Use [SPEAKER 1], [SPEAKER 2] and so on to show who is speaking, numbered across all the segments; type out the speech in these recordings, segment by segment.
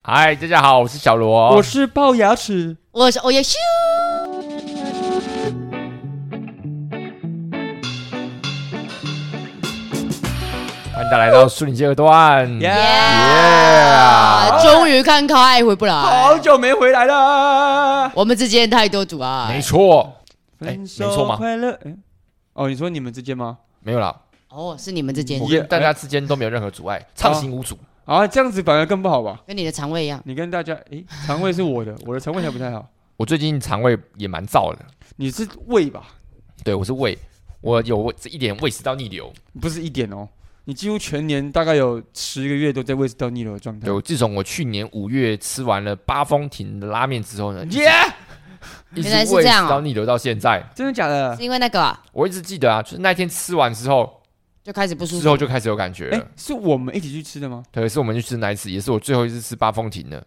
[SPEAKER 1] 嗨，大家好，我是小罗，
[SPEAKER 2] 我是龅牙齿。
[SPEAKER 3] 我是欧耶咻，
[SPEAKER 1] 欢迎大家来到树林街二段。
[SPEAKER 2] 耶
[SPEAKER 3] Yeah！终于看开回不
[SPEAKER 1] 啊
[SPEAKER 3] 来，
[SPEAKER 2] 好久没回来了。
[SPEAKER 3] 我们之间太多阻
[SPEAKER 1] 没
[SPEAKER 3] 碍。
[SPEAKER 1] 错，哎
[SPEAKER 2] 分
[SPEAKER 1] 没错
[SPEAKER 2] 手
[SPEAKER 1] 吗
[SPEAKER 2] 快乐。哎哦，你说你们之间吗？
[SPEAKER 1] 没有啦，
[SPEAKER 3] 哦，是你们哎之间
[SPEAKER 1] 嗯我
[SPEAKER 2] 我
[SPEAKER 1] 跟
[SPEAKER 2] 跟
[SPEAKER 1] 大家之间都没有任何阻碍，畅行无阻。
[SPEAKER 2] 啊，这样子反而更不好吧？
[SPEAKER 3] 跟你的肠胃一样，
[SPEAKER 2] 你跟大家，诶，肠胃是我的， 我的肠胃还不太好。
[SPEAKER 1] 我最近肠胃也蛮燥的，
[SPEAKER 2] 你是胃吧？
[SPEAKER 1] 对我是胃，我有胃这一点胃食道逆流。
[SPEAKER 2] 不是一点哦，你几乎全年大概有十个月都在胃食道逆流的
[SPEAKER 3] 嗯
[SPEAKER 2] 状态
[SPEAKER 1] 对，。我自从我去年五月吃完了八丰亭的拉面之后呢，一直
[SPEAKER 2] 耶，
[SPEAKER 1] 一直
[SPEAKER 3] 原来是
[SPEAKER 1] 胃
[SPEAKER 3] 这
[SPEAKER 1] 食
[SPEAKER 3] 样哦
[SPEAKER 1] 道逆流到现在。
[SPEAKER 2] 真的假的
[SPEAKER 3] 是？因为那个啊
[SPEAKER 1] 我一直记得啊，就是那天吃完之后，
[SPEAKER 3] 就开始不舒
[SPEAKER 1] 之
[SPEAKER 3] 服。
[SPEAKER 1] 后就开始有感觉
[SPEAKER 2] 哎
[SPEAKER 1] 了。，
[SPEAKER 2] 是我们一起去吃的吗？
[SPEAKER 1] 对，是我们去吃那一次，也是我最后一次吃八丰亭的，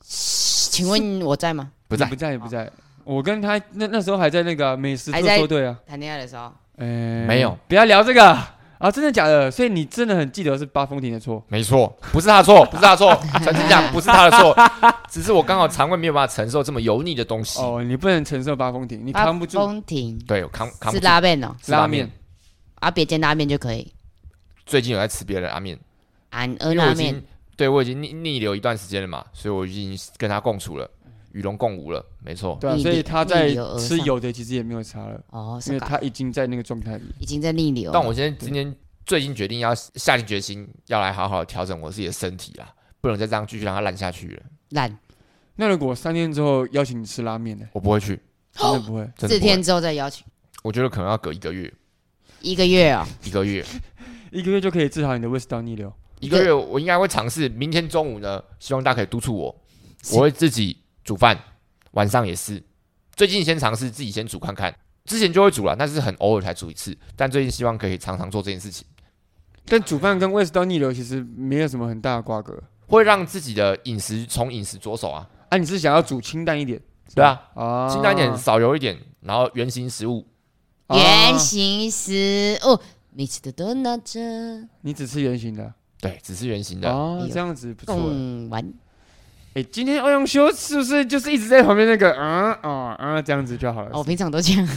[SPEAKER 3] 请问我在吗？
[SPEAKER 1] 不在
[SPEAKER 2] 哦你不在，也不在。我跟他那那时候还在那个啊美食特
[SPEAKER 3] 还在
[SPEAKER 2] 搜队啊。
[SPEAKER 3] 谈恋爱的时候，
[SPEAKER 2] 哎，
[SPEAKER 1] 没有，
[SPEAKER 2] 不要聊这个啊！真的假的？所以你真的很记得是八风亭的错。
[SPEAKER 1] 没错，不是他的错，不是他的错， 诚心讲，不是他的错，只是我刚好肠胃没有办法承受这么油腻的东西，
[SPEAKER 2] 哦，你不能承受八风亭，你扛不住
[SPEAKER 3] 风亭
[SPEAKER 1] 对，我扛扛不
[SPEAKER 3] 是
[SPEAKER 1] 住。
[SPEAKER 3] 拉面哦，
[SPEAKER 1] 吃拉
[SPEAKER 2] 拉
[SPEAKER 1] 面
[SPEAKER 2] 面。
[SPEAKER 3] 啊，别煎拉面就可以，
[SPEAKER 1] 最近有在吃别的拉面，
[SPEAKER 3] 俺
[SPEAKER 1] 因
[SPEAKER 3] 恩
[SPEAKER 1] 为我
[SPEAKER 3] 拉
[SPEAKER 1] 已经
[SPEAKER 3] 面。
[SPEAKER 1] 对我已经逆逆流一段时间了嘛，所以我已经跟他共处了，与龙共舞了，没错。
[SPEAKER 2] 对啊，
[SPEAKER 3] 逆
[SPEAKER 2] 所以
[SPEAKER 3] 流
[SPEAKER 2] 他在
[SPEAKER 3] 逆流而
[SPEAKER 2] 吃
[SPEAKER 3] 上
[SPEAKER 2] 有的其实也没有差了，
[SPEAKER 3] 哦，
[SPEAKER 2] 因
[SPEAKER 3] 是
[SPEAKER 2] 为
[SPEAKER 3] 吧？
[SPEAKER 2] 他已经在那个状态里。
[SPEAKER 3] 已经在逆流了。
[SPEAKER 1] 但我现在今天最近决定要下定决心，要来好好调整我自己的身体啦，不能再这样继续让它烂下去了。
[SPEAKER 3] 烂
[SPEAKER 2] 那如果三天之后邀请你吃拉面呢？
[SPEAKER 1] 我不会去，
[SPEAKER 2] 真的不会
[SPEAKER 1] 真的
[SPEAKER 3] 四
[SPEAKER 1] 不会
[SPEAKER 3] 天。之后再邀请，
[SPEAKER 1] 我觉得可能要隔一个月，
[SPEAKER 3] 一个月哦，
[SPEAKER 1] 一个月，
[SPEAKER 2] 一个月就可以治好你的胃食道逆流。
[SPEAKER 1] 一
[SPEAKER 3] 一
[SPEAKER 1] 个
[SPEAKER 3] 个
[SPEAKER 1] 月，我应该会尝试。明天中午呢，希望大家可以督促我，我会自己煮饭，晚上也是。最近先尝试自己先煮看看，之前就会煮了，但是很偶尔才煮一次。但最近希望可以常常做这件事情，
[SPEAKER 2] 但煮饭跟胃食道逆流其实没有什么很大的瓜葛。
[SPEAKER 1] 会让自己的饮食从饮食着手啊，
[SPEAKER 2] 啊，你是想要煮清淡一点？
[SPEAKER 1] 对啊，
[SPEAKER 2] 啊，
[SPEAKER 1] 清淡一点，少油一点，然后原形食物。
[SPEAKER 2] 啊
[SPEAKER 3] 原型哦食物，你吃的都拿着
[SPEAKER 2] 你只吃圆形的
[SPEAKER 1] 对，啊只是原形的，
[SPEAKER 2] 哦
[SPEAKER 3] 哎，呦
[SPEAKER 2] 这样子不错。
[SPEAKER 3] 贡丸。
[SPEAKER 2] 哎，今天欧阳修是不是就是一直在旁边那个嗯哦嗯这样子就好
[SPEAKER 3] 哦，我
[SPEAKER 2] 了？
[SPEAKER 3] 平常都这样，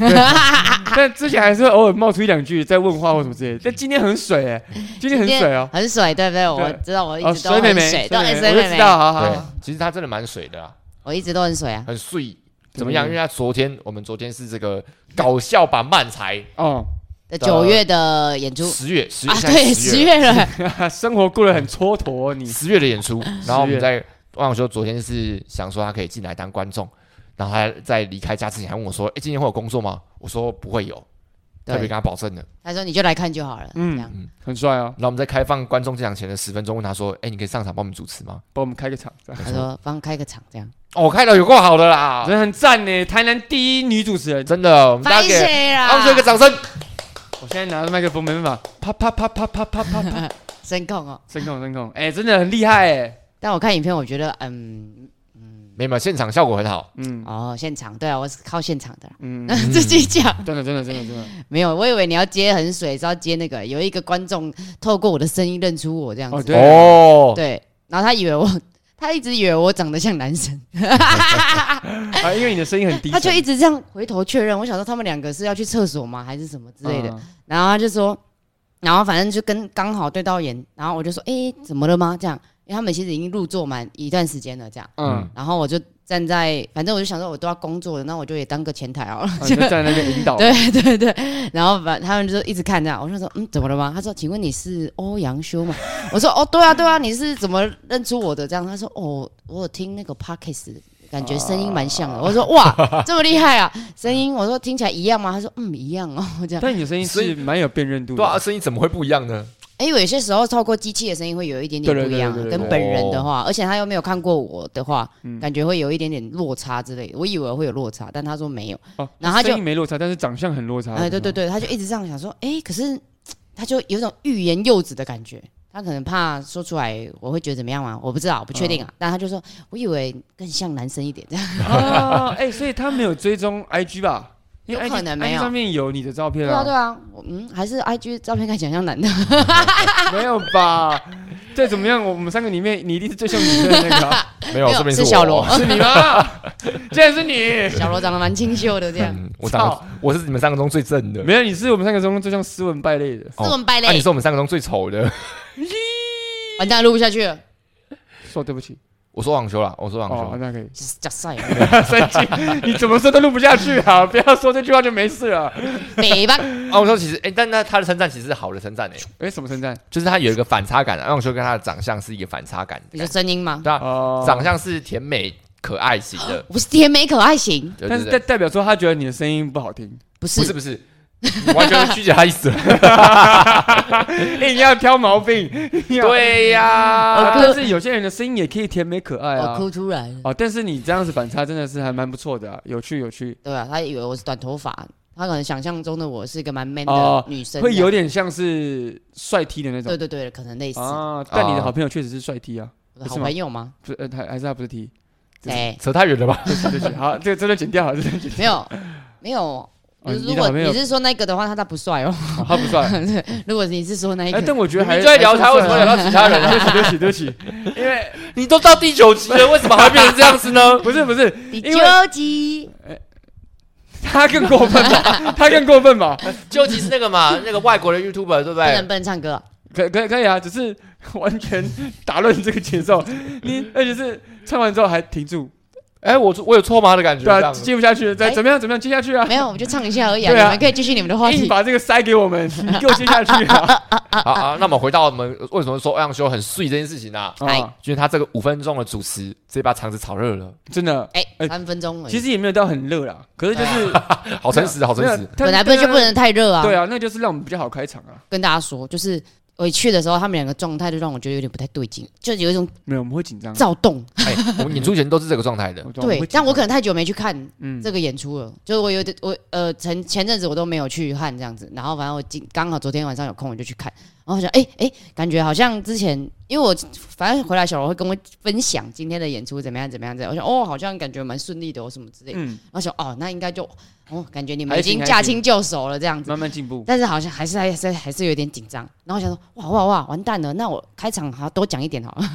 [SPEAKER 2] 但之前还是会偶尔冒出一两句在问话或什么之类的。但今天很水哎，今天很水哦。
[SPEAKER 3] 很水，对不对？我
[SPEAKER 2] 对
[SPEAKER 3] 知道，我一
[SPEAKER 2] 哦，
[SPEAKER 3] 直都很
[SPEAKER 2] 妹妹，
[SPEAKER 3] 水，都很
[SPEAKER 2] 妹妹，
[SPEAKER 3] 水
[SPEAKER 2] 我就
[SPEAKER 3] 妹
[SPEAKER 2] 知
[SPEAKER 3] 妹，
[SPEAKER 2] 道，好好
[SPEAKER 1] 对
[SPEAKER 2] 好，，
[SPEAKER 1] 其实它真的蛮水的啦，啊
[SPEAKER 3] 我一直都很水啊。
[SPEAKER 1] 很碎。怎么样？
[SPEAKER 3] 嗯
[SPEAKER 1] 因为它昨天我们昨天是这个搞笑版漫才，
[SPEAKER 2] 哦，
[SPEAKER 3] 在
[SPEAKER 1] 的
[SPEAKER 3] 九月的演出
[SPEAKER 1] 十月十月
[SPEAKER 3] 啊，
[SPEAKER 1] 现在
[SPEAKER 3] 对，
[SPEAKER 1] 十
[SPEAKER 3] 十
[SPEAKER 1] 月
[SPEAKER 3] 月了，
[SPEAKER 2] 生活过得很蹉跎，你
[SPEAKER 1] 十月的演出，然后我们在万永修昨天是想说他可以进来当观众，然后他在离开家之前还问我说：“哎，今天会有工作吗？”我说不会有，特别跟
[SPEAKER 3] 对，
[SPEAKER 1] 他保证的。
[SPEAKER 3] 他说你就来看就好了，
[SPEAKER 2] 嗯
[SPEAKER 3] 这样
[SPEAKER 2] 很帅啊，
[SPEAKER 1] 然后我们在开放观众进场前的十分钟问他说：“哎，你可以上场帮我们主持吗
[SPEAKER 2] 帮我们开个场，这样
[SPEAKER 3] 他说帮开个场这样，？”
[SPEAKER 1] 哦，我开的有够好的啦
[SPEAKER 2] 真，的很赞呢。台南第一女主持人，
[SPEAKER 1] 真的，我们大家给
[SPEAKER 3] 谁
[SPEAKER 1] 万永修一个掌声。
[SPEAKER 2] 我现在拿着麦克风没办法，啪啪啪啪啪啪啪 啪，
[SPEAKER 3] 声控哦。
[SPEAKER 2] 声控声控，哎，真的很厉害哎，
[SPEAKER 3] 但我看影片，我觉得嗯
[SPEAKER 1] 没有，没有现场效果很好，
[SPEAKER 2] 嗯
[SPEAKER 3] 哦，现场对啊，我是靠现场的啦，
[SPEAKER 2] 嗯，
[SPEAKER 3] 自己讲。
[SPEAKER 2] 真的真的真的真的，
[SPEAKER 3] 没有，我以为你要接很水，是要接那个有一个观众透过我的声音认出我这样
[SPEAKER 2] 哦
[SPEAKER 3] 子。
[SPEAKER 2] 对
[SPEAKER 1] 哦，
[SPEAKER 3] 对，然后他以为我，他一直以为我长得像 男生，
[SPEAKER 2] 啊，因为你的声音很低沉，
[SPEAKER 3] 他就一直这样回头确认。我想说他们两个是要去厕所吗，还是什么之类的？
[SPEAKER 2] 嗯，
[SPEAKER 3] 然后他就说，然后反正就跟刚好对到眼，然后我就说，诶，怎么了吗？这样，因为他们其实已经入座满一段时间了，这样。
[SPEAKER 2] 嗯，
[SPEAKER 3] 然后我就站在，反正我就想说，我都要工作了，那我就也当个前台好了。
[SPEAKER 2] 啊 你就站在那边引导，
[SPEAKER 3] 对 对对，然后反他们就一直看这样，我就说嗯怎么了吗？他说请问你是欧阳修吗？ 我说哦对啊对啊，你是怎么认出我的这样？他说哦我有听那个 podcast，感觉声音蛮像的。我说 哇这么厉害啊，声音我说听起来一样吗？他说嗯一样哦 这样。
[SPEAKER 2] 但你的声音
[SPEAKER 1] 所以
[SPEAKER 2] 是蛮有辨认度
[SPEAKER 1] 对啊，
[SPEAKER 2] 的，
[SPEAKER 1] 声音怎么会不一样呢？
[SPEAKER 3] 因为有些时候透过机器的声音会有一点点
[SPEAKER 2] 对对
[SPEAKER 3] 不一样啊
[SPEAKER 2] 对，对对
[SPEAKER 3] 跟
[SPEAKER 2] 对
[SPEAKER 3] 本人的话，而且他又没有看过我的话
[SPEAKER 2] 嗯，
[SPEAKER 3] 感觉会有一点点落差之类的。我以为会有落差，但他说没有。
[SPEAKER 2] 哦
[SPEAKER 3] 然后他就
[SPEAKER 2] 声音没落差，但是长相很落差，
[SPEAKER 3] 哎，对对对，他就一直这样想说，哎、可是他就有一种欲言又止的感觉，他可能怕说出来我会觉得怎么样嘛，我不知道，我不确
[SPEAKER 1] 嗯
[SPEAKER 3] 定啊。但他就说，我以为更像男生一点这
[SPEAKER 1] 啊
[SPEAKER 3] 样，
[SPEAKER 2] 哦，哎，所以他没有追踪 IG 吧？因为
[SPEAKER 3] 有
[SPEAKER 2] IG,
[SPEAKER 3] 可能没有
[SPEAKER 2] IG 上面有你的照片
[SPEAKER 3] 对啊对啊，我嗯，还是 I G 照片看起来像男的，
[SPEAKER 2] 没有吧？再怎么样，我们三个里面你一定是最像女生的那个啊、
[SPEAKER 1] 没有，
[SPEAKER 3] 没有
[SPEAKER 1] 说明
[SPEAKER 3] 是
[SPEAKER 1] 我
[SPEAKER 3] 小罗
[SPEAKER 2] 是你吗？竟然是你！
[SPEAKER 3] 小罗长得蛮清秀的，这 样
[SPEAKER 1] 嗯我上
[SPEAKER 2] 操
[SPEAKER 1] 我是你们三个中最正的，
[SPEAKER 2] 没有，你是我们三个中最像斯文败类的。
[SPEAKER 3] 斯文败
[SPEAKER 1] 那、啊你
[SPEAKER 3] 类
[SPEAKER 1] 是，我们三个中最丑的。
[SPEAKER 3] 完蛋录不下去了，。
[SPEAKER 2] 说对不起，
[SPEAKER 1] 我说网球啦，我说网
[SPEAKER 2] 哦，
[SPEAKER 1] 球，
[SPEAKER 2] 那可以
[SPEAKER 3] 假赛啊，
[SPEAKER 2] 生气，你怎么说都录不下去啊！ 不要说这句话就没事了。
[SPEAKER 3] 北吧，
[SPEAKER 1] 啊，我说其实，哎、但那他的称赞其实是好的称赞诶，
[SPEAKER 2] 哎，什么称赞？
[SPEAKER 1] 就是他有一个反差感、啊，网球跟他的长相是一个反差感
[SPEAKER 3] 你说声音吗？
[SPEAKER 1] 对啊，
[SPEAKER 2] 哦，
[SPEAKER 1] 长相是甜美可爱型的，
[SPEAKER 3] 我不是甜美可爱型，
[SPEAKER 1] 对
[SPEAKER 2] 但
[SPEAKER 1] 对
[SPEAKER 2] 是
[SPEAKER 1] 对
[SPEAKER 2] 代代表说他觉得你的声音不好听，
[SPEAKER 3] 不是
[SPEAKER 1] 不是不是，你完全曲解他意思 了。
[SPEAKER 2] 硬要挑毛病。硬要
[SPEAKER 1] 对呀、
[SPEAKER 2] 啊
[SPEAKER 3] 我哭
[SPEAKER 2] 但是有些人的声音也可以甜美可
[SPEAKER 1] 哎
[SPEAKER 2] 爱
[SPEAKER 3] 我
[SPEAKER 2] 啊。
[SPEAKER 3] 哭出来了。
[SPEAKER 2] 哦，但是你这样子反差真的是还蛮不错的啊，有趣有趣，
[SPEAKER 3] 对啊，他以为我是短头发，他可能想象中的我是一个蛮 man
[SPEAKER 2] 哦
[SPEAKER 3] 的女生，
[SPEAKER 2] 会有点像是帅 T 的那
[SPEAKER 3] 这样。对
[SPEAKER 2] 种
[SPEAKER 3] 对对，可能类似。
[SPEAKER 2] 啊。但你的
[SPEAKER 1] 啊
[SPEAKER 2] 好朋友确实是帅 T 啊，
[SPEAKER 3] 我的
[SPEAKER 2] 是
[SPEAKER 3] 好
[SPEAKER 2] 吗
[SPEAKER 3] 朋友吗？
[SPEAKER 2] 不是呃，他还是他不是 T。就是
[SPEAKER 3] 谁？
[SPEAKER 1] 扯太远了吧？
[SPEAKER 2] 对不起对不起，好， 这个真的剪掉好了，真的剪
[SPEAKER 3] 没有，没有。
[SPEAKER 2] 哦
[SPEAKER 3] 如
[SPEAKER 2] 你的
[SPEAKER 3] 果
[SPEAKER 2] 好朋友
[SPEAKER 3] 你是说那个的话，他他不帅哦。
[SPEAKER 2] 掉，他不帅。
[SPEAKER 3] 如果你是说那一
[SPEAKER 2] 哎，
[SPEAKER 3] 个，
[SPEAKER 2] 但我觉得还
[SPEAKER 1] 你就在聊他，为什么聊
[SPEAKER 2] 聊？
[SPEAKER 1] 到其他人、啊？
[SPEAKER 2] 对不起对不起对不起，因 为
[SPEAKER 1] 你都到第九集了，为什么还变 成这样子呢？
[SPEAKER 2] 不是不是，
[SPEAKER 3] 第
[SPEAKER 2] 因
[SPEAKER 3] 九
[SPEAKER 2] 为
[SPEAKER 3] 集
[SPEAKER 2] 他更过分吧， 他更过分吧。
[SPEAKER 1] 究竟是那个嘛，那个外国的 YouTuber 对不
[SPEAKER 3] 不能
[SPEAKER 1] 对？
[SPEAKER 3] 不能唱歌，
[SPEAKER 2] 可可以可以啊，只是完全打乱这个节奏。你而且是唱完之后还停住，
[SPEAKER 1] 哎、我我有错吗的感觉？
[SPEAKER 2] 对
[SPEAKER 1] 这样
[SPEAKER 2] 啊，
[SPEAKER 1] 子
[SPEAKER 2] 接不下去了，再
[SPEAKER 3] 哎
[SPEAKER 2] 怎么样怎么样接下去啊？
[SPEAKER 3] 没有我们就唱一下而已 啊。
[SPEAKER 2] 对啊
[SPEAKER 3] 你们可以继续你们的话
[SPEAKER 2] 硬
[SPEAKER 3] 题。
[SPEAKER 2] 把这个塞给我们，你给我接下去啊！
[SPEAKER 1] 好好，那我们回到我们为什么说欧阳修很碎这件事情啊？
[SPEAKER 3] 哎
[SPEAKER 2] 啊
[SPEAKER 1] 就是他这个五分钟的主持，直接把场子炒热了，
[SPEAKER 2] 真的，哎
[SPEAKER 3] 哎，三分钟而已。
[SPEAKER 2] 其实也没有到很热啦，可是就是
[SPEAKER 1] 好诚实，好诚
[SPEAKER 2] 没有
[SPEAKER 1] 实。
[SPEAKER 2] 他
[SPEAKER 3] 本来不就不能太热啊。
[SPEAKER 2] 对啊，那就是让我们比较好开场啊。
[SPEAKER 3] 跟大家说，就是我去的时候，他们两个状态就让我觉得有点不太对劲，就有一种
[SPEAKER 2] 没有，我们会紧张。
[SPEAKER 3] 躁动。
[SPEAKER 1] 哎， 我们演出前都是这个状态的，
[SPEAKER 2] 哦我懂我
[SPEAKER 3] 对
[SPEAKER 2] 会，紧
[SPEAKER 3] 但
[SPEAKER 2] 张
[SPEAKER 3] 我可能太久没去看
[SPEAKER 2] 嗯
[SPEAKER 3] 这个演出了，就是我有点我呃前前阵子我都没有去看这样子，然后反正我今刚好昨天晚上有空我就去看，然后我想哎哎、感觉好像之前因为我反正回来小罗会跟我分享今天的演出怎么样怎么样怎么样，我想哦好像感觉蛮顺利的哦什么之类的，
[SPEAKER 2] 嗯，
[SPEAKER 3] 然后想哦那应该就哦感觉你们
[SPEAKER 2] 还
[SPEAKER 3] 已
[SPEAKER 2] 行
[SPEAKER 3] 经
[SPEAKER 2] 还
[SPEAKER 3] 驾
[SPEAKER 2] 行
[SPEAKER 3] 轻就熟了这样子，
[SPEAKER 2] 慢慢进步。
[SPEAKER 3] 但是好像还是还是还是有点紧张。然后我想说，哇哇哇，完蛋了！那我开场好多讲一点好了，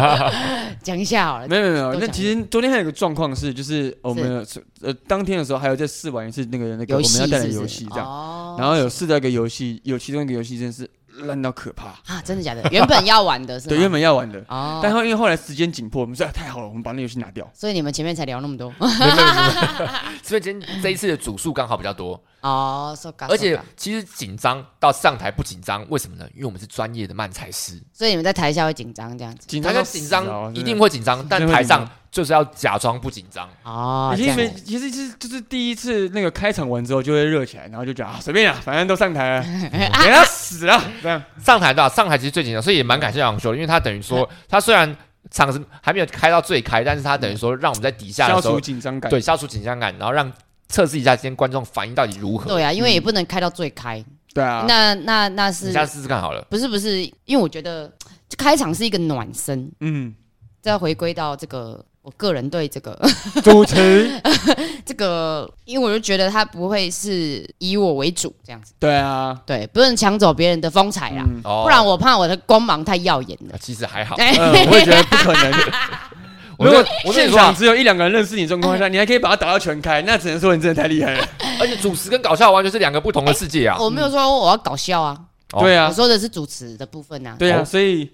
[SPEAKER 3] 讲一下好了。
[SPEAKER 2] 没有没有没有，
[SPEAKER 3] 都
[SPEAKER 2] 那
[SPEAKER 3] 讲
[SPEAKER 2] 其实昨天还有个状况是，就是我们呃当天的时候还有再试玩一次那个那个
[SPEAKER 3] 游
[SPEAKER 2] 我们
[SPEAKER 3] 戏
[SPEAKER 2] 要
[SPEAKER 3] 是
[SPEAKER 2] 带的
[SPEAKER 3] 不是
[SPEAKER 2] 游戏这样，
[SPEAKER 3] 哦
[SPEAKER 2] 然后有试到一个游戏，有其中一个游戏真的是烂到可怕，
[SPEAKER 3] 啊，真的假的？ 原本要玩的是吗？
[SPEAKER 2] 对，原本要玩的，
[SPEAKER 3] 哦，
[SPEAKER 2] 但后因为后来时间紧迫，我们说啊太好了，我们把那游戏拿掉。
[SPEAKER 3] 所以你们前面才聊那么 多
[SPEAKER 1] 没有没有没有没有所以今天这一次的组数刚好比较多，
[SPEAKER 3] 哦，so
[SPEAKER 2] 啊
[SPEAKER 3] ga，
[SPEAKER 1] 而且
[SPEAKER 3] so ga
[SPEAKER 1] 其实紧张到上台不紧张，为什么呢？因为我们是专业的慢才师，
[SPEAKER 3] 所以你们在台下会紧张这样子
[SPEAKER 2] 紧
[SPEAKER 1] 大
[SPEAKER 2] 张
[SPEAKER 1] 家
[SPEAKER 2] 到
[SPEAKER 1] 紧
[SPEAKER 2] 死啊
[SPEAKER 1] 张
[SPEAKER 2] 真
[SPEAKER 1] 一
[SPEAKER 2] 的
[SPEAKER 1] 定会紧张，但
[SPEAKER 2] 真的会
[SPEAKER 1] 台
[SPEAKER 2] 紧张
[SPEAKER 1] 上就是要假装不紧张。
[SPEAKER 3] 哦，
[SPEAKER 2] 已
[SPEAKER 3] 这
[SPEAKER 2] 经
[SPEAKER 3] 样
[SPEAKER 2] 没，
[SPEAKER 3] 子
[SPEAKER 2] 其实就是就是第一次那个开场完之后就会热起来，然后就觉得啊随便啊，反正都上台了， 给他死了这样。
[SPEAKER 1] 上台的啊、上台其实最紧张，所以也蛮感谢杨修，因为他等于 说他虽然场子还没有开到最开，但是他等于说让我们在底下
[SPEAKER 2] 消
[SPEAKER 1] 的时
[SPEAKER 2] 除
[SPEAKER 1] 候，
[SPEAKER 2] 紧张感。
[SPEAKER 1] 对，消除紧张感，然后让测试一下今天观众反应到底如何。
[SPEAKER 3] 对啊，因为也不能开到最开，
[SPEAKER 2] 对啊，
[SPEAKER 3] 那那那
[SPEAKER 1] 你
[SPEAKER 3] 是
[SPEAKER 1] 下次试试看好了。
[SPEAKER 3] 不是不是？因为我觉得这开场是一个暖身，
[SPEAKER 2] 嗯，
[SPEAKER 3] 这要回归到这个我个人对这个
[SPEAKER 2] 主持，
[SPEAKER 3] 这个，因为我就觉得他不会是以我为主这样子，
[SPEAKER 2] 对啊，
[SPEAKER 3] 对，不能抢走别人的风采啦，
[SPEAKER 2] 嗯，
[SPEAKER 1] 哦，
[SPEAKER 3] 不然我怕我的光芒太耀眼了
[SPEAKER 1] 啊。其实还好。
[SPEAKER 3] 哎、
[SPEAKER 2] 嗯我会觉得不可能。
[SPEAKER 1] 我
[SPEAKER 2] 如
[SPEAKER 1] 跟
[SPEAKER 2] 果
[SPEAKER 1] 我跟
[SPEAKER 2] 现
[SPEAKER 1] 你说啊
[SPEAKER 2] 场，只有一两个人认识你的状况下，你还可以把它打到全开，那只能说你真的太厉害了。
[SPEAKER 1] 而且主持跟搞笑完全是两个不同的世界啊。
[SPEAKER 3] 我没有说我要搞笑啊，
[SPEAKER 1] 哦
[SPEAKER 2] 对
[SPEAKER 3] 我
[SPEAKER 2] 啊，
[SPEAKER 3] 说的是主持的部分呐、啊。
[SPEAKER 2] 对啊，
[SPEAKER 1] 哦
[SPEAKER 2] 所以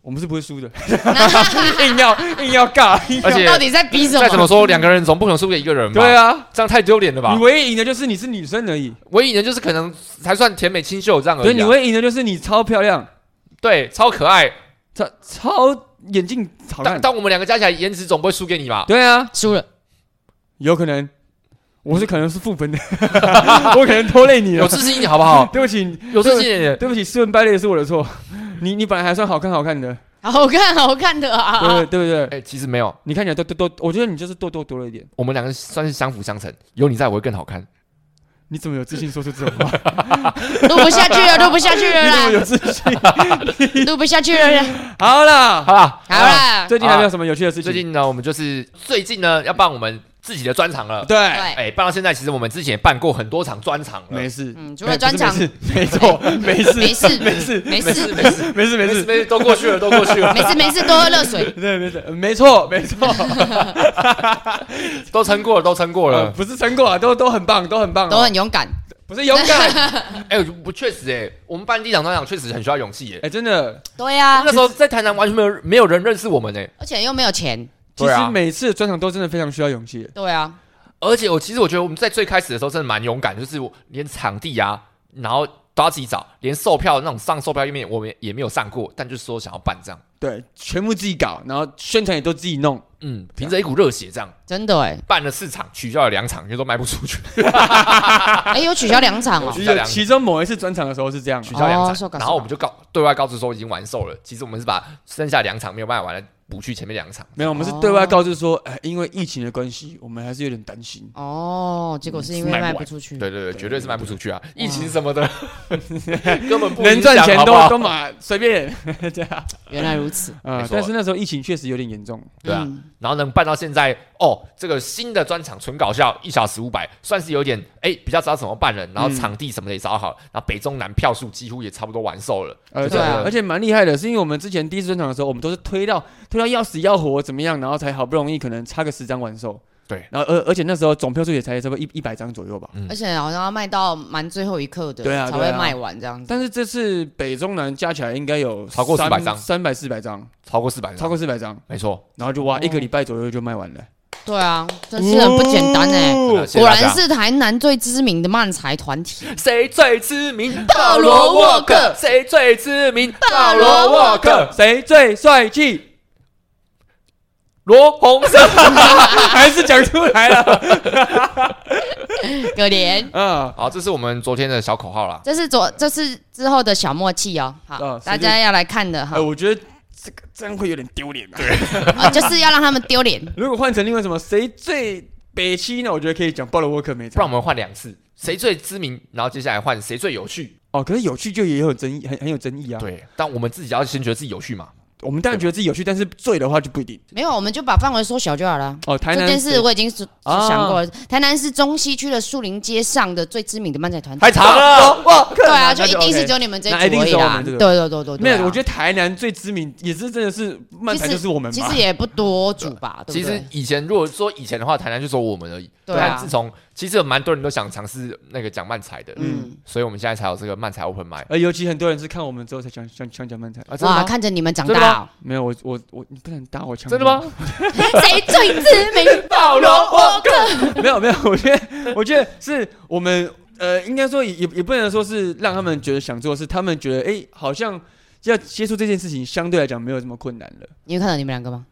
[SPEAKER 2] 我们是不会输的，硬要硬要 尬，硬要
[SPEAKER 1] 而且
[SPEAKER 3] 到底在比什
[SPEAKER 1] 再怎么
[SPEAKER 3] 么？
[SPEAKER 1] 说，两个人总不可能输给一个人吧？
[SPEAKER 2] 对，啊，
[SPEAKER 1] 这样太丢脸了吧
[SPEAKER 2] 你？唯一赢的就是你是女生而已，
[SPEAKER 1] 唯一人就是可能才算甜美清秀这样而已啊。
[SPEAKER 2] 对，你唯一赢的就是你超漂亮，
[SPEAKER 1] 对超可爱，
[SPEAKER 2] 超超眼镜好
[SPEAKER 1] 但
[SPEAKER 2] 看，
[SPEAKER 1] 但我们两个加起来颜值总不会输给你吧？
[SPEAKER 2] 对啊，
[SPEAKER 3] 输了，
[SPEAKER 2] 有可能，我是可能是负 分的，我可能拖累 你
[SPEAKER 1] 有
[SPEAKER 2] 了，
[SPEAKER 1] 自信一点好不 好？
[SPEAKER 2] 对不起，
[SPEAKER 1] 有自信一点。
[SPEAKER 2] 对不起，斯文败类是我的错，你你本来还算好看好看的，
[SPEAKER 3] 好看好看的
[SPEAKER 2] 对
[SPEAKER 3] 啊！
[SPEAKER 2] 不对对不对？
[SPEAKER 1] 哎，其实没有，
[SPEAKER 2] 你看起来多多多，我觉得你就是多多多了一点。
[SPEAKER 1] 我们两个算是相辅相成，有你在我会更好看。
[SPEAKER 2] 你怎么有自信说出这种话？
[SPEAKER 3] 录不下去了，录不下去
[SPEAKER 2] 你怎么
[SPEAKER 3] 了
[SPEAKER 2] 有
[SPEAKER 3] 啦，
[SPEAKER 2] 自信？
[SPEAKER 3] 录不下去了啦。
[SPEAKER 2] 好啦，
[SPEAKER 1] 好啦，
[SPEAKER 3] 好啦，
[SPEAKER 2] 最近还没有什么有趣的事情？
[SPEAKER 1] 最近呢，我们就是最近呢要帮我们自己的专场了。
[SPEAKER 2] 对，
[SPEAKER 3] 对，
[SPEAKER 1] 哎，办到现在，其实我们之前也办过很多场专场了
[SPEAKER 2] 没。事，
[SPEAKER 3] 嗯，除了专
[SPEAKER 2] 哎
[SPEAKER 3] 场，
[SPEAKER 2] 不是没事没错，没事，
[SPEAKER 3] 没
[SPEAKER 1] 没
[SPEAKER 2] 没事，
[SPEAKER 3] 事没事
[SPEAKER 1] 事，没事，
[SPEAKER 2] 没事，没
[SPEAKER 1] 没事，
[SPEAKER 2] 事，
[SPEAKER 1] 没事，都过去了，都过去 了，
[SPEAKER 3] 没事没事，多喝 热水。
[SPEAKER 2] 对，没事，没错，没错，
[SPEAKER 1] 都撑过了，都撑过
[SPEAKER 2] 呃
[SPEAKER 1] 了。
[SPEAKER 2] 不是成果啊，都都很棒，都很棒
[SPEAKER 3] 都
[SPEAKER 2] 哦，
[SPEAKER 3] 很勇敢，
[SPEAKER 2] 不 是勇敢，
[SPEAKER 1] 哎，我确实，哎，我们办第一场专场确实很需要勇气，哎。
[SPEAKER 2] 哎，真的，
[SPEAKER 3] 对啊呀、
[SPEAKER 1] 那时候在台南完全没有没有人认识我们，哎。
[SPEAKER 3] 而且又没有钱，
[SPEAKER 2] 其
[SPEAKER 1] 对啊
[SPEAKER 2] 实每次的专场都真的非常需要勇气，
[SPEAKER 3] 对啊，
[SPEAKER 1] 而且我其实我觉得我们在最开始的时候真的蛮勇敢，就是我连场地啊，然后都要自己找，连售票那种上售票页面我们也没有上过，但就是说想要办这样，
[SPEAKER 2] 对，全部自己搞，然后宣传也都自己弄，
[SPEAKER 1] 嗯，凭着一股热血这样
[SPEAKER 3] 真的哎、
[SPEAKER 1] 办了四场，取消了两场，因为都卖不出去，
[SPEAKER 3] 哎、有取消两场 哦、
[SPEAKER 1] 取
[SPEAKER 2] 其
[SPEAKER 1] 消
[SPEAKER 2] 实
[SPEAKER 1] 两
[SPEAKER 2] 其中某一次专场的时候是这样，
[SPEAKER 1] 取消两
[SPEAKER 3] 哦受
[SPEAKER 1] 场，
[SPEAKER 3] 感
[SPEAKER 1] 然后我们就告对外告知说已经完售了，其实我们是把剩下两场没有卖完的补去前面两场，
[SPEAKER 2] 没有，我们是对外告知说，哎，因为疫情的关系，我们还是有点担心，
[SPEAKER 3] 哦，结果是因为卖不出去，
[SPEAKER 1] 对对对，绝对嗯是卖不出去啊，
[SPEAKER 3] 嗯
[SPEAKER 1] 疫情什么 的根本不
[SPEAKER 2] 能
[SPEAKER 1] 影
[SPEAKER 2] 赚
[SPEAKER 1] 响
[SPEAKER 2] 钱
[SPEAKER 1] 好不
[SPEAKER 2] 都
[SPEAKER 1] 好
[SPEAKER 2] 都买，随便， 这样，
[SPEAKER 3] 原来如此。
[SPEAKER 2] 啊
[SPEAKER 1] 没，错
[SPEAKER 2] 但是那时候疫情确实有点严重，
[SPEAKER 1] 对啊
[SPEAKER 3] 嗯
[SPEAKER 1] 然后能办到现在哦，这个新的专场纯搞笑，一小时五百，算是有点哎比较知道怎么办了。然后
[SPEAKER 3] 嗯
[SPEAKER 1] 场地什么的也找好，然后北中南票数几乎也差不多完售了。
[SPEAKER 2] 呃，
[SPEAKER 1] 对
[SPEAKER 2] 对
[SPEAKER 1] 啊
[SPEAKER 2] 啊，而且蛮厉害的，是因为我们之前第一次专场的时候，我们都是推 到推到要死要活怎么样，然后才好不容易可能差个十张完售。
[SPEAKER 1] 对，
[SPEAKER 2] 然后而而且那时候总票数也才差不多一一百张左右吧。
[SPEAKER 3] 而且好像要卖到蛮最后一刻的，
[SPEAKER 2] 对啊
[SPEAKER 3] 才
[SPEAKER 2] 对
[SPEAKER 3] 会
[SPEAKER 2] 啊
[SPEAKER 3] 卖完这样子。
[SPEAKER 2] 但是这次北中南加起来应该有
[SPEAKER 1] 超过400张
[SPEAKER 2] 三百四百张，啊
[SPEAKER 1] 超过四百，
[SPEAKER 2] 超过四百张，
[SPEAKER 1] 没错。
[SPEAKER 2] 然后就哇
[SPEAKER 3] 哦
[SPEAKER 2] 一个礼拜左右就卖完了，
[SPEAKER 3] 对啊，真是很不简单哎、
[SPEAKER 1] 真的谢谢
[SPEAKER 3] 果
[SPEAKER 1] 大家
[SPEAKER 3] 然是台南最知名的漫才团体，
[SPEAKER 1] 谁最知名？
[SPEAKER 3] 保罗沃克
[SPEAKER 1] 谁最知名？
[SPEAKER 3] 保罗沃克。
[SPEAKER 2] 谁最帅气？
[SPEAKER 1] 罗洪生。
[SPEAKER 2] 还是讲出来了
[SPEAKER 3] 可怜。
[SPEAKER 2] 啊！
[SPEAKER 1] 好，这是我们昨天的小口号啦。
[SPEAKER 3] 这是昨这是之后的小默契哦，好，
[SPEAKER 2] 哦
[SPEAKER 3] 大家要来看的哈
[SPEAKER 2] 哎，、我觉得这个这样会有点丢脸啊。
[SPEAKER 3] 啊就是要让他们丢脸。
[SPEAKER 2] 如果换成另外什么谁最北七呢？我觉得可以讲鲍罗沃克没
[SPEAKER 1] 不
[SPEAKER 2] 差
[SPEAKER 1] 然我。们换两次，谁最知名？然后接下来换谁最有趣？
[SPEAKER 2] 哦，可是有趣就也有争议，很很有争议啊。，
[SPEAKER 1] 对，但我们自己要先觉得自己有趣嘛。
[SPEAKER 2] 我们当然觉得自己有趣，但是醉的话就不一定。
[SPEAKER 3] 没有，我们就把范围缩小就好了。
[SPEAKER 2] 哦，台
[SPEAKER 3] 这
[SPEAKER 2] 南
[SPEAKER 3] 件事我已经是
[SPEAKER 2] 啊
[SPEAKER 3] 想过了。台南是中西区的树林街上的最知名的漫才团体
[SPEAKER 1] 太，长了，
[SPEAKER 3] 对啊，
[SPEAKER 2] 那
[SPEAKER 3] 就
[SPEAKER 2] 就
[SPEAKER 3] 一定是
[SPEAKER 2] OK
[SPEAKER 3] 只有你们这一
[SPEAKER 2] 那一
[SPEAKER 3] 组
[SPEAKER 2] 定
[SPEAKER 3] 而
[SPEAKER 2] 是
[SPEAKER 3] 已
[SPEAKER 2] 我
[SPEAKER 3] 啦。
[SPEAKER 2] 们这
[SPEAKER 3] 对
[SPEAKER 2] 个
[SPEAKER 3] 对对啊对，
[SPEAKER 2] 没有，我觉得
[SPEAKER 3] 得
[SPEAKER 2] 台南最知名也是真的是漫才就是我们
[SPEAKER 3] 其
[SPEAKER 2] 吧
[SPEAKER 3] 实。也不多组吧，
[SPEAKER 2] 啊
[SPEAKER 3] 对
[SPEAKER 1] 其
[SPEAKER 3] 不
[SPEAKER 1] 实
[SPEAKER 3] 对？
[SPEAKER 1] 以前如果说以前的话，台南就说我们而已。
[SPEAKER 3] 对啊
[SPEAKER 1] 但自从其实有蛮多人都想尝试那个讲漫才的，
[SPEAKER 3] 嗯，
[SPEAKER 1] 所以我们现在才有这个漫才 open mic。
[SPEAKER 2] 呃而尤其很多人是看我们之后才想想想讲漫才。
[SPEAKER 1] 啊，真的
[SPEAKER 3] 哇，
[SPEAKER 1] 吗？
[SPEAKER 3] 看着你们长
[SPEAKER 1] 真的
[SPEAKER 3] 大
[SPEAKER 1] 吗
[SPEAKER 3] 哦，
[SPEAKER 2] 没有，我我我，你不能打我枪。
[SPEAKER 1] 真的？吗？
[SPEAKER 3] 谁最知名？
[SPEAKER 1] 保罗沃克，
[SPEAKER 2] 没有没有，我觉得我觉得是我们呃，应该说也也也不能说是让他们觉得想做，是他们觉得哎、好像要接触这件事情相对来讲没有这么困难了。
[SPEAKER 3] 你有看到你们两个吗？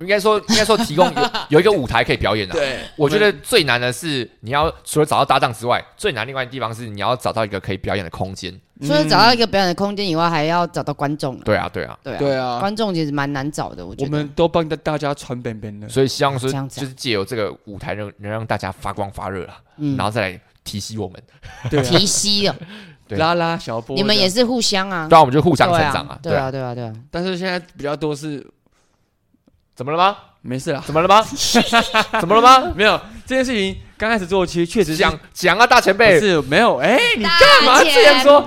[SPEAKER 1] 应该说，应该说提供 有有一个舞台可以表演的。啊
[SPEAKER 2] 对，
[SPEAKER 1] 我觉得最难的是你要除了找到搭档之外，最难另外一个地方是你要找到一个可以表演的空间。
[SPEAKER 3] 除了找到一个表演的空间以外，还要找到观众了。
[SPEAKER 1] 对啊，对啊，
[SPEAKER 3] 对啊，
[SPEAKER 2] 对啊，
[SPEAKER 3] 观众其实蛮难找的，我觉
[SPEAKER 2] 我
[SPEAKER 3] 得。
[SPEAKER 2] 们都帮大大家传本本 了。
[SPEAKER 1] 所以希望说
[SPEAKER 3] 这样子啊
[SPEAKER 1] 就是借由这个舞台能能让大家发光发热啊，
[SPEAKER 3] 嗯
[SPEAKER 1] 然后再来提携我们。
[SPEAKER 2] 对啊，
[SPEAKER 3] 提息了，
[SPEAKER 1] 对
[SPEAKER 2] 拉拉小波，
[SPEAKER 3] 你们也，是互相啊，
[SPEAKER 1] 当然我们就互相成
[SPEAKER 3] 对
[SPEAKER 1] 长
[SPEAKER 3] 啊
[SPEAKER 1] 啊，。
[SPEAKER 3] 对啊，对啊，对啊。
[SPEAKER 2] 但是现在比较多是
[SPEAKER 1] 怎么了吗？
[SPEAKER 2] 没事啦，
[SPEAKER 1] 怎么 了吗？怎么了吗？
[SPEAKER 2] 没有这件事情刚开始做，其实确实是
[SPEAKER 1] 讲讲啊，大前
[SPEAKER 2] 不
[SPEAKER 1] 辈，
[SPEAKER 2] 是没有，哎，你
[SPEAKER 3] 啊
[SPEAKER 2] 干嘛这样说？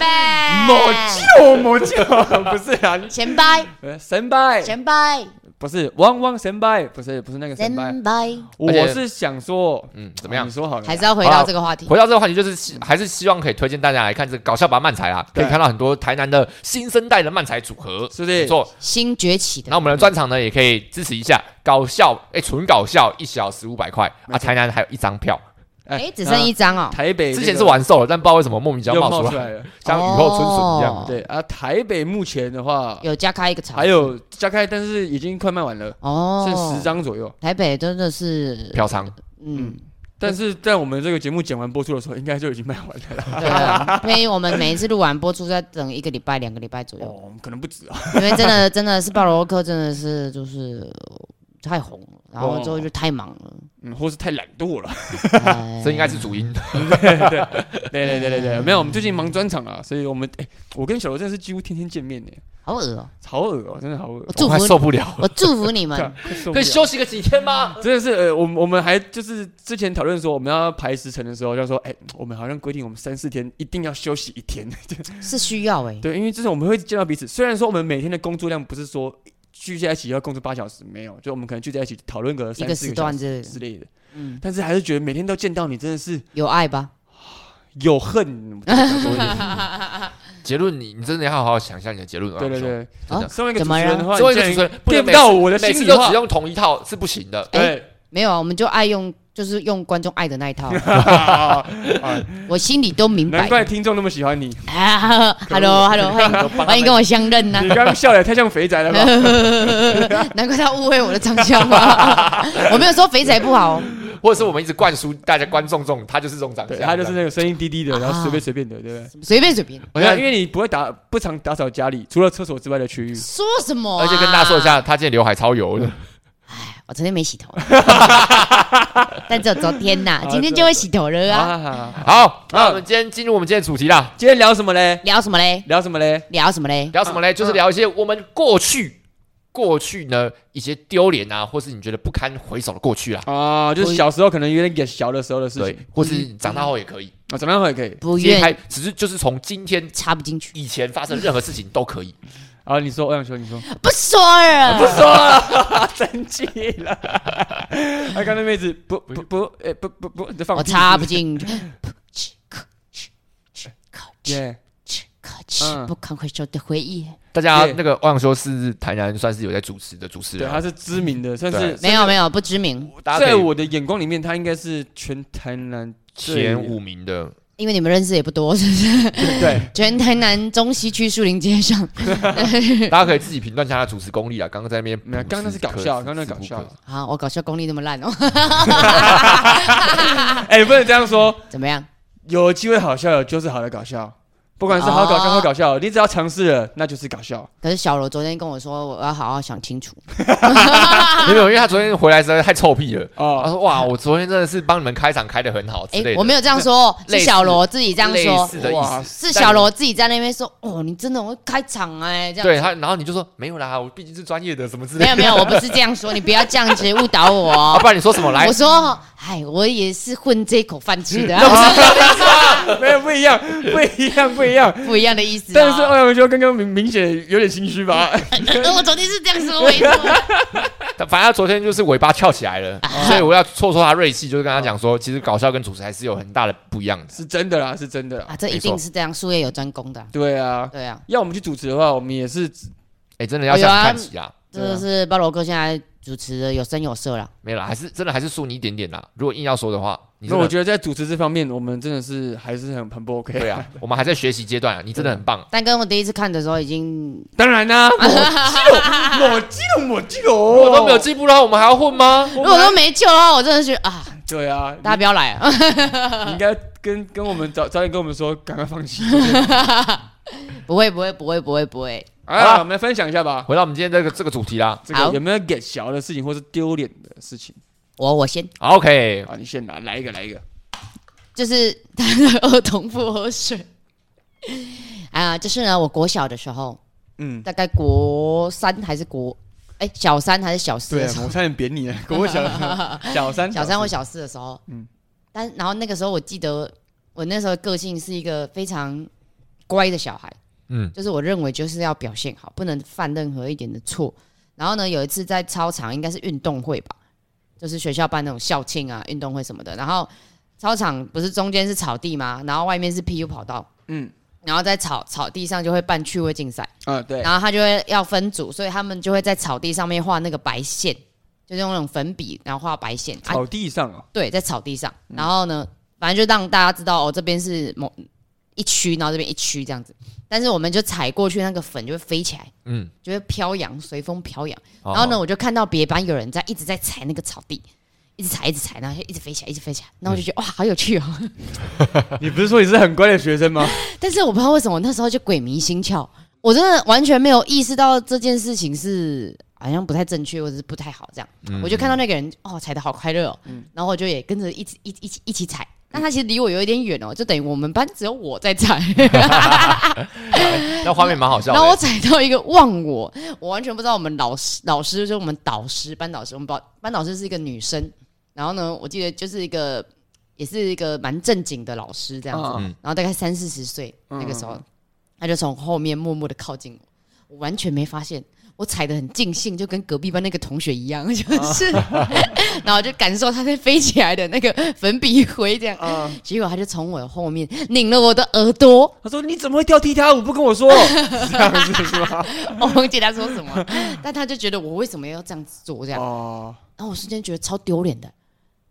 [SPEAKER 2] 某
[SPEAKER 3] 某
[SPEAKER 2] 舅某舅， 不是啊，
[SPEAKER 3] 前拜，
[SPEAKER 2] 呃神拜
[SPEAKER 3] 前拜，
[SPEAKER 2] 不是汪汪神拜，不是不是那个神拜，
[SPEAKER 3] 前拜，
[SPEAKER 1] 而且
[SPEAKER 2] 我是想说哦
[SPEAKER 1] 嗯，怎么样
[SPEAKER 2] 你？说好了，
[SPEAKER 3] 还是要回到这个话题。
[SPEAKER 1] 回到这个话题，就是希还是希望可以推荐大家来看这个搞笑版漫才啦，可
[SPEAKER 2] 对
[SPEAKER 1] 以看到很多台南的新生代的漫才组合，
[SPEAKER 2] 是不
[SPEAKER 1] 没
[SPEAKER 2] 是？
[SPEAKER 1] 错。
[SPEAKER 3] 新崛起
[SPEAKER 1] 那
[SPEAKER 3] 的，
[SPEAKER 1] 我们的专场呢，也可以支持一下搞笑，哎，纯搞笑，一小时五百块
[SPEAKER 2] 没
[SPEAKER 1] 啊，
[SPEAKER 2] 错
[SPEAKER 1] 台南还有一张票，
[SPEAKER 3] 哎，只剩一张哦
[SPEAKER 2] 那。台北那个
[SPEAKER 1] 之前是完售了，但不知道为什么莫名其
[SPEAKER 2] 又
[SPEAKER 1] 妙
[SPEAKER 2] 冒
[SPEAKER 1] 冒
[SPEAKER 2] 出
[SPEAKER 1] 出来，
[SPEAKER 2] 来了，
[SPEAKER 1] 像雨后春笋一
[SPEAKER 3] 哦
[SPEAKER 1] 样。
[SPEAKER 2] 对啊，台北目前的话
[SPEAKER 3] 有加开一个场，
[SPEAKER 2] 还有加开，但是已经快卖完了，剩
[SPEAKER 3] 哦
[SPEAKER 2] 十，张左右。
[SPEAKER 3] 台北真的是，
[SPEAKER 1] 嫖娼，
[SPEAKER 3] 嗯，
[SPEAKER 2] 但是在我们这个节目剪完播出的时候，应该就已经卖完了啦。
[SPEAKER 3] 对啊，所以我们每一次录完播出，再等一个礼拜、两个礼拜左右，
[SPEAKER 2] 哦，可能不止啊。
[SPEAKER 3] 因为 真的真的是鲍罗克真的是就是太红了，然后
[SPEAKER 2] 哦
[SPEAKER 3] 之后就太忙了，
[SPEAKER 2] 嗯，或是太懒惰了。
[SPEAKER 3] 哎
[SPEAKER 1] 这应该是主因。
[SPEAKER 2] 对对对对对，没有，我们最近忙专场啊，所以我们哎、我跟小罗真的是几乎天天见面呢，
[SPEAKER 3] 好恶哦、
[SPEAKER 2] 好恶哦、真的好恶、
[SPEAKER 3] 我
[SPEAKER 2] 喔，
[SPEAKER 3] 祝
[SPEAKER 1] 我快
[SPEAKER 3] 福
[SPEAKER 1] 受 不了，
[SPEAKER 3] 我祝福你们
[SPEAKER 2] 对啊快受不
[SPEAKER 1] 可以
[SPEAKER 2] 了
[SPEAKER 1] 休息个几天吗？
[SPEAKER 2] 真的是，呃，我们我们还就是之前讨论说我们要排时辰的时候，就说，哎、我们好像规定我们三四天一定要休息一天，
[SPEAKER 3] 是需要哎、
[SPEAKER 2] 对，因为就是我们会见到彼此。虽然说我们每天的工作量不是说聚在一起要工作八小时，没有，就我们可能聚在一起讨论个
[SPEAKER 3] 一
[SPEAKER 2] 三
[SPEAKER 3] 个
[SPEAKER 2] 四
[SPEAKER 3] 时
[SPEAKER 2] 小
[SPEAKER 3] 段
[SPEAKER 2] 时
[SPEAKER 3] 之类的，
[SPEAKER 2] 之类的，
[SPEAKER 3] 嗯，
[SPEAKER 2] 但是还是觉得每天都见到你真的是
[SPEAKER 3] 有爱吧？
[SPEAKER 2] 有 恨。对
[SPEAKER 1] 结论你你真的要好好想一下你的结论。啊
[SPEAKER 2] 对嗯
[SPEAKER 1] 王兄，
[SPEAKER 2] 对，
[SPEAKER 1] 真的
[SPEAKER 2] 身为一个主
[SPEAKER 3] 怎
[SPEAKER 2] 持
[SPEAKER 3] 么
[SPEAKER 2] 人的
[SPEAKER 3] 了
[SPEAKER 2] 话，
[SPEAKER 1] 作为一
[SPEAKER 2] 你
[SPEAKER 1] 个
[SPEAKER 2] 竟
[SPEAKER 1] 主持
[SPEAKER 2] 然
[SPEAKER 1] 人，不能
[SPEAKER 2] 电
[SPEAKER 1] 每
[SPEAKER 2] 到
[SPEAKER 1] 次
[SPEAKER 2] 我的
[SPEAKER 1] 每
[SPEAKER 2] 心
[SPEAKER 1] 次
[SPEAKER 2] 里
[SPEAKER 1] 都
[SPEAKER 2] 话哎
[SPEAKER 1] 只，用同一套是不行的。
[SPEAKER 2] 对，
[SPEAKER 3] 没有啊，我们就爱用，就是用观众爱的那 一套，啊我心里都明
[SPEAKER 2] 哎难
[SPEAKER 3] 白。
[SPEAKER 2] 怪听众那么喜 欢你。
[SPEAKER 3] 啊 ，Hello Hello，欢迎欢迎跟我相认呐、
[SPEAKER 2] 你刚刚笑的太像肥宅了吧？
[SPEAKER 3] 难怪他误会我的长相嘛， 我没有说肥仔不好，
[SPEAKER 1] 或者是我们一直灌输大家观众这种，他就是这种长
[SPEAKER 2] 对，
[SPEAKER 1] 相，
[SPEAKER 2] 他就是那个声音低低的，然后随便
[SPEAKER 3] 啊
[SPEAKER 2] 随便的，对不对？
[SPEAKER 3] 随便随便，
[SPEAKER 1] 而且
[SPEAKER 2] 因为你不会打，不常打扫家里，除了厕所之外的区域。
[SPEAKER 3] 说什么、啊
[SPEAKER 1] 而且跟大家说一，下，他今天刘海超油的，
[SPEAKER 3] 我昨天没洗头，但只有昨天呐、今天就会洗头了啊。
[SPEAKER 2] 啊，
[SPEAKER 1] 好，那我们今天进入我们今天的主题啦。
[SPEAKER 2] 今天聊什么嘞？
[SPEAKER 3] 聊什么嘞？
[SPEAKER 2] 聊什么嘞？
[SPEAKER 3] 聊什么嘞？
[SPEAKER 1] 聊什么嘞？
[SPEAKER 2] 嗯
[SPEAKER 1] 就是聊一些我们过去、过去呢一些丢脸啊，或是你觉得不堪回首的过去啦。
[SPEAKER 2] 啊，就是小时候可能有点也小的时候的事
[SPEAKER 1] 对
[SPEAKER 2] 情。，嗯
[SPEAKER 1] 或是长大后也可以，
[SPEAKER 2] 啊，怎么样也可以。
[SPEAKER 3] 不
[SPEAKER 1] 今天
[SPEAKER 3] 愿
[SPEAKER 1] 开只是就是从今天
[SPEAKER 3] 插不进去，
[SPEAKER 1] 以前发生任何事情都 可以。
[SPEAKER 2] 啊，你说，欧阳修，你说，
[SPEAKER 3] 不说了，
[SPEAKER 2] 说了，生气了。啊，刚才妹子不不不，哎不不不，你放
[SPEAKER 3] 我
[SPEAKER 2] 屁
[SPEAKER 3] 插不。进去，不吃可吃吃可吃
[SPEAKER 2] 耶，
[SPEAKER 3] 吃可吃
[SPEAKER 2] 嗯，
[SPEAKER 3] 不堪回首的回忆。
[SPEAKER 1] 大家
[SPEAKER 2] 对
[SPEAKER 1] 那个欧阳修是台南算是有在主持的主持
[SPEAKER 2] 对，
[SPEAKER 1] 人，
[SPEAKER 2] 他是知名的，算
[SPEAKER 1] 对
[SPEAKER 2] 是
[SPEAKER 3] 没有没有不知名，
[SPEAKER 1] 大家可
[SPEAKER 2] 在
[SPEAKER 1] 以
[SPEAKER 2] 我的眼光里面，他应该是全台南
[SPEAKER 1] 前五名的。
[SPEAKER 3] 因为你们认识也不多，是不是？
[SPEAKER 2] 对
[SPEAKER 3] 全台南中西区树林街上
[SPEAKER 1] 大家可以自己评断一下他的主持功力啊。刚刚在那边，
[SPEAKER 2] 没有刚刚那是搞笑刚刚那是搞笑
[SPEAKER 3] 啊，我搞笑功力那么烂哦，
[SPEAKER 2] 哎，不能这样说，
[SPEAKER 3] 怎么样？
[SPEAKER 2] 有机会好笑有就是好的搞笑，不管是好搞笑或搞笑，你只要尝试了，那就是搞笑。
[SPEAKER 3] 可是小罗昨天跟我说，我要好好想清楚。
[SPEAKER 1] 没有，因为他昨天回来实在太臭屁 了。他
[SPEAKER 2] 哦，
[SPEAKER 1] 说：“哇，我昨天真的是帮你们开场开的很好之
[SPEAKER 3] 哎
[SPEAKER 1] 类，的。”
[SPEAKER 3] 我没有这样说，
[SPEAKER 1] 类
[SPEAKER 3] 是
[SPEAKER 1] 似
[SPEAKER 3] 小罗自己这样
[SPEAKER 1] 类
[SPEAKER 3] 说，
[SPEAKER 1] 似的意思。
[SPEAKER 3] 是小罗自己在那边说，哦，你真的很会开场哎，这样。
[SPEAKER 1] 对他，然后你就说没有啦，我毕竟是专业的，什么之类的。
[SPEAKER 3] 没有没有，我不是这样说，你不要这样子误导我
[SPEAKER 1] 啊，
[SPEAKER 3] 哦。
[SPEAKER 1] 不然你说什么 来
[SPEAKER 3] 我？说，哎，我也是混这口饭吃的啊，
[SPEAKER 2] 没有不一 样，不一样，不一样。
[SPEAKER 3] 不一样的意思啊。
[SPEAKER 2] 但 是欧阳修刚刚明明显有点心虚吧？
[SPEAKER 3] 呃我昨天是这啊样说，没错。
[SPEAKER 1] 他反正他昨天就是尾巴翘起来了，
[SPEAKER 3] 啊
[SPEAKER 1] 所以我要挫挫他锐气，就是跟他讲说，其实搞笑跟主持还是有很大的不一样的。
[SPEAKER 2] 是真的啦，是真的啦。
[SPEAKER 3] 啊，这一定是这样，术业有专攻的啊。
[SPEAKER 2] 对啊，
[SPEAKER 3] 对啊，
[SPEAKER 2] 要我们去主持的话，我们也是
[SPEAKER 1] 哎，真的要向你看齐啊啦，
[SPEAKER 3] 这就是包罗哥现在主持的有声有色啦。
[SPEAKER 1] 没有啦，还是真的还是输你一点点啦。如果硬要说的话，你
[SPEAKER 2] 那
[SPEAKER 1] 真
[SPEAKER 2] 我
[SPEAKER 1] 的
[SPEAKER 2] 觉得在主持这方面，我们真的是还是很很不 OK。
[SPEAKER 1] 对啊，我们还在学习阶段啊，你真的很
[SPEAKER 2] 哦
[SPEAKER 1] 棒。
[SPEAKER 3] 但跟我第一次看的时候已经，
[SPEAKER 2] 当然 啦，我记得，我记得，我
[SPEAKER 1] 我都没有进步啦，我们还要混吗？
[SPEAKER 3] 如果都没救了，我真的是啊，
[SPEAKER 2] 对啊，
[SPEAKER 3] 大家不要来啊。
[SPEAKER 2] 你应该跟跟我们早早点跟我们说，赶快放弃。
[SPEAKER 3] 不会不会不会不会不会，
[SPEAKER 2] 啊，我们来分享一下吧，
[SPEAKER 1] 回到我们今天这个这个主题啦。
[SPEAKER 2] 这个有没有给小的事情或是丢脸的事情
[SPEAKER 3] 我我先，
[SPEAKER 1] 好 OK，
[SPEAKER 2] 啊？你先拿来一个，来一个。
[SPEAKER 3] 就是他的儿童不喝水。 啊，就是呢，我国小的时候，
[SPEAKER 2] 嗯，
[SPEAKER 3] 大概国三还是国，哎、小三还是小四
[SPEAKER 2] 对
[SPEAKER 3] 的
[SPEAKER 2] 啊
[SPEAKER 3] 时，候，
[SPEAKER 2] 我差点扁你 了，跟我小小三
[SPEAKER 3] 小三或
[SPEAKER 2] 四
[SPEAKER 3] 小四的时候，
[SPEAKER 2] 嗯
[SPEAKER 3] 嗯，但然后那个时候我记得我那时候的个性是一个非常乖的小孩，
[SPEAKER 1] 嗯，
[SPEAKER 3] 就是我认为就是要表现好，不能犯任何一点的错。然后呢，有一次在操场，应该是运动会吧，就是学校办那种校庆啊、运动会什么的。然后操场不是中间是草地吗？然后外面是 PU 跑道，
[SPEAKER 2] 嗯
[SPEAKER 3] 嗯，然后在草草地上就会办趣味竞赛。
[SPEAKER 2] 啊，对，
[SPEAKER 3] 然后他就会要分组，所以他们就会在草地上面画那个白线，就是用那种粉笔，然后画白线。啊，
[SPEAKER 2] 草地上啊，
[SPEAKER 3] 对，在草地上。然后呢，反正就让大家知道哦，这边是某一区，然后这边一区这样子。但是我们就踩过去，那个粉就会飞起来，
[SPEAKER 1] 嗯，哦
[SPEAKER 3] 就会飘扬，随风飘扬。
[SPEAKER 1] 然
[SPEAKER 3] 然后呢，，我就看到别班有人在一直在踩那个草地。一直踩，一直踩，然后就一直飞起来，一直飞起来，然后我就觉得、哇，好有趣哦！
[SPEAKER 2] 你不是说你是很乖的学生吗？
[SPEAKER 3] 但是我不知道为什么我那时候就鬼迷心窍，我真的完全没有意识到这件事情是好像不太正确，或者是不太好这样。我就看到那个人哦，踩的好快乐哦，然后我就也跟着一起一一起一起踩。但他其实离我有一点远哦，就等于我们班只有我在踩。
[SPEAKER 1] 那画面蛮好笑
[SPEAKER 3] 然后我
[SPEAKER 1] 的。
[SPEAKER 3] 踩到一个忘我，我完全不知道我们老师老师就是我们导师班导师，我们班班导师是一个女生，然后呢，我记得就是一个也是一个蛮正经的老师这样子，
[SPEAKER 2] 嗯
[SPEAKER 1] 嗯
[SPEAKER 3] 然后大概三四十岁那个时候，他就从后面默默的靠近我，我完全没发现。我踩的很尽兴，就跟隔壁班那个同学一样，就是， 然后就感受他在飞起来的那个粉笔灰这样，
[SPEAKER 2] 啊！
[SPEAKER 3] 结果他就从我的后面拧了我的耳朵，
[SPEAKER 2] 他说：“你怎么会跳踢踏舞不跟我说？”这样子是吗？
[SPEAKER 3] 我忘记他说什么，但他就觉得我为什么要这样子做这样，
[SPEAKER 2] 哦，
[SPEAKER 3] 然后我瞬间觉得超丢脸的，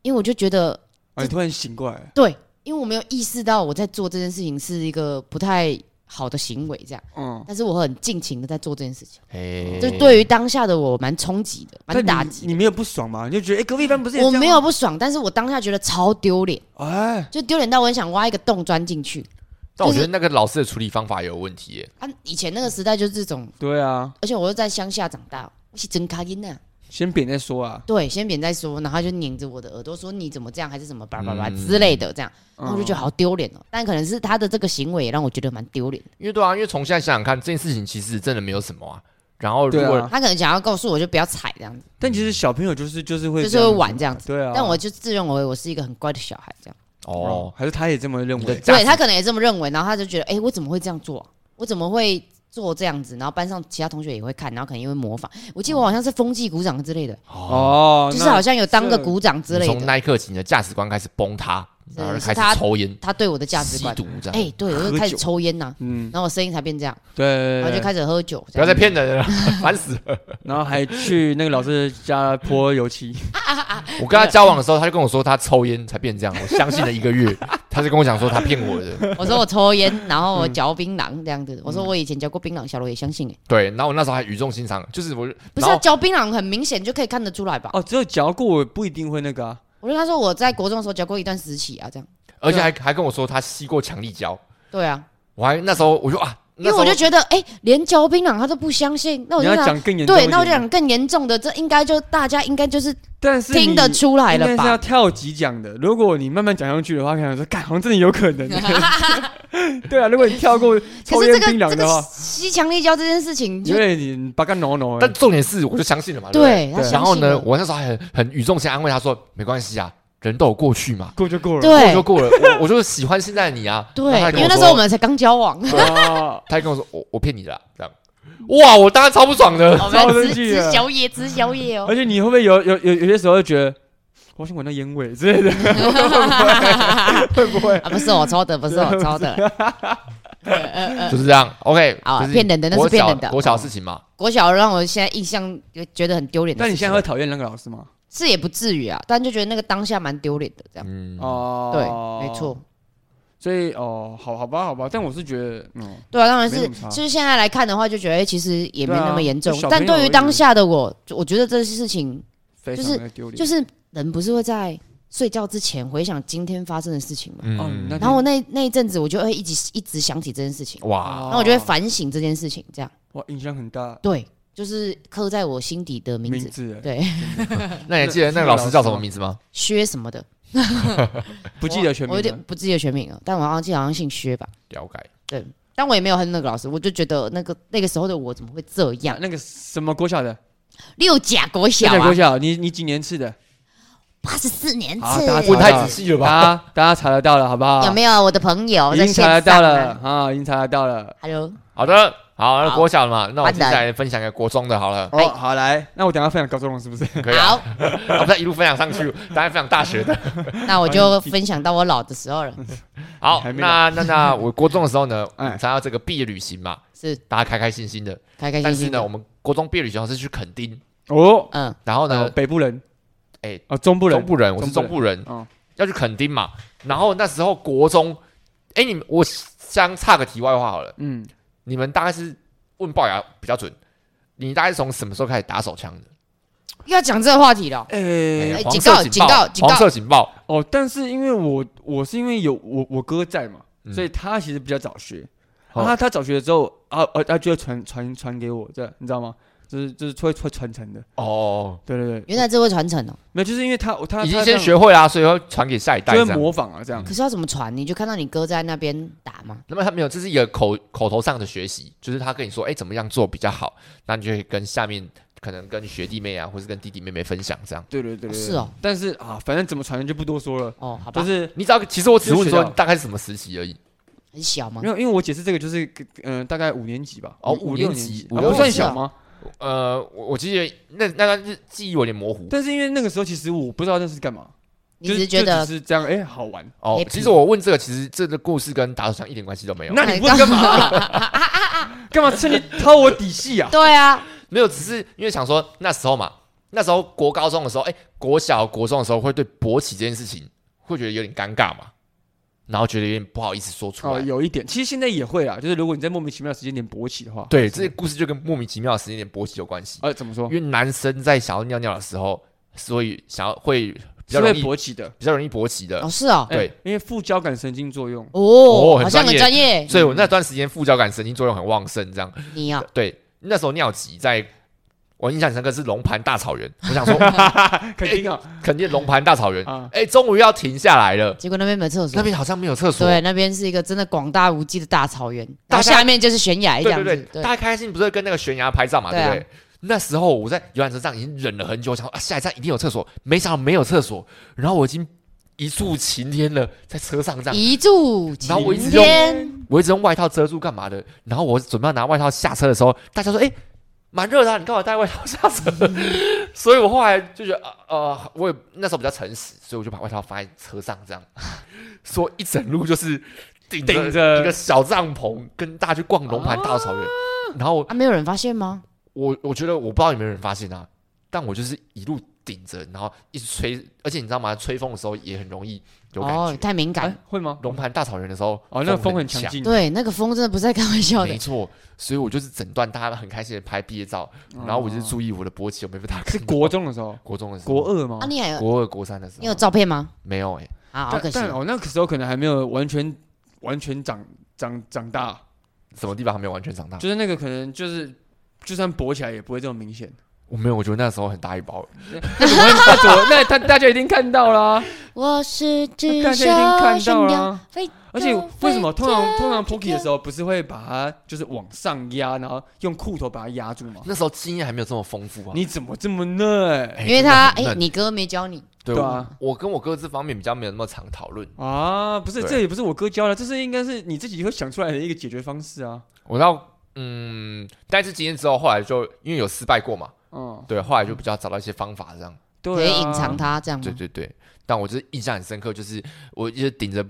[SPEAKER 3] 因为我就觉得
[SPEAKER 2] 啊你突然醒过来，
[SPEAKER 3] 对，因为我没有意识到我在做这件事情是一个不太好的行为这样，
[SPEAKER 2] 嗯，
[SPEAKER 3] 但是我很尽情的在做这件事情，
[SPEAKER 1] 哎
[SPEAKER 3] 就对于当下的我蛮冲击的，蛮
[SPEAKER 2] 但
[SPEAKER 3] 打
[SPEAKER 2] 你
[SPEAKER 3] 击
[SPEAKER 2] 你没有不爽吗？你就觉得哎，隔壁班不是
[SPEAKER 3] 的。
[SPEAKER 2] 也
[SPEAKER 3] 我
[SPEAKER 2] 这样
[SPEAKER 3] 没
[SPEAKER 2] 吗
[SPEAKER 3] 有不爽，但是我当下觉得超丢脸，
[SPEAKER 2] 哎，
[SPEAKER 3] 就丢脸到我很想挖一个洞钻进去。
[SPEAKER 1] 但我
[SPEAKER 3] 就是
[SPEAKER 1] 觉得那个老师的处理方法有问题耶。
[SPEAKER 3] 啊，以前那个时代就是这种，
[SPEAKER 2] 对啊，
[SPEAKER 3] 而且我又在乡下长大，我是真卡音呐。
[SPEAKER 2] 先扁再说啊。
[SPEAKER 3] 对，先扁再说，然后他就拧着我的耳朵说你怎么这样，还是什么叭叭叭
[SPEAKER 1] 嗯
[SPEAKER 3] 之类的，这样，然
[SPEAKER 2] 嗯
[SPEAKER 3] 后我就觉得好丢脸哦。但可能是他的这个行为也让我觉得蛮丢脸的，
[SPEAKER 1] 因为对啊，因为从现在想想看，这件事情其实真的没有什么啊。然后如
[SPEAKER 2] 对
[SPEAKER 1] 果
[SPEAKER 2] 啊，
[SPEAKER 3] 他可能想要告诉我就不要踩这样子，
[SPEAKER 2] 但其实小朋友就是就是会
[SPEAKER 3] 就是
[SPEAKER 2] 这
[SPEAKER 3] 会
[SPEAKER 2] 样子
[SPEAKER 3] 玩这样子。
[SPEAKER 2] 对啊，
[SPEAKER 3] 但我就自认为我是一个很乖的小孩，这样，
[SPEAKER 1] 哦，
[SPEAKER 2] 还是他也这么认
[SPEAKER 1] 你的
[SPEAKER 2] 为。
[SPEAKER 1] 价值
[SPEAKER 3] 对他可能也这么认为，然后他就觉得，哎，我怎么会这样做啊、我怎么会做这样子？然后班上其他同学也会看，然后可能也会模仿。我
[SPEAKER 1] 哦
[SPEAKER 3] 记得我好像是风纪鼓掌之类的，
[SPEAKER 2] 哦，
[SPEAKER 3] 就是好像有当个
[SPEAKER 2] 这
[SPEAKER 3] 鼓掌之
[SPEAKER 1] 你
[SPEAKER 3] 类
[SPEAKER 1] 从
[SPEAKER 3] 的。
[SPEAKER 1] 那一刻起，你的价值观开始崩塌，
[SPEAKER 3] 是
[SPEAKER 1] 然后
[SPEAKER 3] 是
[SPEAKER 1] 开
[SPEAKER 3] 他
[SPEAKER 1] 始抽烟、
[SPEAKER 3] 他对我的价值观
[SPEAKER 1] 吸，毒这样。
[SPEAKER 3] 哎，对我就
[SPEAKER 2] 喝
[SPEAKER 3] 开始
[SPEAKER 2] 酒
[SPEAKER 3] 抽烟呐、
[SPEAKER 2] 嗯，
[SPEAKER 3] 然后我声音才变这样，
[SPEAKER 2] 对对，
[SPEAKER 3] 然后就
[SPEAKER 2] 开，
[SPEAKER 3] 开始喝酒，
[SPEAKER 1] 不要再骗人了，
[SPEAKER 3] 哎
[SPEAKER 1] 烦死了！
[SPEAKER 2] 然后还去那个老师家泼油 漆，
[SPEAKER 1] 我跟他交往的时候，他就跟我说他抽烟才变这样，我相信了一个 月，他就跟我讲说他骗我的。
[SPEAKER 3] 我说我抽 烟，然后我嚼槟榔这样子。我说我以前嚼过槟榔，小罗也相信哎、
[SPEAKER 1] 对，嗯然后我那时候还语重心长，就是我
[SPEAKER 3] 不是、
[SPEAKER 1] 然
[SPEAKER 3] 啊、
[SPEAKER 1] 后
[SPEAKER 3] 嚼槟榔很明显就可以看得出来吧？
[SPEAKER 2] 哦，只有嚼过我不一定会那个啊，
[SPEAKER 3] 我就跟他说我在国中的时候嚼过一段时期啊，这样。
[SPEAKER 1] 而且还还跟我说他吸过强力胶，
[SPEAKER 3] 对啊，
[SPEAKER 1] 我还那时候我就啊，
[SPEAKER 3] 因
[SPEAKER 1] 那
[SPEAKER 3] 为
[SPEAKER 1] 时候
[SPEAKER 3] 我就觉得哎、连嚼槟榔他都不相信，那我
[SPEAKER 2] 你
[SPEAKER 3] 就
[SPEAKER 2] 要
[SPEAKER 3] 想
[SPEAKER 2] 讲更严重一
[SPEAKER 3] 对，
[SPEAKER 2] 点。
[SPEAKER 3] 那我就讲更严重的，这应该就大家应该就是
[SPEAKER 2] 但是
[SPEAKER 3] 听得
[SPEAKER 2] 你
[SPEAKER 3] 出来了
[SPEAKER 2] 应该是要
[SPEAKER 3] 吧？
[SPEAKER 2] 跳级讲的。如果你慢慢讲上去的话，可能说，干，好像真的有可 能。 对啊，如果你跳过抽
[SPEAKER 3] 可
[SPEAKER 2] 烟
[SPEAKER 3] 是这
[SPEAKER 2] 槟
[SPEAKER 3] 个
[SPEAKER 2] 榔
[SPEAKER 3] 这
[SPEAKER 2] 的
[SPEAKER 3] 个
[SPEAKER 2] 话，
[SPEAKER 3] 吸强力胶这件事情就
[SPEAKER 2] 因，为你把干挠挠，
[SPEAKER 1] 但重点是我就相信了嘛。不
[SPEAKER 3] 对，他
[SPEAKER 2] 对
[SPEAKER 1] 然
[SPEAKER 3] 相
[SPEAKER 1] 后
[SPEAKER 3] 信
[SPEAKER 1] 呢，
[SPEAKER 3] 了。
[SPEAKER 1] 我那时候还很很语重心安慰他说：“没关系啊，人都有过去嘛，
[SPEAKER 2] 过就过了。
[SPEAKER 1] 过就
[SPEAKER 3] 对
[SPEAKER 1] 过了。我我就是喜欢现在的你啊。”
[SPEAKER 3] 对
[SPEAKER 1] 然后他还，跟
[SPEAKER 3] 因为那时
[SPEAKER 1] 说
[SPEAKER 3] 候我们才刚交往，
[SPEAKER 2] 啊，
[SPEAKER 1] 他还跟我说：“我我骗你的啦。”啊这样，哇，我当然超不爽 的。
[SPEAKER 3] 我们要
[SPEAKER 2] 超
[SPEAKER 3] 吃
[SPEAKER 2] 生气啊
[SPEAKER 3] 吃
[SPEAKER 2] 的
[SPEAKER 3] 宵夜，吃宵夜哦
[SPEAKER 2] 而。且你会不会有有有有些时候觉得，我想闻到烟味之类的， 会不会？
[SPEAKER 3] 啊，不是我抽的，不是 我抽的。对呃呃，
[SPEAKER 1] 就是这样，OK，
[SPEAKER 3] 好啊
[SPEAKER 1] 就是
[SPEAKER 3] 骗人的那是
[SPEAKER 1] 国小
[SPEAKER 3] 骗人的
[SPEAKER 1] 国小事情嘛，
[SPEAKER 3] 国小让我现在印象就觉得很丢脸的
[SPEAKER 2] 但
[SPEAKER 3] 事
[SPEAKER 2] 你
[SPEAKER 3] 情。
[SPEAKER 2] 现在会讨厌那个老师吗？
[SPEAKER 3] 是也不至于啊，但就觉得那个当下蛮丢脸的，这样、
[SPEAKER 1] 嗯，
[SPEAKER 2] 哦，
[SPEAKER 3] 对，没错。，
[SPEAKER 2] 所以哦，好好吧，好吧，但我是觉得，嗯，
[SPEAKER 3] 对啊，当然
[SPEAKER 2] 没
[SPEAKER 3] 是
[SPEAKER 2] 什么，差
[SPEAKER 3] 就是现在来看的话，就觉得、哎，其实也没
[SPEAKER 2] 对啊
[SPEAKER 3] 那么严重。
[SPEAKER 2] 就小朋
[SPEAKER 3] 但
[SPEAKER 2] 友
[SPEAKER 3] 对
[SPEAKER 2] 而
[SPEAKER 3] 于
[SPEAKER 2] 已
[SPEAKER 3] 当下的我，就我觉得这些事情
[SPEAKER 2] 非
[SPEAKER 3] 就
[SPEAKER 2] 常
[SPEAKER 3] 是
[SPEAKER 2] 的丢脸。
[SPEAKER 3] 就是人不是会在睡觉之前回想今天发生的事情嘛。
[SPEAKER 1] 嗯
[SPEAKER 2] 哦那
[SPEAKER 3] 然后我那那一阵子，我就会一直一直想起这件事情，
[SPEAKER 1] 哇，
[SPEAKER 3] 然后我就会反省这件事情，这样
[SPEAKER 2] 哇，影响很大，
[SPEAKER 3] 对，就是刻在我心底的名
[SPEAKER 2] 名
[SPEAKER 3] 字，
[SPEAKER 2] 字
[SPEAKER 3] 对，
[SPEAKER 1] 那你还记得那个老师叫什么名字吗？
[SPEAKER 3] 薛什么的，
[SPEAKER 2] 不记得全名
[SPEAKER 3] 我有
[SPEAKER 2] 了
[SPEAKER 3] 点。不记得全名了，但我好像记得好像姓薛吧。
[SPEAKER 1] 了解，
[SPEAKER 3] 但我也没有恨那个老师，我就觉得那个那个时候的我怎么会这
[SPEAKER 2] 呀
[SPEAKER 3] 样？
[SPEAKER 2] 那个什么国小的，
[SPEAKER 3] 六甲国小
[SPEAKER 2] 国
[SPEAKER 3] 啊，
[SPEAKER 2] 小，你你几年次的？
[SPEAKER 3] 八十四年
[SPEAKER 2] 啊大家
[SPEAKER 3] 次
[SPEAKER 2] 知
[SPEAKER 1] 问
[SPEAKER 2] 道
[SPEAKER 1] 太仔细了
[SPEAKER 2] 大
[SPEAKER 1] 吧？
[SPEAKER 2] 家大家查得到了，好不好？
[SPEAKER 3] 有没有我的朋友
[SPEAKER 2] 啊已
[SPEAKER 3] 在
[SPEAKER 2] 经
[SPEAKER 3] 线
[SPEAKER 2] 查得
[SPEAKER 3] 上
[SPEAKER 2] 到了啊，已经查得到了。
[SPEAKER 3] ？Hello，
[SPEAKER 1] 好的，好，那
[SPEAKER 3] 好
[SPEAKER 1] 国小的嘛，那我
[SPEAKER 3] 班
[SPEAKER 1] 接
[SPEAKER 3] 的
[SPEAKER 1] 下来分享一个国中的，好 了，
[SPEAKER 3] 哎
[SPEAKER 2] 哦，好来，那我等一下分享高中了，是不是？
[SPEAKER 1] 可以啊，
[SPEAKER 3] 好，
[SPEAKER 1] 我们再一路分享上去，大家分享大学的。
[SPEAKER 3] 那我就分享到我老的时候了，
[SPEAKER 1] 好，
[SPEAKER 2] 还没
[SPEAKER 1] 那那那我国中的时候呢，我
[SPEAKER 2] 哎
[SPEAKER 1] 们参加这个毕业旅行嘛，
[SPEAKER 3] 是
[SPEAKER 1] 大家开开心心的。
[SPEAKER 3] 开开
[SPEAKER 1] 但
[SPEAKER 3] 心
[SPEAKER 1] 是
[SPEAKER 3] 心
[SPEAKER 1] 呢，我
[SPEAKER 3] 的。
[SPEAKER 1] 们国中毕业旅行是去垦丁，
[SPEAKER 2] 哦，
[SPEAKER 3] 嗯，
[SPEAKER 1] 然后
[SPEAKER 2] 呃
[SPEAKER 1] 呢，
[SPEAKER 2] 北部人，
[SPEAKER 1] 哎
[SPEAKER 2] 哦，中部人
[SPEAKER 1] 中，部人，我是中
[SPEAKER 2] 中
[SPEAKER 1] 部人
[SPEAKER 2] 哦，
[SPEAKER 1] 要去垦丁嘛。然后那时候国中，哎，你们我相差个题外话好了，
[SPEAKER 2] 嗯，
[SPEAKER 1] 你们大概是问龅牙比较准，你大概是从什么时候开始打手枪的？
[SPEAKER 3] 又要讲这个话题了。
[SPEAKER 2] 哎，
[SPEAKER 1] 哎
[SPEAKER 3] 哎
[SPEAKER 1] 黄色
[SPEAKER 3] 警告警告警告
[SPEAKER 1] 黄色警报，
[SPEAKER 2] 哦，但是因为我我是因为有我我哥在嘛，
[SPEAKER 1] 嗯
[SPEAKER 2] 所以他其实比较早学，
[SPEAKER 1] 哦
[SPEAKER 2] 啊然后他他早学的时候啊呃他就会传传传给我，这你知道吗？就是就是会会传承的。
[SPEAKER 1] 哦，
[SPEAKER 2] 对对对，
[SPEAKER 3] 原来这会传承哦。
[SPEAKER 2] 没有，就是因为他他
[SPEAKER 1] 已
[SPEAKER 2] 他
[SPEAKER 1] 经
[SPEAKER 2] 这
[SPEAKER 1] 先
[SPEAKER 2] 样
[SPEAKER 1] 学会啦、所以要传给下一代
[SPEAKER 2] 就
[SPEAKER 1] 这
[SPEAKER 2] 会
[SPEAKER 1] 样。嗯
[SPEAKER 2] 模仿啊，这样
[SPEAKER 3] 可是要怎么传？你就看到你哥在那边打吗？
[SPEAKER 1] 那么他没有，这是一个口口头上的学习，就是他跟你说，哎，怎么样做比较好，那你就会跟下面可能跟学弟妹啊，或是跟弟弟妹妹分享这样。
[SPEAKER 2] 对对对对，对
[SPEAKER 3] 是哦。
[SPEAKER 2] 但是啊，反正怎么传就不多说了，
[SPEAKER 3] 哦，好吧，
[SPEAKER 2] 就是
[SPEAKER 1] 你只要，其实我只是问
[SPEAKER 2] 就学
[SPEAKER 1] 说
[SPEAKER 2] 到
[SPEAKER 1] 你大概是什么时期而已。
[SPEAKER 3] 很小吗
[SPEAKER 2] 没？有，因为我解释这个就是嗯、呃大概五年级吧，
[SPEAKER 1] 哦
[SPEAKER 2] 五
[SPEAKER 1] 五
[SPEAKER 2] 六
[SPEAKER 1] 年级
[SPEAKER 2] 级，
[SPEAKER 1] 五
[SPEAKER 2] 啊
[SPEAKER 1] 六
[SPEAKER 2] 不算
[SPEAKER 3] 级啊
[SPEAKER 2] 小吗？
[SPEAKER 1] 呃，我我其实那那个是记忆有点模糊
[SPEAKER 2] 但是因为那个时候其实我不知道那是干嘛，
[SPEAKER 3] 你
[SPEAKER 2] 就
[SPEAKER 3] 只是觉
[SPEAKER 2] 就
[SPEAKER 3] 得
[SPEAKER 2] 只是这样，哎，好玩。
[SPEAKER 1] 哦
[SPEAKER 3] Happy。
[SPEAKER 1] 其实我问这个，其实这个故事跟打手枪一点关系都没有，
[SPEAKER 2] 那
[SPEAKER 3] 哎
[SPEAKER 2] 你问干嘛？干嘛趁机掏我底细啊？
[SPEAKER 3] 对啊，
[SPEAKER 1] 没有，只是因为想说那时候嘛，那时候国高中的时候，哎，国小国中的时候会对勃起这件事情会觉得有点尴尬嘛，然后觉得有点不好意思说出
[SPEAKER 2] 哦，
[SPEAKER 1] 来。
[SPEAKER 2] 有一点，其实现在也会啊，就是如果你在莫名其妙的时间点勃起的话，
[SPEAKER 1] 对，这个故事就跟莫名其妙的时间点勃起有关系。
[SPEAKER 2] 呃怎么说
[SPEAKER 1] 因？为男生在想要尿尿的时候，所以想要会比
[SPEAKER 2] 是
[SPEAKER 1] 较
[SPEAKER 2] 会
[SPEAKER 1] 容易
[SPEAKER 2] 勃起的，
[SPEAKER 1] 比较容易勃起的
[SPEAKER 3] 哦。是哦，
[SPEAKER 2] 哎
[SPEAKER 1] 对，
[SPEAKER 2] 因为副交感神经作用，
[SPEAKER 1] 呃哦
[SPEAKER 3] 哦，
[SPEAKER 1] 很
[SPEAKER 3] 好像很
[SPEAKER 1] 专
[SPEAKER 3] 专业。
[SPEAKER 1] 所以我那段时间副交感神经作用很旺盛，这样
[SPEAKER 3] 你啊，
[SPEAKER 1] 对。那时候尿急在。我印象很深刻是龙盘大草原，我想说
[SPEAKER 2] 肯定啊
[SPEAKER 1] 肯定龙盘大草原，
[SPEAKER 2] 啊，
[SPEAKER 1] 哎，终于要停下来了。
[SPEAKER 3] 结果那边没厕所
[SPEAKER 1] 那，边好像没有厕所，
[SPEAKER 3] 对，那边是一个真的广大无际的大草原，
[SPEAKER 1] 大
[SPEAKER 3] 然后
[SPEAKER 1] 家
[SPEAKER 3] 下面就是悬崖这
[SPEAKER 1] 对
[SPEAKER 3] 样
[SPEAKER 1] 对
[SPEAKER 3] 子
[SPEAKER 1] 对，，大家开心不是跟那个悬崖拍照嘛，
[SPEAKER 3] 对
[SPEAKER 1] 对
[SPEAKER 3] 啊
[SPEAKER 1] 不对？那时候我在游览车上已经忍了很久，想说啊下一站一定有厕所，没想到没有厕所，然后我已经一柱擎天了，在车上这样，
[SPEAKER 3] 一柱擎
[SPEAKER 1] 然哦后我一直用
[SPEAKER 2] 哎
[SPEAKER 3] 天，
[SPEAKER 1] 我一直用外套遮住干嘛的？然后我准备要拿外套下车的时候，大家说：“哎、蛮热的、啊，你干嘛带外套下车？” 所以我后来就觉得，呃呃，我也那时候比较诚实，所以我就把外套放在车上，这样，说一整路就是顶
[SPEAKER 2] 顶着
[SPEAKER 1] 一个小帐篷，跟大家去逛龙盘大草原。然后
[SPEAKER 3] 啊，没有人发现吗？
[SPEAKER 1] 我我觉得我不知道有没有人发现啊，但我就是一路顶着，然后一直吹，而且你知道吗？吹风的时候也很容易有感
[SPEAKER 3] 哦
[SPEAKER 1] 觉。，
[SPEAKER 3] 太敏
[SPEAKER 2] 哎
[SPEAKER 3] 感，
[SPEAKER 2] 会吗？
[SPEAKER 1] 龙盘大草原的时候，
[SPEAKER 2] 哦，那个风
[SPEAKER 1] 很
[SPEAKER 2] 很强劲，
[SPEAKER 3] 对，那个风真的不是在开玩笑的
[SPEAKER 1] 没，错，所以我就是整段大家很开心的拍毕业照，
[SPEAKER 2] 哦
[SPEAKER 1] 然后我就是注意我的勃起有没有被打开。
[SPEAKER 2] 是国中的 时候，
[SPEAKER 1] 国中的时候，
[SPEAKER 2] 国二吗
[SPEAKER 3] 啊，？你还有
[SPEAKER 1] 国二国三的时
[SPEAKER 3] 你有
[SPEAKER 1] 候
[SPEAKER 3] 照片吗？
[SPEAKER 1] 没有哎、欸，
[SPEAKER 3] 啊，好可
[SPEAKER 2] 但
[SPEAKER 3] 惜，
[SPEAKER 2] 但哦，那个时候可能还没有完全完全长长长大，
[SPEAKER 1] 什么地方还没有完全长大？
[SPEAKER 2] 就是那个可能就是就算勃起来也不会这么 明显。
[SPEAKER 1] 我没有，我觉得那时候很大一包，
[SPEAKER 2] 那怎么会那怎么那他大家一定看到啦，
[SPEAKER 3] 我是只
[SPEAKER 2] 大家
[SPEAKER 3] 小
[SPEAKER 2] 已经看到
[SPEAKER 3] 鸟
[SPEAKER 2] 啦。
[SPEAKER 3] 飞啊
[SPEAKER 2] 而且为什么通常通常 Pocky 的时候不是会把它就是往上压，然后用裤头把它压住吗？
[SPEAKER 1] 那时候经验还没有这么丰富啊。
[SPEAKER 2] 你怎么这么嫩
[SPEAKER 1] 哎
[SPEAKER 3] 因为他
[SPEAKER 1] 真的很
[SPEAKER 3] 哎，
[SPEAKER 1] 嫩
[SPEAKER 3] 你哥没教你，
[SPEAKER 1] 对
[SPEAKER 2] 对啊
[SPEAKER 1] 我我跟我哥这方面比较没有那么常讨论。
[SPEAKER 2] 啊？不是，
[SPEAKER 1] 对
[SPEAKER 2] 这也不是我哥教的，这是应该是你自己会想出来的一个解决方式啊。
[SPEAKER 1] 我到嗯，但是经验之后，后来就因为有失败过嘛，
[SPEAKER 2] 嗯，
[SPEAKER 1] 对，后来就比较找到一些方法这样。
[SPEAKER 2] 对、啊，
[SPEAKER 3] 可以隐藏。他这样
[SPEAKER 1] 对
[SPEAKER 3] 吗？
[SPEAKER 1] 对对，但我就是印象很深刻，就是我就是顶着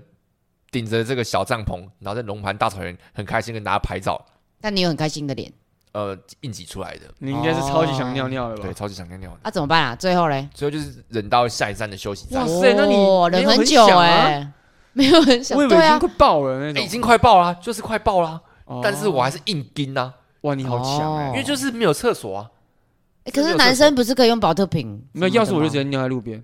[SPEAKER 1] 顶着这个小帐篷，然后在龙盘大草原很开心跟大家拍照，
[SPEAKER 3] 但你有很开心的脸，
[SPEAKER 1] 呃，应急出来的，
[SPEAKER 2] 你应该是超级想尿尿了吧？
[SPEAKER 1] 对，超级想尿尿的。
[SPEAKER 3] 那怎么办啊？最后嘞，
[SPEAKER 1] 最后就是忍到下一站的休息站
[SPEAKER 2] 哇，塞那你
[SPEAKER 3] 哦
[SPEAKER 2] 没有
[SPEAKER 3] 忍很
[SPEAKER 2] 很
[SPEAKER 3] 久
[SPEAKER 2] 想啊
[SPEAKER 3] 哎，没有很想
[SPEAKER 2] 我以，为
[SPEAKER 3] 对
[SPEAKER 2] 已经
[SPEAKER 3] 啊，
[SPEAKER 2] 快爆了那
[SPEAKER 1] 欸
[SPEAKER 2] 种，
[SPEAKER 1] 已经快爆啦，就是快爆啦，
[SPEAKER 2] 哦
[SPEAKER 1] 但是我还是硬盯啊，
[SPEAKER 2] 哇，你好强哎、
[SPEAKER 3] 哦
[SPEAKER 1] 因为就是没有厕所啊，
[SPEAKER 3] 哎可是男生不是可以用保特瓶？
[SPEAKER 2] 没有，要是我就直
[SPEAKER 3] 觉
[SPEAKER 2] 接尿在路边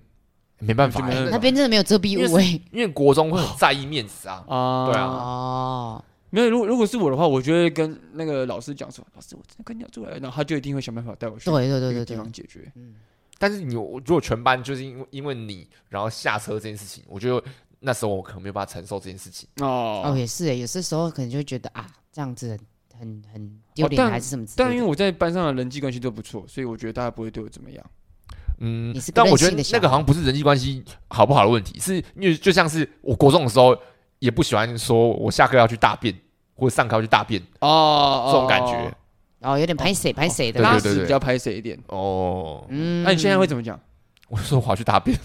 [SPEAKER 1] 没办法
[SPEAKER 2] 就没办
[SPEAKER 1] 欸，
[SPEAKER 2] 法
[SPEAKER 3] 那边真的没有遮蔽
[SPEAKER 1] 因
[SPEAKER 3] 物
[SPEAKER 1] 为
[SPEAKER 3] 哎。
[SPEAKER 1] 因为国中会很在意面子啊，
[SPEAKER 2] 啊
[SPEAKER 1] 对啊
[SPEAKER 3] 哦，
[SPEAKER 2] 没有，如果如果是我的话，我就会跟那个老师讲说，老师我真的快尿出来了，然后他就一定会想办法带我去
[SPEAKER 3] 对对
[SPEAKER 2] 那
[SPEAKER 3] 对
[SPEAKER 2] 个地
[SPEAKER 3] 对对，
[SPEAKER 2] 方解决。
[SPEAKER 1] 但是你我如果全班就是因为因为你然后下车这件事情，我觉得那时候我可能没有办法承受这件事情。
[SPEAKER 2] 哦
[SPEAKER 3] 哦，也是哎，有些时候可能就会觉得啊，这样子很很很丢脸
[SPEAKER 2] 哦但
[SPEAKER 3] 还是什么之
[SPEAKER 2] 但
[SPEAKER 3] 类
[SPEAKER 2] 因为
[SPEAKER 3] 的。
[SPEAKER 2] 我在班上的人际关系都不错，所以我觉得大家不会对我怎么样。
[SPEAKER 1] 嗯
[SPEAKER 3] 你是，个
[SPEAKER 1] 但我
[SPEAKER 3] 任
[SPEAKER 1] 觉得
[SPEAKER 3] 性的小
[SPEAKER 1] 那个好像不是人际关系好不好的问题，是因为就像是我国中的时候也不喜欢说我下课要去大便或者上课要去大便
[SPEAKER 2] 哦
[SPEAKER 1] 这种感觉。
[SPEAKER 3] 哦，有点拍谁拍谁的
[SPEAKER 1] 对
[SPEAKER 3] 啦
[SPEAKER 2] 拉
[SPEAKER 1] 对，
[SPEAKER 2] 屎比较拍谁一点。
[SPEAKER 1] 哦，
[SPEAKER 3] 嗯，
[SPEAKER 2] 那你现在会怎么讲？
[SPEAKER 1] 我就说我要去大 便，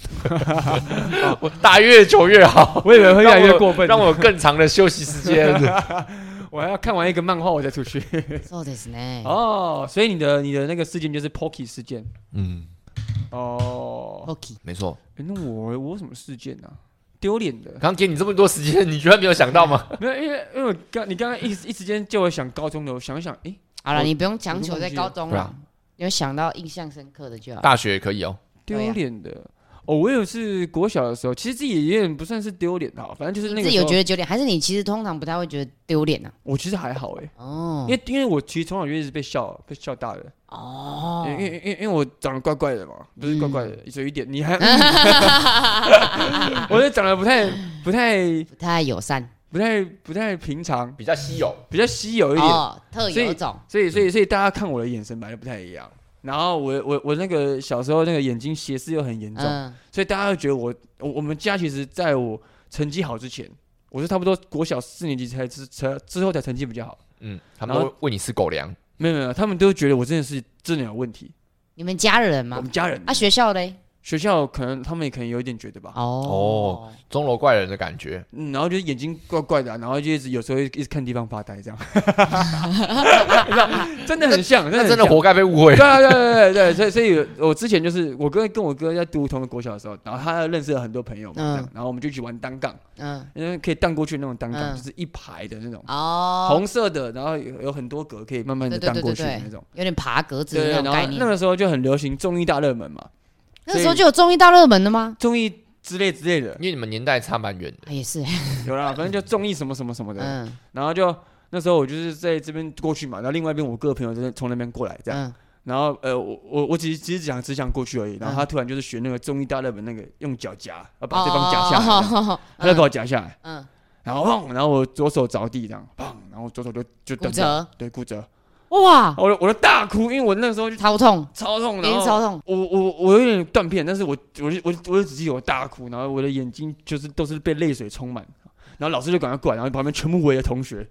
[SPEAKER 1] 我打越久 越好，
[SPEAKER 2] 我以为会
[SPEAKER 1] 让我有
[SPEAKER 2] 让
[SPEAKER 1] 让
[SPEAKER 2] 我
[SPEAKER 1] 我有更长的休息时间。
[SPEAKER 2] 我还要看完一个漫画我再出去。
[SPEAKER 3] そうです ね。
[SPEAKER 2] 哦，所以你的你的那个事件就是 Pocky 事件。
[SPEAKER 1] 嗯，
[SPEAKER 2] 哦，
[SPEAKER 3] Pocky，
[SPEAKER 1] 没错。
[SPEAKER 2] 诶那我我有什么事件呢、丢脸的
[SPEAKER 1] 刚，刚给你这么多时间，你居然没有想到吗？
[SPEAKER 2] 没有，因为因为我刚你刚刚一一时间叫我想高中的，我想一想，诶，
[SPEAKER 3] 好了，
[SPEAKER 2] 我
[SPEAKER 3] 你不用强求在高中
[SPEAKER 1] 对啊
[SPEAKER 3] 了，有想到印象深刻的就好。
[SPEAKER 1] 大学也可以哦，
[SPEAKER 2] 丢脸的。哦，我有是国小的时候，其实自己也有点不算是丢脸啊，反正就是
[SPEAKER 3] 你
[SPEAKER 2] 那
[SPEAKER 3] 自
[SPEAKER 2] 个时
[SPEAKER 3] 己有
[SPEAKER 2] 候
[SPEAKER 3] 觉，得丢脸，还是你其实通常不太会觉得丢脸啊呢？
[SPEAKER 2] 我其实还好哎、
[SPEAKER 3] 哦
[SPEAKER 2] 因，为因为我其实从小就一直被笑被笑大的，
[SPEAKER 3] 哦，嗯
[SPEAKER 2] 因为因为因为因为我长得怪怪的嘛，不是怪怪的，有一点你 还， 我就长得不太不太
[SPEAKER 3] 不太友善
[SPEAKER 2] 不太不太平常，
[SPEAKER 1] 比较稀有。
[SPEAKER 2] 比较稀有一点，
[SPEAKER 3] 哦，特有种
[SPEAKER 2] 所以所以所以大家看我的眼神本来就不太一样。然后我我我那个小时候那个眼睛斜视又很严重，
[SPEAKER 3] 嗯
[SPEAKER 2] 所以大家会觉得我我我们家其实在我成绩好之前，我是差不多国小四年级才之才之后才成绩比较好。
[SPEAKER 1] 嗯，他们会喂你吃狗粮，
[SPEAKER 2] 没有没有，他们都觉得我真的是真的有问题。
[SPEAKER 3] 你们家人
[SPEAKER 2] 我
[SPEAKER 3] 吗
[SPEAKER 2] 们？家人、
[SPEAKER 3] 啊，学校嘞？
[SPEAKER 2] 学校可能他们也可能有一点觉得吧，
[SPEAKER 3] 哦，
[SPEAKER 1] 钟楼怪人的感觉。
[SPEAKER 2] 嗯，然后就是眼睛怪怪的啊、然后就一直有时候一直看地方发呆这样，真的很像，
[SPEAKER 1] 那
[SPEAKER 2] 很
[SPEAKER 1] 真的
[SPEAKER 2] 像
[SPEAKER 1] 活该被误会。
[SPEAKER 2] 对啊，对对对对，所以所以我之前就是我哥跟我哥在读同一个国小的时候，然后他认识了很多朋友嘛，
[SPEAKER 3] 嗯
[SPEAKER 2] 这样然后我们就一起玩单杠，
[SPEAKER 3] 嗯，
[SPEAKER 2] 因为可以荡过去的那种单杠，
[SPEAKER 3] 嗯
[SPEAKER 2] 就是一排的那种
[SPEAKER 3] 哦，
[SPEAKER 2] 红色的，然后有有很多格可以慢慢的
[SPEAKER 3] 对对
[SPEAKER 2] 荡
[SPEAKER 3] 对
[SPEAKER 2] 过
[SPEAKER 3] 对
[SPEAKER 2] 去的
[SPEAKER 3] 对
[SPEAKER 2] 那种。
[SPEAKER 3] 有点爬格子
[SPEAKER 2] 对
[SPEAKER 3] 的
[SPEAKER 2] 对，
[SPEAKER 3] 那
[SPEAKER 2] 然
[SPEAKER 3] 种
[SPEAKER 2] 后
[SPEAKER 3] 概
[SPEAKER 2] 那
[SPEAKER 3] 念。
[SPEAKER 2] 个时候就很流行综艺大热门嘛，
[SPEAKER 3] 那时候就有综艺大热门的吗？
[SPEAKER 2] 综艺之类之类的
[SPEAKER 1] 因为你们年代差蛮远的，
[SPEAKER 3] 啊，也是，
[SPEAKER 2] 有啦，反正就综艺什么什么什么的。
[SPEAKER 3] 嗯，
[SPEAKER 2] 然后就那时候我就是在这边过去嘛，然后另外一边我哥的朋友就是从那边过来这样，
[SPEAKER 3] 嗯，
[SPEAKER 2] 然后呃我我我只是只是想只想过去而已，然后他突然就是学那个综艺大热门那个用脚夹，然后把对方夹下来这样，
[SPEAKER 3] 哦
[SPEAKER 2] 他就把我夹下来，
[SPEAKER 3] 嗯，
[SPEAKER 2] 然后砰，然后我左手着地这样砰，然后左手就就
[SPEAKER 3] 骨
[SPEAKER 2] 断掉，
[SPEAKER 3] 折，
[SPEAKER 2] 对骨折，然
[SPEAKER 3] 哇，
[SPEAKER 2] 后我就我就大哭，因为我那时候就
[SPEAKER 3] 超痛，
[SPEAKER 2] 超痛，
[SPEAKER 3] 一
[SPEAKER 2] 然
[SPEAKER 3] 定
[SPEAKER 2] 后。
[SPEAKER 3] 超痛，
[SPEAKER 2] 我我我有点断片，但是我我就我就我就只记得我大哭，然后我的眼睛就是都是被泪水充满，然后老师就赶快过来，然后旁边全部围着同学，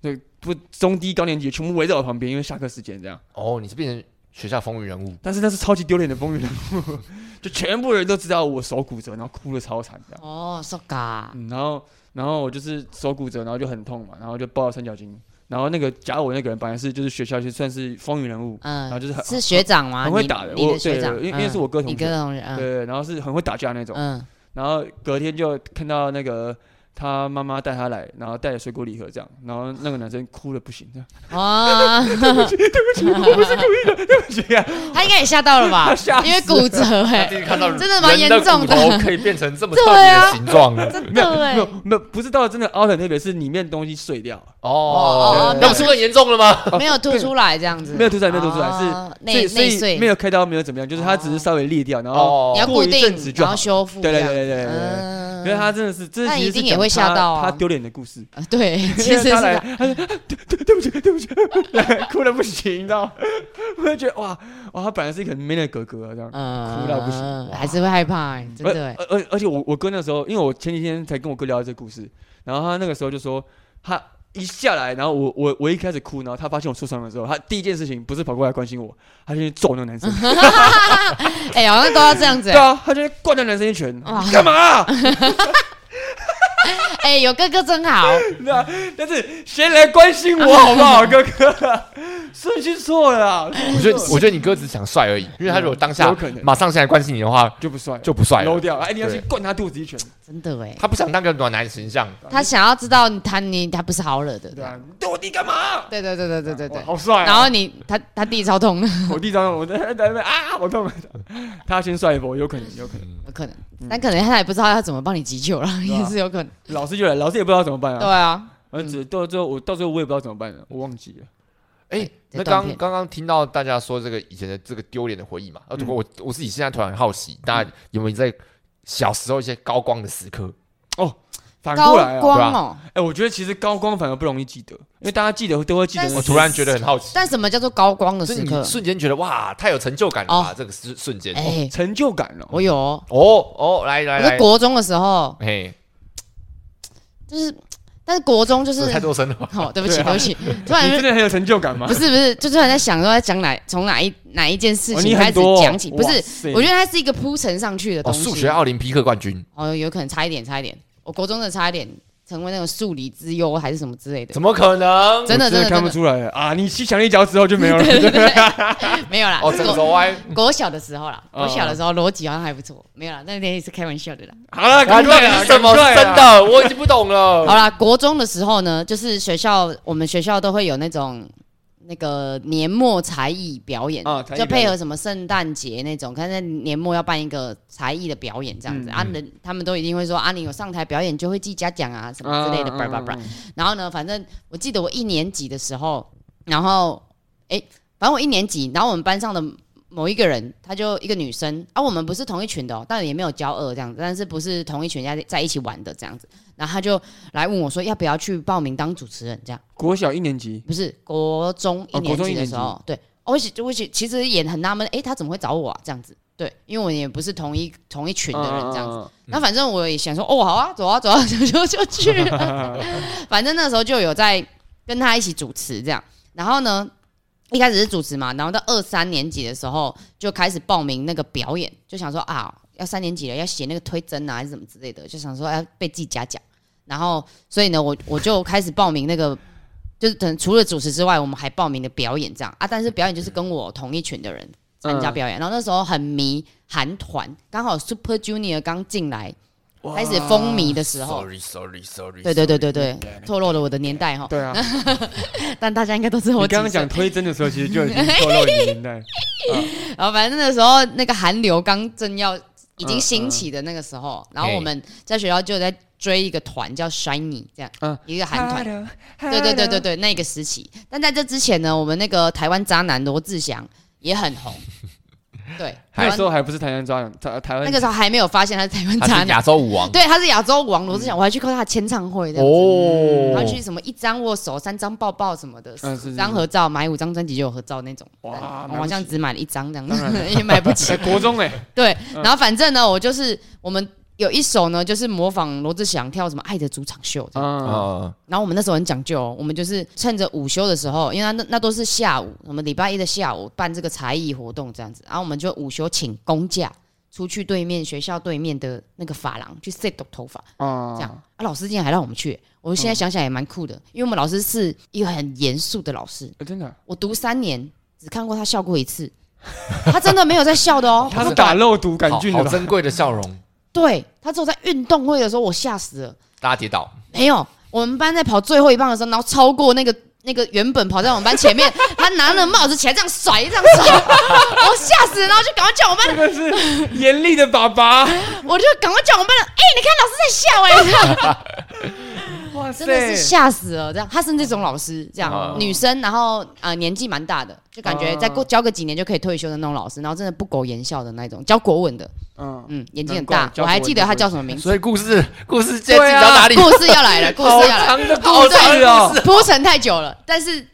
[SPEAKER 2] 对，不中低高年级全部围在我旁边，因为下课时间这样。
[SPEAKER 1] 哦，你是变成学校风云人物，
[SPEAKER 2] 但是那是超级丢脸的风云人物， 就全部人都知道我手骨折，然后哭的超惨这样。
[SPEAKER 3] 哦，so ga，
[SPEAKER 2] 嗯，然后然后我就是手骨折，然后就很痛嘛，然后就抱三角巾，然后那个夹我那个人本来是就是学校就算是风云人物，然后
[SPEAKER 3] 嗯，
[SPEAKER 2] 就是很
[SPEAKER 3] 是学长吗？
[SPEAKER 2] 很会
[SPEAKER 3] 你
[SPEAKER 2] 打的
[SPEAKER 3] 你
[SPEAKER 2] 我
[SPEAKER 3] 的学
[SPEAKER 2] 对
[SPEAKER 3] 长，
[SPEAKER 2] 因为因为是我哥
[SPEAKER 3] 嗯
[SPEAKER 2] 同
[SPEAKER 3] 你
[SPEAKER 2] 学
[SPEAKER 3] 哥的同学，嗯
[SPEAKER 2] 对，然后是很会打架那种。
[SPEAKER 3] 嗯，
[SPEAKER 2] 然后隔天就看到那个他妈妈带他来，然后带了水果礼盒这样，然后那个男生哭的不行，这样
[SPEAKER 3] 哇，
[SPEAKER 2] 这样
[SPEAKER 3] 哦 他应该也吓到了 吧？因为骨折哎，
[SPEAKER 1] 第一次看到
[SPEAKER 3] 真的蛮严重的
[SPEAKER 1] 人骨头可以变成这么特
[SPEAKER 3] 对
[SPEAKER 1] 别
[SPEAKER 3] 啊
[SPEAKER 1] 的形状。
[SPEAKER 3] 真
[SPEAKER 2] 没有
[SPEAKER 3] 的哎
[SPEAKER 2] 没，有没有，不是到真的凹很特别，是里面东西碎掉了，
[SPEAKER 3] 哦
[SPEAKER 1] 哦
[SPEAKER 3] 哦，
[SPEAKER 1] 那不是更严重了
[SPEAKER 2] 哦
[SPEAKER 1] 吗？
[SPEAKER 3] 没有吐出来这样子，
[SPEAKER 2] 没有吐出来没有吐出来是
[SPEAKER 3] 哦
[SPEAKER 2] 所
[SPEAKER 3] 内
[SPEAKER 2] 以所
[SPEAKER 3] 内
[SPEAKER 2] 以
[SPEAKER 3] 碎
[SPEAKER 2] 没，有开刀，没有怎么样，就是他只是稍微裂掉，然后
[SPEAKER 3] 你要
[SPEAKER 2] 过
[SPEAKER 3] 固
[SPEAKER 2] 一阵子
[SPEAKER 3] 定，
[SPEAKER 2] 就
[SPEAKER 3] 然
[SPEAKER 2] 好
[SPEAKER 3] 后修复
[SPEAKER 2] 对
[SPEAKER 3] 这
[SPEAKER 2] 对
[SPEAKER 3] 样，
[SPEAKER 2] 对对对对对。
[SPEAKER 3] 嗯
[SPEAKER 2] 因为他真的是，这
[SPEAKER 3] 那
[SPEAKER 2] 其实
[SPEAKER 3] 一定
[SPEAKER 2] 是
[SPEAKER 3] 也
[SPEAKER 2] 讲
[SPEAKER 3] 会吓
[SPEAKER 2] 他
[SPEAKER 3] 到啊
[SPEAKER 2] 他丢脸的故事，
[SPEAKER 3] 呃对，其
[SPEAKER 2] 因为
[SPEAKER 3] 实是
[SPEAKER 2] 他
[SPEAKER 3] 他
[SPEAKER 2] 来，他说啊对对对不起对不起，哭的不行，你知道吗？我就觉得哇哇，他本来是一个很 man 的哥哥啊这样，
[SPEAKER 3] 嗯，
[SPEAKER 2] 哭到不行哇
[SPEAKER 3] 还是会害怕欸，真 的欸。
[SPEAKER 2] 而而而且我我哥那时候，因为我前几天才跟我哥聊到这个故事，然后他那个时候就说，他一下来，然后我我我一开始哭，然后他发现我受伤的时候，他第一件事情不是跑过来关心我，他先去揍那个男
[SPEAKER 3] 嗯
[SPEAKER 2] 生，
[SPEAKER 3] 啊哎，好像都要这样子
[SPEAKER 2] 对
[SPEAKER 3] 欸。
[SPEAKER 2] 啊，他就去灌那个男生一拳，
[SPEAKER 3] 哇
[SPEAKER 2] 你干嘛啊、
[SPEAKER 3] 哎，有哥哥真 好。
[SPEAKER 2] 那但是谁来关心我
[SPEAKER 3] 啊
[SPEAKER 2] 好不好，哥哥？顺序错了 啊，
[SPEAKER 1] 我觉得，我觉得你哥只是想帅而已，因为他如果当下
[SPEAKER 2] 有可能
[SPEAKER 1] 马上现在关心你的话，
[SPEAKER 2] 就不帅，
[SPEAKER 1] 就不帅
[SPEAKER 2] 搂
[SPEAKER 1] 了。
[SPEAKER 2] 掉，哎，你要去
[SPEAKER 1] 对
[SPEAKER 2] 灌他肚子一拳，
[SPEAKER 3] 真的哎，
[SPEAKER 1] 他不想当个暖男形象，
[SPEAKER 3] 他想要知道你他你他不是好惹的，
[SPEAKER 2] 对啊，你对我弟干嘛？
[SPEAKER 3] 对对对对对对
[SPEAKER 2] 哇
[SPEAKER 3] 对。
[SPEAKER 2] 好帅、啊，
[SPEAKER 3] 然后你他他弟 超痛的，
[SPEAKER 2] 我弟当时我在在在那边啊，我痛，他先帅一波，有可能，有可能。
[SPEAKER 3] 有可能，但可能他也不知道要怎么帮你急救了，
[SPEAKER 2] 嗯对啊
[SPEAKER 3] 也是有可能。
[SPEAKER 2] 老师就来，老师也不知道怎么办
[SPEAKER 3] 对
[SPEAKER 2] 啊。
[SPEAKER 3] 啊，
[SPEAKER 2] 而只到最后，我到最后我也不知道怎么办了，我忘记了。
[SPEAKER 1] 哎，那
[SPEAKER 3] 这
[SPEAKER 1] 刚
[SPEAKER 3] 断片
[SPEAKER 1] 刚刚听到大家说这个以前的这个丢脸的回忆嘛，
[SPEAKER 2] 嗯
[SPEAKER 1] 啊，不过我我自己现在突然很好奇，
[SPEAKER 3] 嗯
[SPEAKER 1] 大家有没有在小时候一些高光的时刻？
[SPEAKER 2] 反
[SPEAKER 3] 高
[SPEAKER 2] 过来啊，
[SPEAKER 3] 光哦，
[SPEAKER 2] 哎，我觉得其实高光反而不容易记得，因为大家记得都会记得
[SPEAKER 3] 但是
[SPEAKER 1] 我突然觉得很好奇，
[SPEAKER 3] 但什么叫做高光的
[SPEAKER 1] 就是
[SPEAKER 3] 时
[SPEAKER 1] 你
[SPEAKER 3] 刻？哦
[SPEAKER 1] 瞬间觉得哇，太有成就感了吧？这个瞬瞬间，
[SPEAKER 3] 哎，
[SPEAKER 2] 成就感了。
[SPEAKER 3] 我有哦，
[SPEAKER 1] 哦哦，来来
[SPEAKER 3] 我
[SPEAKER 1] 来
[SPEAKER 3] 在，国中的时候，
[SPEAKER 1] 嘿，
[SPEAKER 3] 就是，但是国中就是
[SPEAKER 1] 这，太多声了吧？
[SPEAKER 3] 哦，对不起
[SPEAKER 2] 对啊
[SPEAKER 3] 对 不起，突然
[SPEAKER 2] 你真的很有成就感吗
[SPEAKER 3] 不？是不是，就突然在想说在讲哪从哪一哪一件事
[SPEAKER 2] 哦
[SPEAKER 3] 情
[SPEAKER 2] 你很
[SPEAKER 3] 开始
[SPEAKER 2] 多哦
[SPEAKER 3] 讲起，不是
[SPEAKER 2] 哇，塞
[SPEAKER 3] 我觉得它是一个铺陈上去的
[SPEAKER 1] 哦，
[SPEAKER 3] 东西。
[SPEAKER 1] 数
[SPEAKER 2] 啊
[SPEAKER 1] 学奥林匹克冠军，
[SPEAKER 3] 哦，有可能差一点，差一点。我国中的差一点成为那个数理之优还是什么之类的，
[SPEAKER 1] 怎么可能？
[SPEAKER 3] 真的
[SPEAKER 2] 我
[SPEAKER 3] 真的
[SPEAKER 2] 看不
[SPEAKER 3] 真
[SPEAKER 2] 出 来了啊！你吸墙一脚之后就没有了。
[SPEAKER 3] 的 没有啦。
[SPEAKER 1] 哦，
[SPEAKER 3] 是
[SPEAKER 1] 整
[SPEAKER 3] 国
[SPEAKER 1] 个歪。
[SPEAKER 3] 国小的时候啦，
[SPEAKER 2] 哦
[SPEAKER 3] 国小的时候逻辑好像还不错，没有啦，那天也是开玩笑的啦。
[SPEAKER 2] 好了，
[SPEAKER 1] 啊，
[SPEAKER 2] 赶
[SPEAKER 1] 你到
[SPEAKER 2] 快
[SPEAKER 1] 底
[SPEAKER 2] 啊
[SPEAKER 1] 是什么？
[SPEAKER 2] 赶快啊
[SPEAKER 1] 真的，我已经不懂了。
[SPEAKER 3] 好啦，国中的时候呢，就是学校我们学校都会有那种那个年末才艺表演，
[SPEAKER 2] 啊才艺
[SPEAKER 3] 就
[SPEAKER 2] 表演
[SPEAKER 3] 配合什么圣诞节那种，看在年末要办一个才艺的表演这样子、
[SPEAKER 2] 嗯
[SPEAKER 3] 啊，
[SPEAKER 2] 嗯
[SPEAKER 3] 人他们都一定会说啊，你有上台表演就会记嘉奖啊
[SPEAKER 2] 嗯
[SPEAKER 3] 什么之类的，叭叭叭。然后呢，反正我记得我一年级的时候，然后哎，反正我一年级，然后我们班上的某一个人，她就一个女生啊，我们不是同一群的、哦，但也没有交恶这样子，但是不是同一群在在一起玩的这样子。然后她就来问我说，要不要去报名当主持人？这样
[SPEAKER 2] 国小一年级，
[SPEAKER 3] 不是国中一
[SPEAKER 2] 哦国
[SPEAKER 3] 年
[SPEAKER 2] 中
[SPEAKER 3] 级
[SPEAKER 2] 一
[SPEAKER 3] 的
[SPEAKER 2] 年
[SPEAKER 3] 时候，对，我其我其其实也很纳闷，哎，她怎么会找我啊？这样子，对，因为我也不是同一同一群的人这样子。哦
[SPEAKER 2] 子，
[SPEAKER 3] 那反正我也想说，哦，好啊，走啊，走啊， 就就就去了。反正那时候就有在跟他一起主持这样，然后呢，一开始是主持嘛，然后到二三年级的时候就开始报名那个表演，就想说啊，要三年级了，要写那个推甄啊，还是什么之类的，就想说要被记嘉奖。然后，所以呢，我我就开始报名那个，就是等除了主持之外，我们还报名的表演这样啊。但是表演就是跟我同一群的人参加表演，然后那时候很迷韩团，刚好 Super Junior 刚进来开始风靡的时候，
[SPEAKER 1] Sorry, sorry, sorry。
[SPEAKER 3] 对对对对对，透露了我的年代哈。
[SPEAKER 2] 对 啊，
[SPEAKER 3] 但大家应该都知道我
[SPEAKER 2] 你刚
[SPEAKER 3] 几
[SPEAKER 2] 刚
[SPEAKER 3] 岁
[SPEAKER 2] 讲推甄的时候，其实就已经透露你的年 代。
[SPEAKER 3] 然后反正那时候那个韩流刚正要已
[SPEAKER 2] 嗯
[SPEAKER 3] 经
[SPEAKER 2] 嗯
[SPEAKER 3] 兴起的那个时候，然后我们在学校就在追一个团叫 Shiny 这样，
[SPEAKER 2] 嗯
[SPEAKER 3] 一个韩团。对对对对对，那个时期。但在这之前呢，我们那个台湾渣男罗志祥也很 红。对，台
[SPEAKER 2] 那
[SPEAKER 3] 湾
[SPEAKER 2] 时候还不是台南抓人，台台湾
[SPEAKER 3] 那个时候还没有发现他是台湾
[SPEAKER 1] 他
[SPEAKER 3] 渣
[SPEAKER 1] 是
[SPEAKER 3] 男
[SPEAKER 1] 亚。洲舞王
[SPEAKER 3] 对，他是亚洲舞王罗志
[SPEAKER 2] 嗯
[SPEAKER 3] 祥，我还去看他的签唱会这样子。
[SPEAKER 1] 哦
[SPEAKER 3] 然后去什么一张握手、三张抱抱什么的，
[SPEAKER 2] 嗯是是
[SPEAKER 3] 十张合照，买五张专辑就有合照那种。
[SPEAKER 2] 哇
[SPEAKER 3] 我好像只买了一张这样
[SPEAKER 2] 当
[SPEAKER 3] 子， 也买 不起
[SPEAKER 2] 在。国中哎，
[SPEAKER 3] 对，
[SPEAKER 2] 嗯
[SPEAKER 3] 然后反正呢，我就是我们有一首呢，就是模仿罗志祥跳什么《爱的主场秀》 这样。
[SPEAKER 2] 啊，
[SPEAKER 1] 啊，
[SPEAKER 3] 然后我们那时候很讲究哦，我们就是趁着午休的时候，因为那那那都是下午，我们礼拜一的下午办这个才艺活动这样子，然后我们就午休请公假出去对面学校对面的那个发廊去 set 头发。
[SPEAKER 2] 这
[SPEAKER 3] 这样啊，老师竟然还让我们去，我
[SPEAKER 2] 嗯
[SPEAKER 3] 现在想想也蛮酷的，因为我们老师是一个很严肃的老师，
[SPEAKER 2] 哎真的，啊
[SPEAKER 3] 我读三年只看过他笑过 一次，他真的没有在笑的哦，
[SPEAKER 2] 他
[SPEAKER 3] 不
[SPEAKER 2] 是打肉毒杆
[SPEAKER 1] 好
[SPEAKER 2] 菌
[SPEAKER 1] 好
[SPEAKER 2] 的吧，
[SPEAKER 1] 珍贵的笑容，
[SPEAKER 3] 对他只有在运动会的时候我吓死了，
[SPEAKER 1] 大家跌倒，
[SPEAKER 3] 没有，我们班在跑最后一棒的时候，然后超过那个。那个原本跑在我们班前面， 他拿了帽子起来这样甩，这样甩， 我吓死了，然后就赶快叫我们班
[SPEAKER 2] 这个是严厉的爸爸，
[SPEAKER 3] 我就赶快叫我们班的，哎、你看老师在笑哎、这样
[SPEAKER 2] 哇
[SPEAKER 3] 真的是吓死了，这样他是这种老师，这样、
[SPEAKER 2] 啊
[SPEAKER 1] 哦
[SPEAKER 3] 女生，然后呃年纪蛮大的，就感觉再过
[SPEAKER 2] 哦
[SPEAKER 3] 教个几年就可以退休的那种老师，然后真的不苟言笑的那种，教国文的，
[SPEAKER 2] 嗯，
[SPEAKER 3] 嗯，眼睛
[SPEAKER 2] 难
[SPEAKER 3] 很大
[SPEAKER 2] 怪，教
[SPEAKER 3] 我还记得他叫什么名字。
[SPEAKER 1] 所以故事故事接
[SPEAKER 2] 对
[SPEAKER 1] 近
[SPEAKER 2] 啊
[SPEAKER 1] 到哪里？
[SPEAKER 3] 故事要来了，故
[SPEAKER 2] 好
[SPEAKER 3] 事要来了，
[SPEAKER 2] 长的
[SPEAKER 3] 哦
[SPEAKER 2] 故事哦。
[SPEAKER 3] 对，铺陈太久了，但是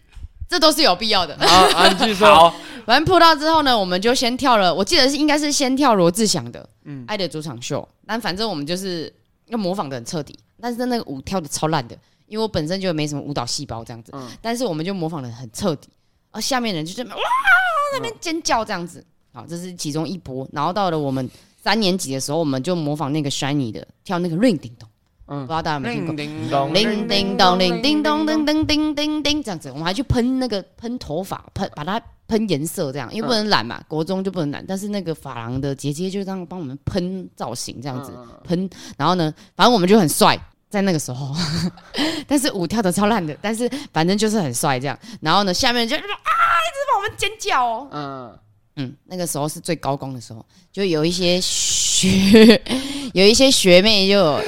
[SPEAKER 3] 这都是有必要的。
[SPEAKER 2] 啊啊，你继续说。
[SPEAKER 1] 好，
[SPEAKER 3] 反正铺到之后呢，我们就先跳了，我记得是应该是先跳罗志祥的
[SPEAKER 2] 嗯
[SPEAKER 3] 《爱的主场秀》，但反正我们就是要模仿的很彻底，但是那个舞跳的超烂的，因为我本身就没什么舞蹈细胞这样子，
[SPEAKER 2] 嗯
[SPEAKER 3] 但是我们就模仿的很彻底，而下面人就在那边哇
[SPEAKER 2] 嗯
[SPEAKER 3] 那边尖叫这样子，好，这是其中一波，然后到了我们三年级的时候，我们就模仿那个 Shiny 的跳那个 Ring 叮咚，
[SPEAKER 2] 嗯
[SPEAKER 3] 不知道大家有没有听过
[SPEAKER 2] 叮。叮咚，
[SPEAKER 3] 铃叮咚，铃叮咚，叮叮叮叮叮，这样子，我们还去喷那个喷头发，喷把它喷颜色，这样，因为不能染嘛，国中就不能染，但是那个发廊的姐姐就这样帮我们喷造型，这样子
[SPEAKER 2] 嗯嗯
[SPEAKER 3] 喷，然后呢，反正我们就很帅，在那个时候， 但是舞跳的超烂的，但是反正就是很帅这样，然后呢，下面就啊，一直帮我们尖叫哦，
[SPEAKER 2] 嗯，
[SPEAKER 3] 嗯，那个时候是最高光的时候，就有一些学， 有一些学妹就有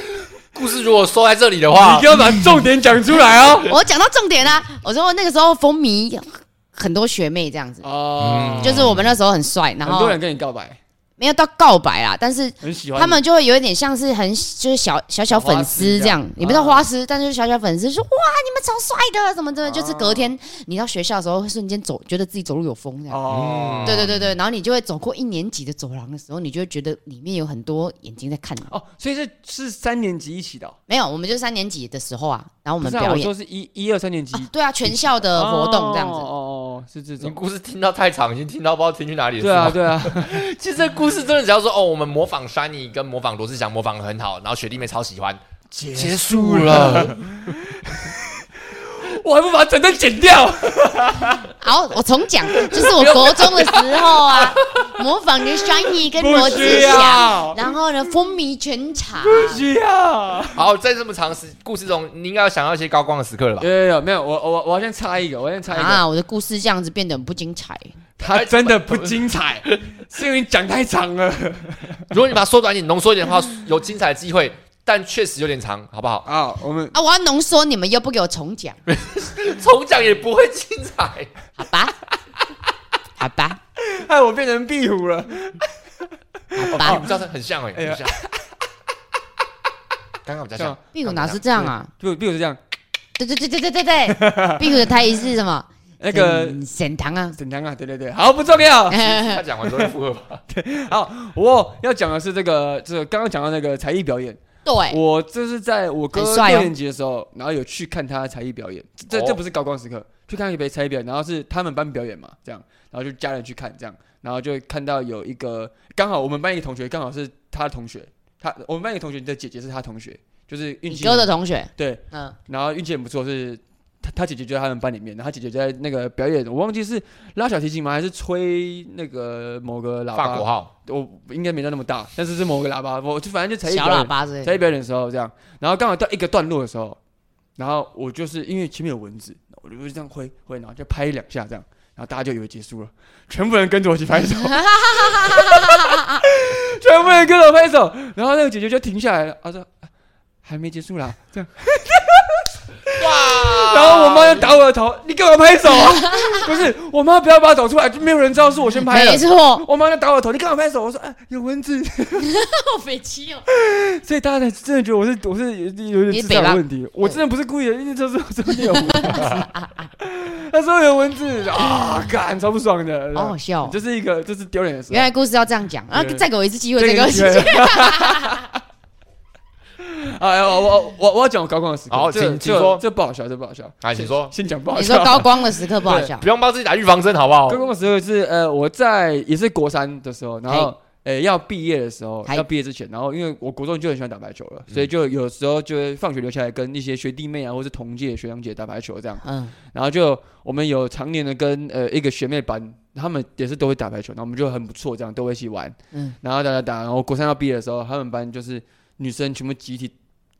[SPEAKER 1] 故事如果说在这里的
[SPEAKER 2] 你
[SPEAKER 1] 话
[SPEAKER 2] 一，定要把重点讲出来 哦。
[SPEAKER 3] 我讲到重点啦、我说那个时候风靡很多学妹这样子，
[SPEAKER 2] 哦，
[SPEAKER 3] 就是我们那时候很帅，然
[SPEAKER 2] 很
[SPEAKER 3] 后
[SPEAKER 2] 多人跟你告白，
[SPEAKER 3] 没有到告白啦，但是
[SPEAKER 2] 很喜欢你
[SPEAKER 3] 他们就会有一点像是很就是小小小粉丝这样，你不知道花
[SPEAKER 2] 啊
[SPEAKER 3] 痴，但是小小粉丝说哇你们超帅的什么的，就是隔天你到学校的时候会瞬间走，觉得自己走路有风这样。
[SPEAKER 2] 哦，
[SPEAKER 3] 对对对对，然后你就会走过一年级的走廊的时候，你就会觉得里面有很多眼睛在看你。
[SPEAKER 2] 哦，所以这是三年级一起的哦，
[SPEAKER 3] 没有，我们就三年级的时候啊，然后我
[SPEAKER 2] 不
[SPEAKER 3] 们
[SPEAKER 2] 是啊，
[SPEAKER 3] 表
[SPEAKER 2] 我
[SPEAKER 3] 演
[SPEAKER 2] 说是一一二三年级
[SPEAKER 3] 啊，对啊，全校的活动这样子
[SPEAKER 2] 哦。哦哦，是这
[SPEAKER 1] 你
[SPEAKER 2] 种。
[SPEAKER 1] 故事听到太长，已经听到不知道听去哪里了。
[SPEAKER 2] 对啊，
[SPEAKER 1] 是吗，
[SPEAKER 2] 对啊，
[SPEAKER 1] 其实这故事真的只要说哦，我们模仿 Shiny 跟模仿罗志祥模仿得很好，然后学弟妹超喜欢，
[SPEAKER 2] 结
[SPEAKER 1] 结束了。
[SPEAKER 2] 我还不把整段剪掉。
[SPEAKER 3] 好，我重讲，就是我国中的时 候啊，模仿的 Shiny 跟罗志
[SPEAKER 2] 不需
[SPEAKER 3] 祥
[SPEAKER 2] 要，
[SPEAKER 3] 然后呢风靡全场。啊
[SPEAKER 2] 需要。
[SPEAKER 1] 好，在这么长时故事中，你应该要想到一些高光的时刻了吧
[SPEAKER 2] 有？有有，没有我我我要先插一个，我要先插一个，
[SPEAKER 3] 啊，我的故事这样子变得很不精彩。
[SPEAKER 2] 他真的不精彩，是因为你讲太长了
[SPEAKER 1] 如果你把它缩短一点、浓缩一点的话，有精彩的机会，但确实有点长，好不 好？
[SPEAKER 2] 啊。我们
[SPEAKER 3] 啊，我要浓缩，你们又不给我重讲，
[SPEAKER 1] 重讲也不会精彩。
[SPEAKER 3] 好吧？好吧，
[SPEAKER 2] 害哎我变成壁虎了。
[SPEAKER 3] 好
[SPEAKER 1] 啊，你
[SPEAKER 3] 吧
[SPEAKER 1] 们，叫声很像哎、
[SPEAKER 2] 哎呀
[SPEAKER 1] 很像。刚刚比较
[SPEAKER 2] 这
[SPEAKER 1] 像
[SPEAKER 2] 样，
[SPEAKER 3] 壁虎哪是这样啊？
[SPEAKER 2] 壁壁虎是这样，
[SPEAKER 3] 对对对对对对 对，壁虎的台语是什么？
[SPEAKER 2] 那个
[SPEAKER 3] 沈沈堂啊。
[SPEAKER 2] 怎样啊？对对对，好，不重 要。
[SPEAKER 1] 他讲完之后再附 和吧。
[SPEAKER 2] 我要讲的是这个，这个刚刚讲到那个才艺表演，
[SPEAKER 3] 对，
[SPEAKER 2] 我这是在我哥
[SPEAKER 3] 哎很
[SPEAKER 2] 六
[SPEAKER 3] 帅哦
[SPEAKER 2] 年级的时候，然后有去看他的才艺表演，这
[SPEAKER 1] 哦
[SPEAKER 2] 这不是高光时刻，去看一杯才艺表演，然后是他们班表演嘛，这样，然后就家人去看这样，然后就看到有一个刚好我们班一个同学刚好是他的同学，他我们班一个同学的姐姐是他同学，就是运
[SPEAKER 3] 你
[SPEAKER 2] 气
[SPEAKER 3] 哥的同学，
[SPEAKER 2] 对，
[SPEAKER 3] 嗯，
[SPEAKER 2] 然后运气很不错，是他他姐姐就在他们班里面，然后他姐姐在那个表演，我忘记是拉小提琴吗，还是吹那个某个喇
[SPEAKER 1] 法国
[SPEAKER 2] 叭，
[SPEAKER 1] 号，
[SPEAKER 2] 我应该没到那么大，但是是某个喇叭，我就反正就才艺
[SPEAKER 3] 小
[SPEAKER 2] 表演
[SPEAKER 3] 喇。叭之类
[SPEAKER 2] 在
[SPEAKER 3] 的。
[SPEAKER 2] 表演的时候这样，然后刚好到一个段落的时候，然后我就是因为前面有蚊子，我就这样挥挥，然后就拍两下这样，然后大家就以为结束了，全部人跟着我一起拍手，全部人跟着我拍手，然后那个姐姐就停下来了，她说。啊还没结束啦，这样，
[SPEAKER 1] 哇！
[SPEAKER 2] 然后我妈就打我的头，你干嘛拍手啊？不是，我妈不要把它抖出来，就没有人知道是我先拍的
[SPEAKER 3] 没。错，
[SPEAKER 2] 我妈就打我的头，你干嘛拍手？我说，哎，有蚊子，
[SPEAKER 3] 好匪气哦。
[SPEAKER 2] 所以大家才真的觉得我是我是有有
[SPEAKER 3] 你
[SPEAKER 2] 点
[SPEAKER 3] 是
[SPEAKER 2] 智
[SPEAKER 3] 北嗯
[SPEAKER 2] 障
[SPEAKER 3] 吧
[SPEAKER 2] 的问题，我真的不是故意的，因为这是真的有蚊 子。那时候有蚊子啊，干超不爽的。
[SPEAKER 3] 好好笑哦
[SPEAKER 2] 这是一个这是丢脸的事。
[SPEAKER 3] 原来故事要这样讲，啊，
[SPEAKER 2] 对
[SPEAKER 3] 再给我一次机会，再给我一次
[SPEAKER 2] 这
[SPEAKER 3] 机会。
[SPEAKER 2] 个。 哎，我我我我要讲我高光的时刻。
[SPEAKER 1] 好
[SPEAKER 2] 这个
[SPEAKER 1] 请请
[SPEAKER 2] 这个
[SPEAKER 1] 说
[SPEAKER 2] 这不好笑，这不好笑。
[SPEAKER 1] 哎请说
[SPEAKER 2] 先先讲不好
[SPEAKER 3] 你
[SPEAKER 2] 笑。
[SPEAKER 3] 说高光的时刻不好笑，
[SPEAKER 1] 不用帮自己打预防针，好
[SPEAKER 3] 哦
[SPEAKER 1] 不好
[SPEAKER 2] 高？光的时候是呃，我在也是国三的时候，然后呃要毕业的时候，
[SPEAKER 3] 嗨
[SPEAKER 2] 要毕业之前，然后因为我国中就很喜欢打排球了，所以就有时候就会放学留下来跟一些学弟妹啊，或是同届学长姐打排球这样。
[SPEAKER 3] 嗯，
[SPEAKER 2] 然后就我们有常年的跟呃一个学妹班，他们也是都会打排球，然后我们就很不错，这样都会一起玩。
[SPEAKER 3] 嗯
[SPEAKER 2] 嗯，然后打打打，然后国三要毕业的时候，他们班就是女生全部集体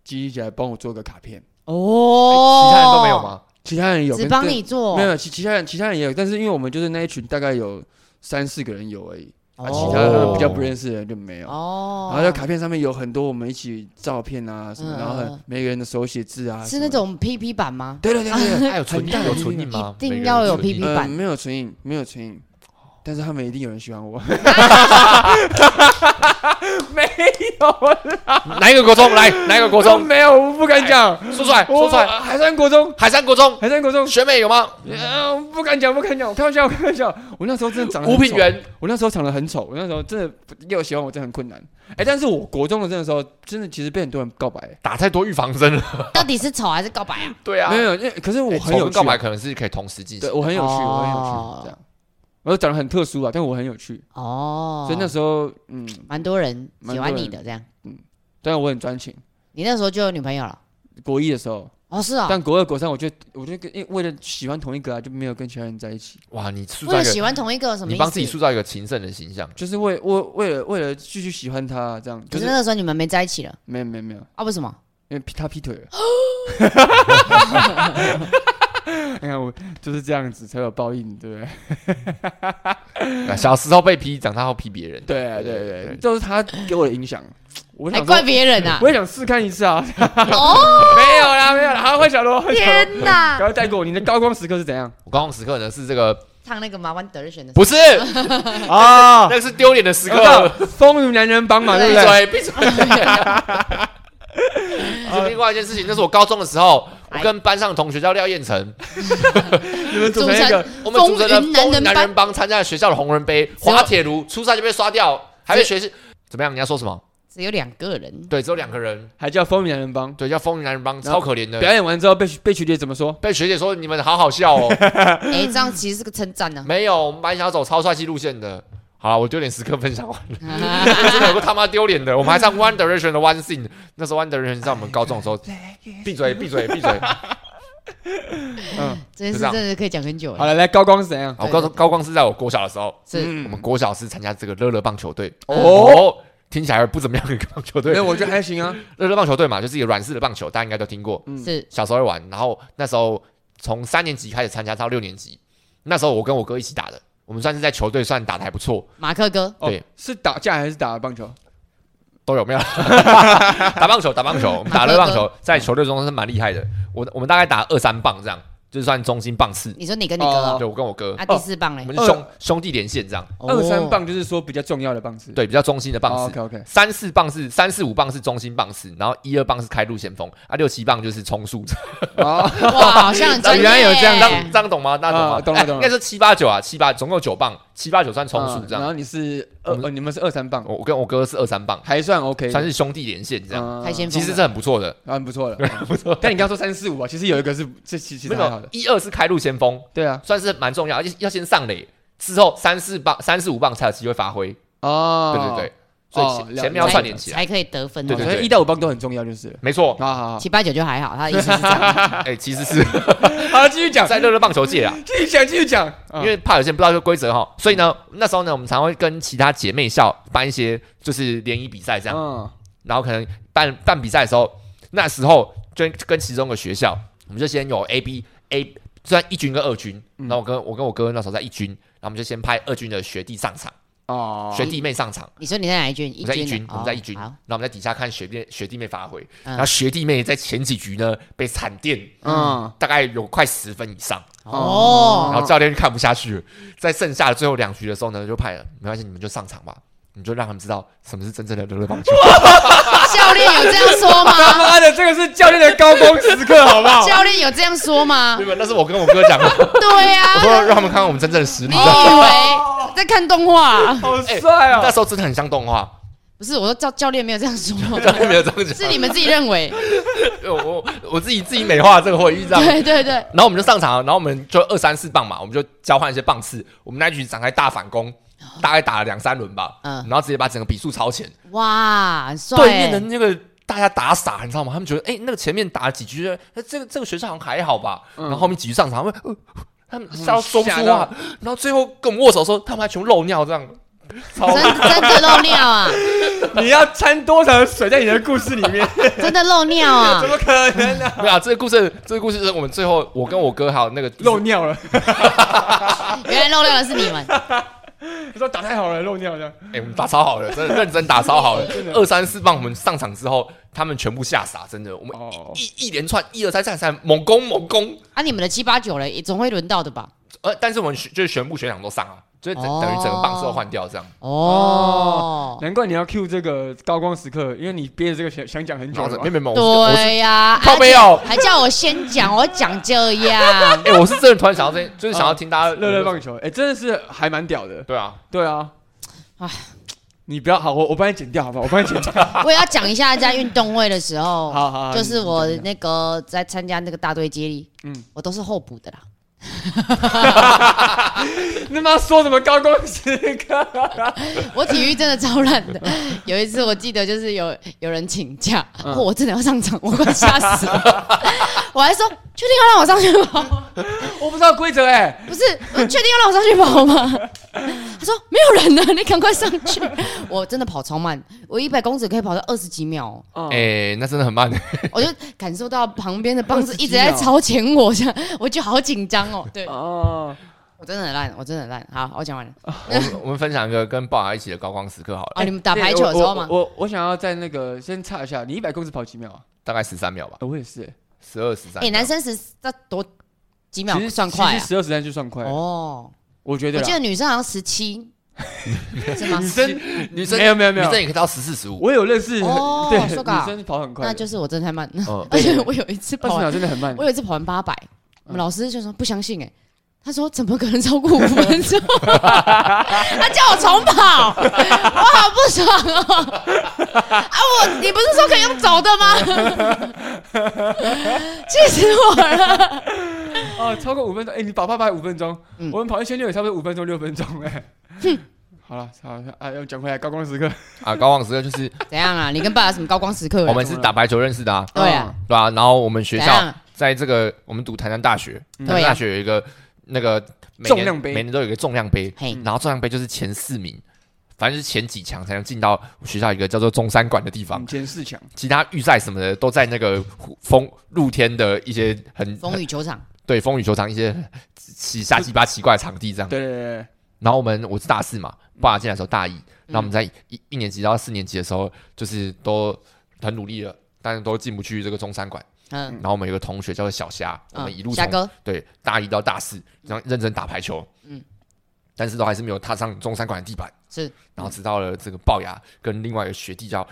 [SPEAKER 2] 集体起来帮我做个卡片，
[SPEAKER 3] 哦，
[SPEAKER 1] 哎其他人都没有？吗？
[SPEAKER 2] 其他人有
[SPEAKER 3] 只
[SPEAKER 2] 跟
[SPEAKER 3] 帮你做
[SPEAKER 2] 没有，没有其其他人其他人也有，但是因为我们就是那一群大概有三四个人有而已，
[SPEAKER 3] 哦
[SPEAKER 1] 啊
[SPEAKER 2] 其他人比较不认识的人就没有。
[SPEAKER 3] 哦，
[SPEAKER 2] 然后在卡片上面有很多我们一起照片啊什么，
[SPEAKER 3] 嗯
[SPEAKER 2] 然后
[SPEAKER 3] 嗯嗯
[SPEAKER 2] 很每个人的手写字啊，
[SPEAKER 3] 是那，种 PP 版吗？
[SPEAKER 2] 对对对对对，
[SPEAKER 1] 还有存印
[SPEAKER 2] 很大
[SPEAKER 1] 有存印吗？
[SPEAKER 3] 一定要有
[SPEAKER 1] 每个人
[SPEAKER 3] PP
[SPEAKER 1] 存印
[SPEAKER 2] 呃
[SPEAKER 3] 版
[SPEAKER 2] 没有唇印，没有唇印，但是他们一定有人喜 欢我。没有
[SPEAKER 1] 哪一个国中来？哪一个国
[SPEAKER 2] 我
[SPEAKER 1] 中？
[SPEAKER 2] 没有，我不敢讲，
[SPEAKER 1] 说出来，说
[SPEAKER 2] 我
[SPEAKER 1] 出来。
[SPEAKER 2] 海山国中，
[SPEAKER 1] 海山国中
[SPEAKER 2] 海山国中，
[SPEAKER 1] 学妹有吗？
[SPEAKER 2] 呃，不敢讲，不敢讲，我开玩笑，我开玩笑。我那时候真的长得
[SPEAKER 1] 吴
[SPEAKER 2] 很
[SPEAKER 1] 品
[SPEAKER 2] 丑，
[SPEAKER 1] 源
[SPEAKER 2] 我那时候长得很丑，我那时候真的不要喜欢我真的很困难。哎，但是我国中的那个时候，真的其实被很多人告白。
[SPEAKER 1] 打太多预防针了。
[SPEAKER 3] 到底是丑还是告白啊？
[SPEAKER 1] 对啊
[SPEAKER 2] 没，有，因为可是我
[SPEAKER 1] 哎
[SPEAKER 2] 很有
[SPEAKER 1] 丑跟
[SPEAKER 2] 趣啊
[SPEAKER 1] 告白，可能是可以同时进
[SPEAKER 2] 对
[SPEAKER 1] 行。
[SPEAKER 2] 我很有趣，我很有
[SPEAKER 3] 哦
[SPEAKER 2] 趣，这样。我长得很特殊啊，但我很有趣，
[SPEAKER 3] 哦，
[SPEAKER 2] 所以那时候，嗯，
[SPEAKER 3] 蛮多人
[SPEAKER 2] 蛮
[SPEAKER 3] 喜
[SPEAKER 2] 多
[SPEAKER 3] 欢
[SPEAKER 2] 人
[SPEAKER 3] 你的这样。
[SPEAKER 2] 但我很专情。
[SPEAKER 3] 你那时候就有女朋友了？
[SPEAKER 2] 国一的时候，
[SPEAKER 3] 哦，是啊，
[SPEAKER 2] 但国二、国三，我就我就跟因为为了喜欢同一个啊，就没有跟其他人在一起，
[SPEAKER 1] 哇，你塑
[SPEAKER 3] 为
[SPEAKER 1] 造
[SPEAKER 3] 了
[SPEAKER 1] 一
[SPEAKER 3] 喜
[SPEAKER 1] 个，
[SPEAKER 3] 欢同一个什么
[SPEAKER 1] 你
[SPEAKER 3] 意
[SPEAKER 1] 帮自己
[SPEAKER 3] 思？
[SPEAKER 1] 塑造一个情圣的形象。
[SPEAKER 2] 就是为为为了为了继续喜欢他这样，
[SPEAKER 3] 可
[SPEAKER 2] 就是是
[SPEAKER 3] 那个时候你们没在一起了
[SPEAKER 2] 没有没有没有，
[SPEAKER 3] 啊？为什么？
[SPEAKER 2] 因为劈他劈腿 了。 你看我就是这样子才有报应，对不对？
[SPEAKER 1] 啊小时候被批，长大后批别人。
[SPEAKER 2] 对啊对对对，就是他给我的影响，我
[SPEAKER 3] 还
[SPEAKER 2] 想说
[SPEAKER 3] 怪别人啊
[SPEAKER 2] 我？也想试看一次 啊，
[SPEAKER 3] 哦，
[SPEAKER 2] 没有啦没有啦，好换小罗，换小罗，
[SPEAKER 3] 天哪！
[SPEAKER 2] 赶快带过我，你的高光时刻是怎样？
[SPEAKER 1] 我高光时刻呢是这个，
[SPEAKER 3] 唱那个马万德选的时
[SPEAKER 1] 不是，
[SPEAKER 2] 啊，
[SPEAKER 1] 那个是丢脸的时
[SPEAKER 2] 我知道
[SPEAKER 1] 刻。
[SPEAKER 2] 啊风雨男人帮忙，对
[SPEAKER 1] 闭
[SPEAKER 2] 不
[SPEAKER 1] 嘴，
[SPEAKER 2] 对？
[SPEAKER 1] 闭嘴。 是另外一件事情，那是我高中的时候，我跟班上的同学叫廖彦成，
[SPEAKER 2] 你们组成一个，
[SPEAKER 1] 我们组成了
[SPEAKER 3] 风
[SPEAKER 1] 风云
[SPEAKER 3] 云男人帮
[SPEAKER 1] 男人帮，参加了学校的红人杯，
[SPEAKER 3] 只有
[SPEAKER 1] 滑铁卢，初赛就被刷掉，还被学习怎么样？你要说什么？
[SPEAKER 3] 候，只有两个人，
[SPEAKER 1] 对，只有两个人，
[SPEAKER 2] 还叫风雨男人帮。
[SPEAKER 1] 对，叫风云男人帮，
[SPEAKER 2] 然后
[SPEAKER 1] 超可怜的。
[SPEAKER 2] 表演完之后被被学姐怎么说？
[SPEAKER 1] 被学姐说你们好好笑哦，
[SPEAKER 3] 哎，这样其实是个 称赞呢。啊
[SPEAKER 1] 没有，我们班想要走超帅气路线的。好了，我丢脸时刻分享完了，真的有个他妈丢脸的。我们还唱 One Direction 的 One Thing，那时候 One Direction 在我们高中的时候，闭嘴闭嘴闭嘴，
[SPEAKER 2] 嗯，
[SPEAKER 3] 这件
[SPEAKER 1] 就
[SPEAKER 3] 事
[SPEAKER 1] 这样
[SPEAKER 3] 真的可以讲很久
[SPEAKER 2] 好
[SPEAKER 3] 了。
[SPEAKER 2] 了，来高光是怎样？
[SPEAKER 1] 好，哦高高光是在我国小的时候，
[SPEAKER 3] 是
[SPEAKER 1] 我
[SPEAKER 2] 嗯，
[SPEAKER 1] 们国小是参加这个乐乐棒球队
[SPEAKER 2] 哦
[SPEAKER 1] 哦，听起来不怎么样的一个棒球队
[SPEAKER 2] 没，有，我觉得还行啊。
[SPEAKER 1] 乐乐棒球队嘛，就是一个软式的棒球，大家应该都听过。
[SPEAKER 2] 嗯
[SPEAKER 3] 是
[SPEAKER 1] 小时候会玩，然后那时候从三年级开始参加到六年级，那时候我跟我哥一起打的，我们算是在球队算打的还不错，
[SPEAKER 3] 马克哥，
[SPEAKER 2] 哦
[SPEAKER 1] 对，
[SPEAKER 2] 是打架还是打棒球？
[SPEAKER 1] 都有没有？打棒球，打棒球，我们打乐棒球，在球队中是蛮厉害的。我我们大概打二三棒这样，就是算中心棒次。
[SPEAKER 3] 你说你跟你哥哦
[SPEAKER 1] 对我跟我哥，
[SPEAKER 3] 啊，第四棒
[SPEAKER 1] 我
[SPEAKER 3] 嘞
[SPEAKER 1] 们，是兄兄弟连线这样，
[SPEAKER 2] 二三
[SPEAKER 3] 哦，
[SPEAKER 2] 棒就是说比较重要的棒子。
[SPEAKER 1] 对，比较中心的棒次。
[SPEAKER 2] 哦 OK OK，
[SPEAKER 1] 三四棒是三四五棒是中心棒次，然后一二棒是开路先锋，啊六七棒就是冲速。
[SPEAKER 2] 好，
[SPEAKER 3] 哇，好像很专业。
[SPEAKER 1] 原来有这样，这样这样懂吗？大家懂吗？
[SPEAKER 2] 啊懂了
[SPEAKER 1] 哎
[SPEAKER 2] 懂
[SPEAKER 1] 应
[SPEAKER 2] 了
[SPEAKER 1] 该是七八九啊，七八总共有九棒，七八九算重数
[SPEAKER 2] 嗯
[SPEAKER 1] 这
[SPEAKER 2] 然
[SPEAKER 1] 样。
[SPEAKER 2] 后你是二，
[SPEAKER 1] 我们
[SPEAKER 2] 呃你们是二三棒，
[SPEAKER 1] 我我跟我哥是二三棒，
[SPEAKER 2] 还算 OK，
[SPEAKER 1] 算是兄弟连线这样，
[SPEAKER 2] 样
[SPEAKER 3] 开先锋
[SPEAKER 1] 其实是很不错的。
[SPEAKER 2] 很不 错了，不错。但你刚刚说三四五啊，其实有一个是这其其实
[SPEAKER 1] 那
[SPEAKER 2] 还好
[SPEAKER 1] 个
[SPEAKER 2] 的，
[SPEAKER 1] 一二是开路先锋，
[SPEAKER 2] 对啊，
[SPEAKER 1] 算是蛮重要，而且要先上垒，之后三四棒、三四五棒才有机会发挥。对
[SPEAKER 2] 哦，
[SPEAKER 1] 对对，所以
[SPEAKER 2] 哦
[SPEAKER 1] 前
[SPEAKER 2] 了
[SPEAKER 1] 前面要串联起来。
[SPEAKER 3] 才可以得分。哦
[SPEAKER 1] 对对
[SPEAKER 2] 所以一到五棒都很重要，就是了。
[SPEAKER 1] 没 错，
[SPEAKER 2] 好好好
[SPEAKER 3] 七八九就还好，他的意思是这 样。
[SPEAKER 1] 哎，其实是
[SPEAKER 2] 好，继续讲，
[SPEAKER 1] 在乐乐棒球界啊，
[SPEAKER 2] 继续讲，继续讲，
[SPEAKER 1] 因为怕有些人不知道这个规则哈，所以呢，那时候呢，我们常会跟其他姐妹校办一些就是联谊比赛这样。
[SPEAKER 2] 嗯
[SPEAKER 1] 然后可能办办比赛的时候，那时候就跟其中的学校，我们就先有 A、B、A，虽然一军跟二军，
[SPEAKER 2] 嗯
[SPEAKER 1] 然后我跟我跟我哥那时候在一军，然后我们就先派二军的学弟上场，
[SPEAKER 2] 哦，
[SPEAKER 1] 学弟妹上场，
[SPEAKER 3] 你说你在哪一军？
[SPEAKER 1] 我们在一军
[SPEAKER 3] 呢，
[SPEAKER 1] 我们在一军，
[SPEAKER 3] 哦
[SPEAKER 1] 然
[SPEAKER 3] 好
[SPEAKER 1] 后，我们在底下看学弟学弟妹发挥，
[SPEAKER 3] 嗯
[SPEAKER 1] 然后学弟妹在前几局呢被惨电，
[SPEAKER 2] 嗯，
[SPEAKER 1] 大概有快十分以上，
[SPEAKER 3] 哦
[SPEAKER 1] 然后教练就看不下去了，在剩下的最后两局的时候呢，就派了，没关系，你们就上场吧。你就让他们知道什么是真正的热热 棒球。
[SPEAKER 3] 教练有这样说
[SPEAKER 2] 他
[SPEAKER 3] 吗？
[SPEAKER 2] 妈的，这个是教练的高 光时刻，好不好？
[SPEAKER 3] 教练有这样 说吗
[SPEAKER 1] 对？吧？那是我跟我哥讲的，
[SPEAKER 3] 对
[SPEAKER 1] 我
[SPEAKER 3] 呀，
[SPEAKER 1] 说让他们看看我们真正的实力
[SPEAKER 3] 你以。 哦为在看动画？
[SPEAKER 2] 好帅
[SPEAKER 1] 那
[SPEAKER 2] 哦！
[SPEAKER 1] 时候真的很像动画，
[SPEAKER 3] 不是，我说教教练没有这样 说，
[SPEAKER 1] 没有这样
[SPEAKER 3] 是
[SPEAKER 1] 讲。
[SPEAKER 3] 你们自己认为。
[SPEAKER 1] 我我 我自己自己美化这个回忆这样。
[SPEAKER 3] 对对对，
[SPEAKER 1] 然后我们就上场，然后我们就二三四棒嘛，我们就交换一些棒次。我们那一局展开大反攻，大概打了两三轮吧，
[SPEAKER 3] 哦嗯
[SPEAKER 1] 然后直接把整个比数超前。
[SPEAKER 3] 哇，很帅
[SPEAKER 1] 对
[SPEAKER 3] 欸。
[SPEAKER 1] 面的那个大家打傻，你知道吗？他们觉得哎、那个前面打了几局，那这个这个学校好像还好吧。
[SPEAKER 2] 嗯
[SPEAKER 1] 然后后面几局上场，他们、呃他们吓
[SPEAKER 3] 嗯
[SPEAKER 1] 到说不
[SPEAKER 2] 吓
[SPEAKER 1] 出
[SPEAKER 2] 到
[SPEAKER 1] 话，然后最后跟我们握手说，他们还全部漏尿这样，超
[SPEAKER 3] 真真的漏尿啊，
[SPEAKER 2] 你要掺多少水在你的故事里面？
[SPEAKER 3] 真的漏尿啊
[SPEAKER 2] 怎！么可能呢？
[SPEAKER 1] 没有、啊、这个故事，这个故事是我们最后我跟我哥还有那个
[SPEAKER 2] 漏尿了，
[SPEAKER 3] 原来漏尿的是你们，
[SPEAKER 2] 你 说打太好了，漏尿这样。
[SPEAKER 1] 哎、我们打超好了，真的认真打超好了
[SPEAKER 2] 真的。
[SPEAKER 1] 二三四棒，我们上场之后，他们全部吓傻，真的，我们
[SPEAKER 2] 哦，
[SPEAKER 1] 一一连串一二三三三猛攻猛攻，
[SPEAKER 3] 啊，你们的七八九嘞，也总会轮到的吧？
[SPEAKER 1] 呃，但是我们学就是全部全场都上啊，就是等、
[SPEAKER 3] 哦
[SPEAKER 1] 等于整个棒次都换掉这样，
[SPEAKER 3] 哦，
[SPEAKER 2] 难怪你要 Q 这个高光时刻，因为你憋着这个想想讲很久
[SPEAKER 1] 然后
[SPEAKER 2] 了
[SPEAKER 1] 是
[SPEAKER 2] 嘛
[SPEAKER 1] 没。有没有，我哦是我是
[SPEAKER 3] 对啊呀，
[SPEAKER 1] 靠背哦
[SPEAKER 3] 还叫我先讲，我讲这 样，
[SPEAKER 1] 哎、我是真的突然想到这，就是
[SPEAKER 2] 哦
[SPEAKER 1] 想要听大家
[SPEAKER 2] 乐乐，棒球，哎，真的是还蛮屌的。
[SPEAKER 1] 对啊，
[SPEAKER 2] 对啊，
[SPEAKER 3] 唉，
[SPEAKER 2] 你不要好，我我帮你剪掉，好不好？我帮你剪 掉。
[SPEAKER 3] 我也要讲一下在运动会的时候，
[SPEAKER 2] 好好好
[SPEAKER 3] 就是
[SPEAKER 2] 你
[SPEAKER 3] 我
[SPEAKER 2] 你讲
[SPEAKER 3] 那个在参加那个大队接力，
[SPEAKER 2] 嗯
[SPEAKER 3] 嗯，我都是候补的啦。
[SPEAKER 2] 那妈说什么高光时刻？
[SPEAKER 3] 我体育真的超烂的。有一次我记得就是有有人请假，哦
[SPEAKER 2] 嗯
[SPEAKER 3] 我真的要上场，我快吓死了。 我还说确定要让我上去跑吗？
[SPEAKER 2] 我不知道规则哎。
[SPEAKER 3] 不是，呃确定要让我上去跑吗？ 他说没有人啊 了，你赶快上 去。我真的跑超慢，我一百公尺可以跑到二十几秒 哦、
[SPEAKER 1] 哎、
[SPEAKER 2] 哎，
[SPEAKER 1] 那真的很慢，
[SPEAKER 3] 我就感受到旁边的棒子
[SPEAKER 2] 20
[SPEAKER 3] 一直在
[SPEAKER 2] 几秒
[SPEAKER 3] 超前我，这样我就好紧 张哦。对
[SPEAKER 2] 哦，
[SPEAKER 3] 我真的很烂，我真的很烂。好，我讲完了。
[SPEAKER 1] 我们我们分享一个跟龅牙一起的高光时刻好了，
[SPEAKER 3] 啊，你们打排球的时候吗
[SPEAKER 2] 哎我？我我我想要在那个先岔一下，你一百公尺跑几秒啊？
[SPEAKER 1] 大概十三秒吧，
[SPEAKER 2] 呃我也是欸，
[SPEAKER 1] 十二十三
[SPEAKER 3] 哎、，男生十那多几秒
[SPEAKER 2] 其实
[SPEAKER 3] 算快
[SPEAKER 2] 其
[SPEAKER 3] 啊
[SPEAKER 2] 实？十二十三就算快了，
[SPEAKER 3] 哦。
[SPEAKER 2] 我觉得
[SPEAKER 3] 我
[SPEAKER 2] 啦。
[SPEAKER 3] 记得女生好像十七，是吗
[SPEAKER 2] 女？生
[SPEAKER 1] 女生
[SPEAKER 2] 没有没有没
[SPEAKER 1] 女生
[SPEAKER 2] 有，
[SPEAKER 1] 也可以到十四十五，
[SPEAKER 2] 我有认识，
[SPEAKER 3] 哦
[SPEAKER 2] 对，
[SPEAKER 3] 说个啊
[SPEAKER 2] 女生跑很快的，哦
[SPEAKER 3] 那就是我真的太慢
[SPEAKER 1] 嗯
[SPEAKER 3] 了。 而且我有一次
[SPEAKER 2] 二
[SPEAKER 3] 跑
[SPEAKER 2] 十
[SPEAKER 3] 完，
[SPEAKER 2] 秒真的很慢
[SPEAKER 3] 我。有一次跑完八百，我们老师就说不相信哎、他说怎么可能超过五分钟？ 他叫我重跑，我好不爽哦！啊，我你不是说可以用走的吗？ 气死我了！
[SPEAKER 2] 哦，超过五分钟，哎，你跑八百五分钟，
[SPEAKER 3] 嗯
[SPEAKER 2] 我们跑一千六也差不多五分钟六分钟，哎。 好了，好了，啊，要讲回来，高光时刻，
[SPEAKER 1] 啊，高光时刻就是
[SPEAKER 3] 怎样啊？你跟爸有什么高光时刻啊？
[SPEAKER 1] 我们是打排球认识的啊，
[SPEAKER 2] 嗯
[SPEAKER 3] 对啊，
[SPEAKER 1] 对啊，然后我们学
[SPEAKER 3] 怎
[SPEAKER 1] 校
[SPEAKER 3] 样
[SPEAKER 1] 在这个我们读台南大学，
[SPEAKER 2] 嗯
[SPEAKER 1] 台南大学有一个那个每年
[SPEAKER 2] 重量杯
[SPEAKER 1] 每年都有一个重量杯，
[SPEAKER 3] 嘿，
[SPEAKER 1] 然后重量杯就是前四名，反正是前几强才能进到学校一个叫做中山馆的地方
[SPEAKER 2] 嗯，前四强，
[SPEAKER 1] 其他预赛什么的都在那个湖风露天的一些很
[SPEAKER 3] 风雨球场，
[SPEAKER 1] 对风雨球场一些奇瞎鸡巴奇怪的场地这样。
[SPEAKER 2] 对对 对
[SPEAKER 1] 然后我们我是大四嘛，
[SPEAKER 3] 嗯
[SPEAKER 1] 爸进来的时候大一，然后我们在一一年级到四年级的时候，就是都很努力了，但是都进不去这个中山馆。
[SPEAKER 3] 嗯，
[SPEAKER 1] 然后我们有个同学叫做小虾，我们
[SPEAKER 3] 嗯
[SPEAKER 1] 一路
[SPEAKER 3] 虾
[SPEAKER 1] 从
[SPEAKER 3] 哥，
[SPEAKER 1] 对大一到大四，这样认真打排球，
[SPEAKER 3] 嗯
[SPEAKER 1] 但是都还是没有踏上中山馆的地板。
[SPEAKER 3] 是，
[SPEAKER 1] 然后直到了这个龅牙跟另外一个学弟叫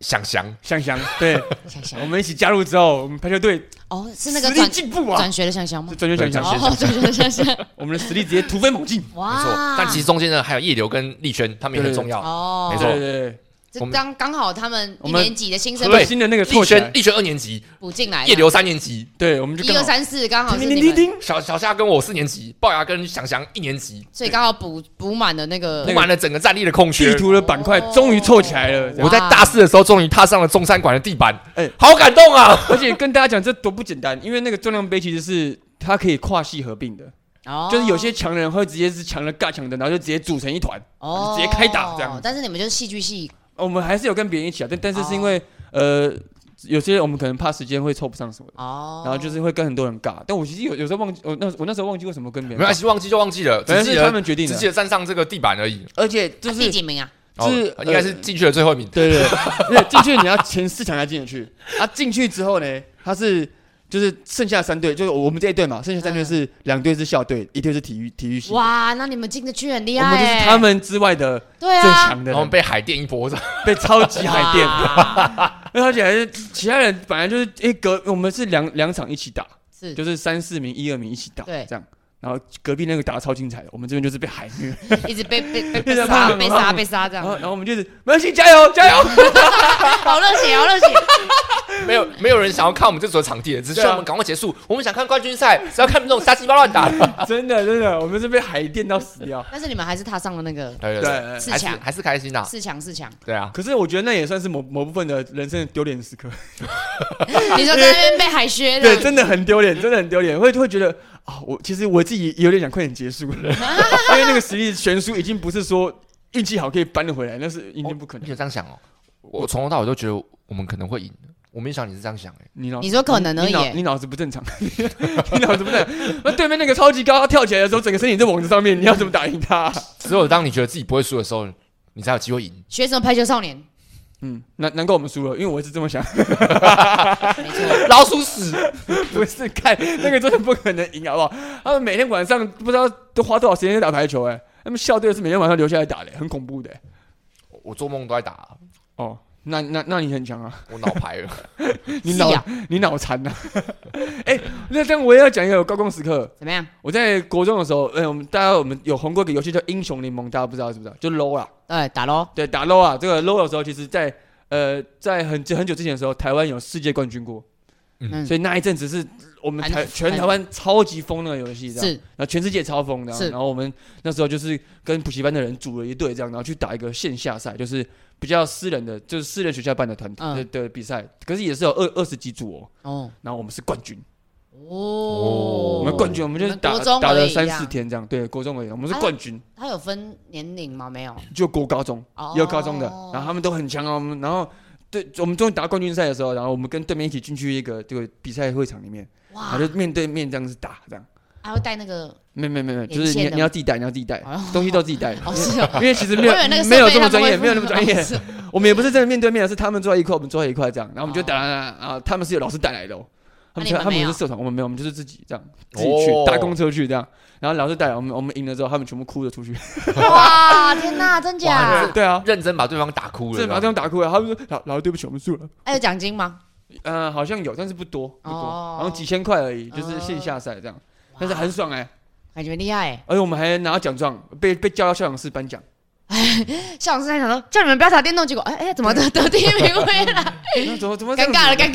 [SPEAKER 1] 想翔，
[SPEAKER 2] 香香， 对
[SPEAKER 3] 香
[SPEAKER 2] 我
[SPEAKER 3] 香，
[SPEAKER 2] 们一起加入之后，我们排球队
[SPEAKER 3] 哦，是那个
[SPEAKER 2] 实力
[SPEAKER 3] 转
[SPEAKER 2] 进步啊，
[SPEAKER 3] 转学的香香吗
[SPEAKER 2] 就？转学转
[SPEAKER 1] 转
[SPEAKER 2] 香
[SPEAKER 1] 学
[SPEAKER 2] 香，
[SPEAKER 3] 哦，转学的香香，
[SPEAKER 2] 我们的实力直接突飞猛进，
[SPEAKER 1] 没错。
[SPEAKER 3] 哇，
[SPEAKER 1] 但其实中间呢还有叶流跟丽轩，他们也很
[SPEAKER 2] 对
[SPEAKER 1] 重要。
[SPEAKER 3] 哦，
[SPEAKER 1] 没
[SPEAKER 2] 对
[SPEAKER 1] 错
[SPEAKER 2] 对对
[SPEAKER 1] 我
[SPEAKER 3] 这
[SPEAKER 1] 们
[SPEAKER 3] 刚刚好他们
[SPEAKER 2] 我
[SPEAKER 3] 一
[SPEAKER 2] 们
[SPEAKER 3] 年级的新
[SPEAKER 2] 对，
[SPEAKER 3] 生
[SPEAKER 2] 核心的那个
[SPEAKER 1] 丽
[SPEAKER 2] 错
[SPEAKER 1] 轩
[SPEAKER 2] 圈，
[SPEAKER 1] 丽轩二年级，
[SPEAKER 3] 补进来了，
[SPEAKER 1] 叶流三年级，
[SPEAKER 2] 对，我们就
[SPEAKER 3] 一
[SPEAKER 2] 更
[SPEAKER 3] 二
[SPEAKER 2] 好，
[SPEAKER 3] 三四刚好是
[SPEAKER 2] 叮
[SPEAKER 3] 你
[SPEAKER 2] 叮叮
[SPEAKER 3] 们，
[SPEAKER 2] 叮，
[SPEAKER 1] 小小夏跟我四年级，龅牙跟想翔一年级，
[SPEAKER 3] 所以刚好补补满了那个
[SPEAKER 1] 补满了整个战力的空缺
[SPEAKER 2] 地。图的板块
[SPEAKER 3] 哦
[SPEAKER 2] 终于凑起来了，这
[SPEAKER 1] 我
[SPEAKER 2] 样
[SPEAKER 1] 在大四的时候，终于踏上了中山馆的地板，哎
[SPEAKER 2] 哎，
[SPEAKER 1] 好感动啊！
[SPEAKER 2] 而且跟大家讲这多不简单，因为那个重量杯其实是它可以跨系合并的，
[SPEAKER 3] 哦
[SPEAKER 2] 就是有些强人会直接是强的尬强的，然后就直接组成一团。
[SPEAKER 3] 哦
[SPEAKER 2] 直接开打这样
[SPEAKER 3] 但是你们就是戏剧系
[SPEAKER 2] 我们还是有跟别人一起啊，但但是是因
[SPEAKER 3] 哦
[SPEAKER 2] 为、呃，有些人我们可能怕时间会凑不上什么的，
[SPEAKER 3] 哦，
[SPEAKER 2] 然后就是会跟很多人尬。但我其实有有时候忘记，我那我那时候忘记为什么跟别
[SPEAKER 1] 没
[SPEAKER 2] 人
[SPEAKER 1] 关
[SPEAKER 2] 尬，
[SPEAKER 1] 系，忘记就忘记了，
[SPEAKER 2] 反
[SPEAKER 1] 啊只
[SPEAKER 2] 正
[SPEAKER 1] 记
[SPEAKER 2] 是他
[SPEAKER 1] 得
[SPEAKER 2] 们决定
[SPEAKER 1] 只
[SPEAKER 2] 的
[SPEAKER 1] 记，得站上这个地板而已。
[SPEAKER 2] 而且就
[SPEAKER 3] 啊
[SPEAKER 2] 是
[SPEAKER 3] 第几名啊？
[SPEAKER 2] 是
[SPEAKER 1] 哦应该是进去了最后一名，
[SPEAKER 2] 对对对对，进去你要前四强才进得去。啊，进去之后呢，他是就是剩下三队，就是我们这一队嘛，剩下三队是两队是校队，一队是体育体育系。
[SPEAKER 3] 哇，那你们进得去很厉
[SPEAKER 2] 我
[SPEAKER 3] 害
[SPEAKER 2] 们
[SPEAKER 3] 欸，
[SPEAKER 2] 就是他们之外的
[SPEAKER 3] 对
[SPEAKER 2] 最
[SPEAKER 3] 啊，
[SPEAKER 2] 强的
[SPEAKER 1] 然后
[SPEAKER 2] 人，
[SPEAKER 1] 被海淀一波，
[SPEAKER 2] 被超级海淀，
[SPEAKER 3] 淀
[SPEAKER 2] 而且还是其他人本来就是诶隔我们是两两场一起打，
[SPEAKER 3] 是
[SPEAKER 2] 就是三四名、一二名一起打，
[SPEAKER 3] 对
[SPEAKER 2] 这样。然后隔壁那个打的超精彩的，我们这边就是被海虐，
[SPEAKER 3] 一直被被 被
[SPEAKER 2] 一
[SPEAKER 3] 被
[SPEAKER 2] 直
[SPEAKER 3] 杀
[SPEAKER 2] 被
[SPEAKER 3] 被杀被杀这
[SPEAKER 2] 然后然
[SPEAKER 3] 样，
[SPEAKER 2] 后我们就是没关系，加油加油，
[SPEAKER 3] 好热血好 热血，
[SPEAKER 1] 没有没有人想要看我们这组的场地了，只需
[SPEAKER 2] 对
[SPEAKER 1] 要
[SPEAKER 2] 啊
[SPEAKER 1] 我们赶快结束。我们想看冠军赛，只要看你们这种瞎鸡巴乱打的。
[SPEAKER 2] 真的真的，我们是被海淀到死掉。
[SPEAKER 3] 但是你们还是踏上了那个
[SPEAKER 1] 对
[SPEAKER 2] 对，
[SPEAKER 1] 对，
[SPEAKER 2] 对
[SPEAKER 3] 四
[SPEAKER 1] 还是
[SPEAKER 3] 强
[SPEAKER 1] 还是开
[SPEAKER 2] 啊
[SPEAKER 1] 心的，啊
[SPEAKER 3] 四强四强，
[SPEAKER 1] 对啊。
[SPEAKER 2] 可是我觉得那也算是某某部分的人生的丢脸时刻，
[SPEAKER 3] 你说在那边被海削
[SPEAKER 2] 啊对，
[SPEAKER 3] 的，
[SPEAKER 2] 真的很丢脸，真的很丢脸，会会觉得啊、我其实我自己有点想快点结束了， 因为那个实力悬殊已经不是说运气好可以扳得回来，那是一定不可
[SPEAKER 1] 你
[SPEAKER 2] 能。
[SPEAKER 1] 有这样想哦？我从头到尾都觉得我们可能会赢的，我没想你是这样想哎。
[SPEAKER 2] 你脑
[SPEAKER 3] 你说可能而
[SPEAKER 2] 你
[SPEAKER 3] 已
[SPEAKER 2] 脑
[SPEAKER 3] 欸
[SPEAKER 2] 你脑子不正常， 你脑子不正常。那对面那个超级高，他跳起来的时候，整个身体在网子上面，你要怎么打赢他、
[SPEAKER 1] 只有当你觉得自己不会输的时候，你才有机会赢。
[SPEAKER 3] 学什么排球少年？
[SPEAKER 2] 嗯，难难怪我们输了，因为我是这么想，
[SPEAKER 3] 没错，
[SPEAKER 1] 老鼠屎，
[SPEAKER 2] 不是看那个真的不可能赢，好不好？他们每天晚上不知道都花多少时间在打排球、哎，他们校队是每天晚上留下来打的、很恐怖的、哎
[SPEAKER 1] 我做梦都在打啊，
[SPEAKER 2] 哦，那那那你很强 啊，
[SPEAKER 1] 我脑牌了。
[SPEAKER 2] 你
[SPEAKER 3] 是啊
[SPEAKER 2] 脑
[SPEAKER 3] 呀
[SPEAKER 2] 你脑残 呐！哎、那但我也要讲一个高光时刻。
[SPEAKER 3] 怎么样？
[SPEAKER 2] 我在国中的时候，哎、我们大家我们有红过一个游戏叫《英雄联盟》，大家不知道知不知道？就 low 啦，
[SPEAKER 3] 对，打喽，
[SPEAKER 2] 对，打 low 啊。这个 low 的时候，其实在呃在很很久之前的时候，台湾有世界冠军过，
[SPEAKER 3] 嗯，
[SPEAKER 2] 所以那一阵子是我们台
[SPEAKER 3] 很
[SPEAKER 2] 全
[SPEAKER 3] 很
[SPEAKER 2] 台湾超级疯那个游戏，这样，
[SPEAKER 3] 是
[SPEAKER 2] 然后全世界超疯的啊。
[SPEAKER 3] 是
[SPEAKER 2] 然后我们那时候就是跟补习班的人组了一队，这样，然后去打一个线下赛，就是比较私人的，就是私人学校办的团体
[SPEAKER 3] 嗯
[SPEAKER 2] 的的比赛，可是也是有二二十几组哦，
[SPEAKER 3] 哦
[SPEAKER 2] 然后我们是冠军。
[SPEAKER 3] 哦，
[SPEAKER 2] 我们冠军，我们就是打
[SPEAKER 3] 你们国中
[SPEAKER 2] 打
[SPEAKER 3] 而
[SPEAKER 2] 了
[SPEAKER 3] 已
[SPEAKER 2] 三
[SPEAKER 3] 一样
[SPEAKER 2] 四天这样，对，国中而已，我们是
[SPEAKER 3] 啊
[SPEAKER 2] 冠军，
[SPEAKER 3] 他有分年龄吗？没有，
[SPEAKER 2] 就国高中
[SPEAKER 3] 哦
[SPEAKER 2] 也有高中的，然后他们都很强啊，我们然后对，我们终于打冠军赛的时候，然后我们跟对面一起进去一个这个比赛会场里面，然
[SPEAKER 3] 哇
[SPEAKER 2] 后，就面对面这样子打，这样，
[SPEAKER 3] 还会带那个
[SPEAKER 2] 没没没没，
[SPEAKER 3] 连
[SPEAKER 2] 就是你
[SPEAKER 3] 线的
[SPEAKER 2] 你要自己带，你要自己带
[SPEAKER 3] 哦，
[SPEAKER 2] 哎东西都自己带，
[SPEAKER 3] 哦，是哦，
[SPEAKER 2] 因为其实
[SPEAKER 3] 我
[SPEAKER 2] 没有
[SPEAKER 3] 以为那个
[SPEAKER 2] 没有这
[SPEAKER 3] 设备
[SPEAKER 2] 么
[SPEAKER 3] 他们
[SPEAKER 2] 专业，
[SPEAKER 3] 会
[SPEAKER 2] 没有那么专业
[SPEAKER 3] 哦， 是
[SPEAKER 2] 我们也不是真的面对面，是他们坐在一块，我们坐在一块这样，然后我们就打打打打啊，他们是有老师带来的、哦，他们
[SPEAKER 3] 哦啊你们
[SPEAKER 2] 他们
[SPEAKER 3] 没
[SPEAKER 2] 不
[SPEAKER 3] 有
[SPEAKER 2] 是社团，我们没有，我们就是自己这样自己去、
[SPEAKER 1] 哦
[SPEAKER 2] 搭公车去这样，然后老师带来，我们我们赢了之后，他们全部哭着 出去，
[SPEAKER 3] 哇，天哪，真
[SPEAKER 1] 哇
[SPEAKER 3] 假？
[SPEAKER 2] 对 啊，
[SPEAKER 1] 认真把对方打哭
[SPEAKER 2] 这
[SPEAKER 1] 了，
[SPEAKER 2] 把这样打哭了，他们说老老师对不起，我们输了，
[SPEAKER 3] 还有奖金吗？
[SPEAKER 2] 嗯、好像有，但是不多不多，
[SPEAKER 3] 哦
[SPEAKER 2] 好像几千块而已，就是线下赛这样， 但是很爽哎、
[SPEAKER 3] 感觉厉害
[SPEAKER 2] 而且我们还拿到奖状，被被叫到校长室颁奖，
[SPEAKER 3] 哎！校长是在想说，叫你们不要打电动，结果哎哎，怎么得得第一 名 回来？
[SPEAKER 2] 那怎么怎么这样
[SPEAKER 3] 尴
[SPEAKER 2] 子
[SPEAKER 3] 尬了，尴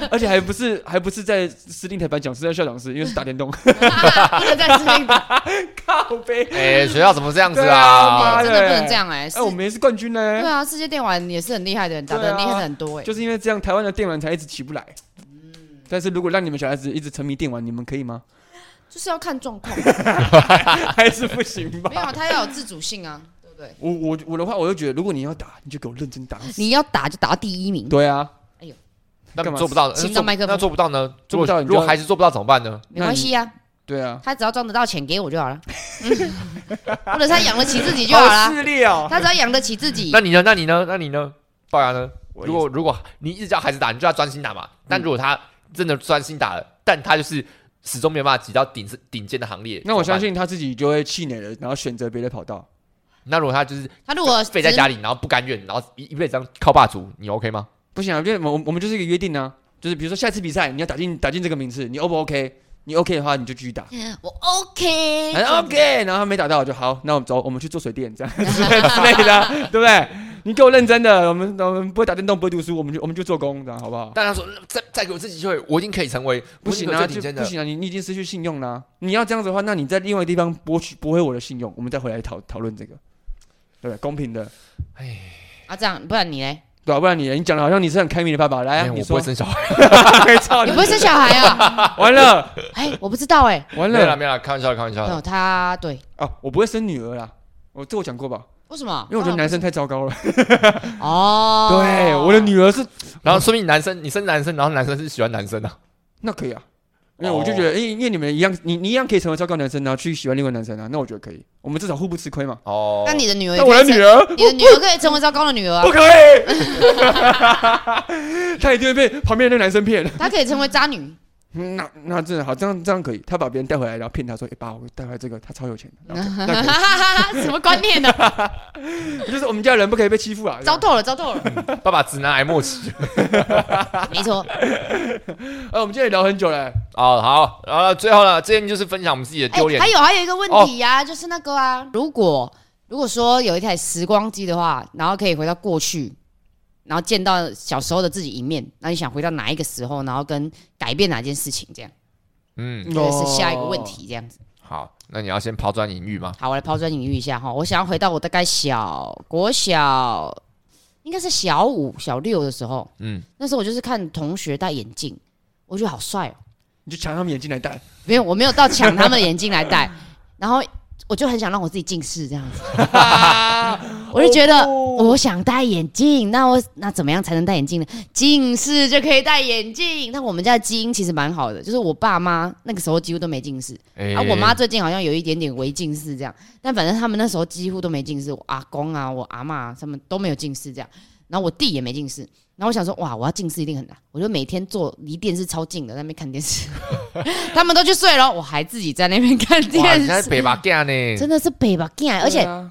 [SPEAKER 3] 尬
[SPEAKER 2] 而且还不是还不是在司令台颁奖，是在校长室，因为是打电动，
[SPEAKER 3] 了，不能再吃那个，
[SPEAKER 2] 靠背，
[SPEAKER 1] 哎，学校怎么这样子
[SPEAKER 2] 对啊妈
[SPEAKER 1] 啊？
[SPEAKER 2] 的
[SPEAKER 3] 真的不能这样哎！是
[SPEAKER 2] 哎，我们也是冠军呢、
[SPEAKER 3] 对啊，世界电玩也是很厉害的人，打
[SPEAKER 2] 对
[SPEAKER 3] 的
[SPEAKER 2] 啊
[SPEAKER 3] 厉害的很多哎
[SPEAKER 2] 就。是因为这样，台湾的电玩才一直起不来。但是如果让你们小孩子一直沉迷电玩，你们可以吗？
[SPEAKER 3] 就是要看状况，
[SPEAKER 2] 还是不行
[SPEAKER 3] 没有
[SPEAKER 2] 吧？
[SPEAKER 3] 啊他要有自主性啊，对不对？
[SPEAKER 2] 我我我的话，我就觉得，如果你要打，你就给我认真打死。
[SPEAKER 3] 你要打就打第一名，
[SPEAKER 2] 对啊，
[SPEAKER 1] 那
[SPEAKER 2] 干嘛
[SPEAKER 1] 做不到，那
[SPEAKER 3] 请
[SPEAKER 1] 做
[SPEAKER 3] 到麦克风
[SPEAKER 1] 那做不到呢？
[SPEAKER 2] 做不到
[SPEAKER 1] 如果
[SPEAKER 2] 你就
[SPEAKER 1] 如果还是做不到怎么办呢？
[SPEAKER 3] 没关系啊，
[SPEAKER 2] 对啊，
[SPEAKER 3] 他只要赚得到钱给我就好了，嗯或者他养得起自己就好了，
[SPEAKER 2] 势利 哦。
[SPEAKER 3] 他只要养得起自己
[SPEAKER 1] 那，你呢？那你呢？那你呢？龅牙呢？
[SPEAKER 2] 我嗯
[SPEAKER 1] 如果如果你一直叫孩子打，你就要专心打嘛。但如果他真的专心打了，但他就是始终没有办法挤到顶顶尖的行列，
[SPEAKER 2] 那
[SPEAKER 1] 怎
[SPEAKER 2] 我
[SPEAKER 1] 么
[SPEAKER 2] 相
[SPEAKER 1] 办。
[SPEAKER 2] 信他自己就会气馁了，然后选择别的跑道。
[SPEAKER 1] 那如果他就是
[SPEAKER 3] 他如果
[SPEAKER 1] 废在
[SPEAKER 3] 只
[SPEAKER 1] 家里，然后不甘愿，然后一一辈子这样靠霸主，你 OK 吗？
[SPEAKER 2] 不行啊，就是我们我们就是一个约定啊，就是比如说下次比赛你要打进打进这个名次，你 O 不 OK？你 OK 的话你就继续打，
[SPEAKER 3] 嗯我 OK，
[SPEAKER 2] 然后哎 OK，然后他没打到我就好，那我们走，我们去做水电这 样之类之类的啊，对不对？你给我认真的，我们我们不会打电动，不会读书，我们就我们就做工，这样好不好？
[SPEAKER 1] 但他说再再给我次机会，我已经可以成为
[SPEAKER 2] 不行啊，
[SPEAKER 1] 我已经可以最
[SPEAKER 2] 就
[SPEAKER 1] 顶尖
[SPEAKER 2] 不
[SPEAKER 1] 的。
[SPEAKER 2] 行啊，你你已经失去信用啦、你要这样子的话，那你在另外一个地方剥取驳回我的信用，我们再回来讨讨论这个，对不对？公平的，
[SPEAKER 3] 啊这样，不然你嘞？
[SPEAKER 2] 对啊，不然你你讲的好像你是很开明的爸爸，来、
[SPEAKER 1] 哎
[SPEAKER 2] 啊，
[SPEAKER 1] 我
[SPEAKER 2] 你
[SPEAKER 1] 不
[SPEAKER 2] 说
[SPEAKER 1] 会，生小孩，
[SPEAKER 2] 没错
[SPEAKER 3] 你不会生小孩 啊？
[SPEAKER 2] 完了
[SPEAKER 3] 哎，我不知道哎，
[SPEAKER 2] 完
[SPEAKER 1] 没有啦
[SPEAKER 2] 了
[SPEAKER 1] 没有啦，开玩笑的开玩笑
[SPEAKER 2] 哦
[SPEAKER 3] 没有
[SPEAKER 1] 的。
[SPEAKER 3] 他对，
[SPEAKER 2] 啊，我不会生女儿啦，我这我讲过吧？
[SPEAKER 3] 为什么？
[SPEAKER 2] 因为我觉得男生太糟糕了。
[SPEAKER 3] 哦，
[SPEAKER 2] 对，我的女儿是
[SPEAKER 1] 然后说明男生你生男生，然后男生是喜欢男生啊。
[SPEAKER 2] 那可以啊，因为我就觉
[SPEAKER 1] 哦
[SPEAKER 2] 得，因、因为你们一样，你你一样可以成为糟糕男生然后去喜欢另外一个男生啊，那我觉得可以，我们至少互不吃亏嘛。
[SPEAKER 1] 哦，
[SPEAKER 3] 那你的女儿也
[SPEAKER 2] 但
[SPEAKER 3] 可
[SPEAKER 2] 我
[SPEAKER 3] 以
[SPEAKER 2] 的
[SPEAKER 3] 成，
[SPEAKER 2] 女儿
[SPEAKER 3] 你的女儿可以成为糟糕的女儿啊
[SPEAKER 2] 不，可以， 她一定会被旁边的那个男生骗。
[SPEAKER 3] 她可以成为 渣女，
[SPEAKER 2] 嗯那那真的好，这样这样可以，她把别人带回来，然后骗他说，哎、爸，我带回来这个，他超有钱的， 然后那可
[SPEAKER 3] 什么观 念呢？
[SPEAKER 2] 以就是我们家人不可以被欺负啊。
[SPEAKER 3] 糟透了，糟透了，
[SPEAKER 1] 爸爸直男癌末期。
[SPEAKER 3] 没错，
[SPEAKER 2] 呃，我们今天也聊很久了，
[SPEAKER 1] 哦，好，然后最后呢，今天就是分享我们自己的
[SPEAKER 3] 哎
[SPEAKER 1] 丢脸，哦
[SPEAKER 3] 还有还有一个问题呀、就是那个啊，如果如果说有一台时光机的话，然后可以回到过去，然后见到小时候的自己一面，那你想回到哪一个时候，然后跟改变哪件事情，这样，
[SPEAKER 1] 嗯，
[SPEAKER 3] 这个是下一个问
[SPEAKER 2] 哦
[SPEAKER 3] 题，这样子。
[SPEAKER 1] 好，那你要先抛砖引玉吗？
[SPEAKER 3] 好，我来抛砖引玉一下哈，我想要回到我大概小国小，应该是小五小六的时候，
[SPEAKER 1] 嗯，
[SPEAKER 3] 那时候我就是看同学戴眼镜，我觉得好帅哦、
[SPEAKER 2] 你就抢他们眼睛来戴，
[SPEAKER 3] 没有，我没有到抢他们的眼镜来戴，然后我就很想让我自己近视这样子，我就觉得、我想戴眼镜，那我那怎么样才能戴眼镜呢？近视就可以戴眼镜。那我们家的基因其实蛮好的，就是我爸妈那个时候几乎都没近视，
[SPEAKER 1] 哎
[SPEAKER 3] 啊，我妈最近好像有一点点微近视这样，但反正他们那时候几乎都没近视，我阿公啊，我阿嬷啊，他们都没有近视这样，然后我弟也没近视，然后我想说，哇，我要近视一定很难，我就每天坐离电视超近的在那边看电视， 他们都去睡了，我还自己在那边看
[SPEAKER 1] 哇，
[SPEAKER 3] 电
[SPEAKER 1] 你在
[SPEAKER 3] 视，
[SPEAKER 1] 北巴干呢？
[SPEAKER 3] 真的是北吧干，而且、
[SPEAKER 2] 对啊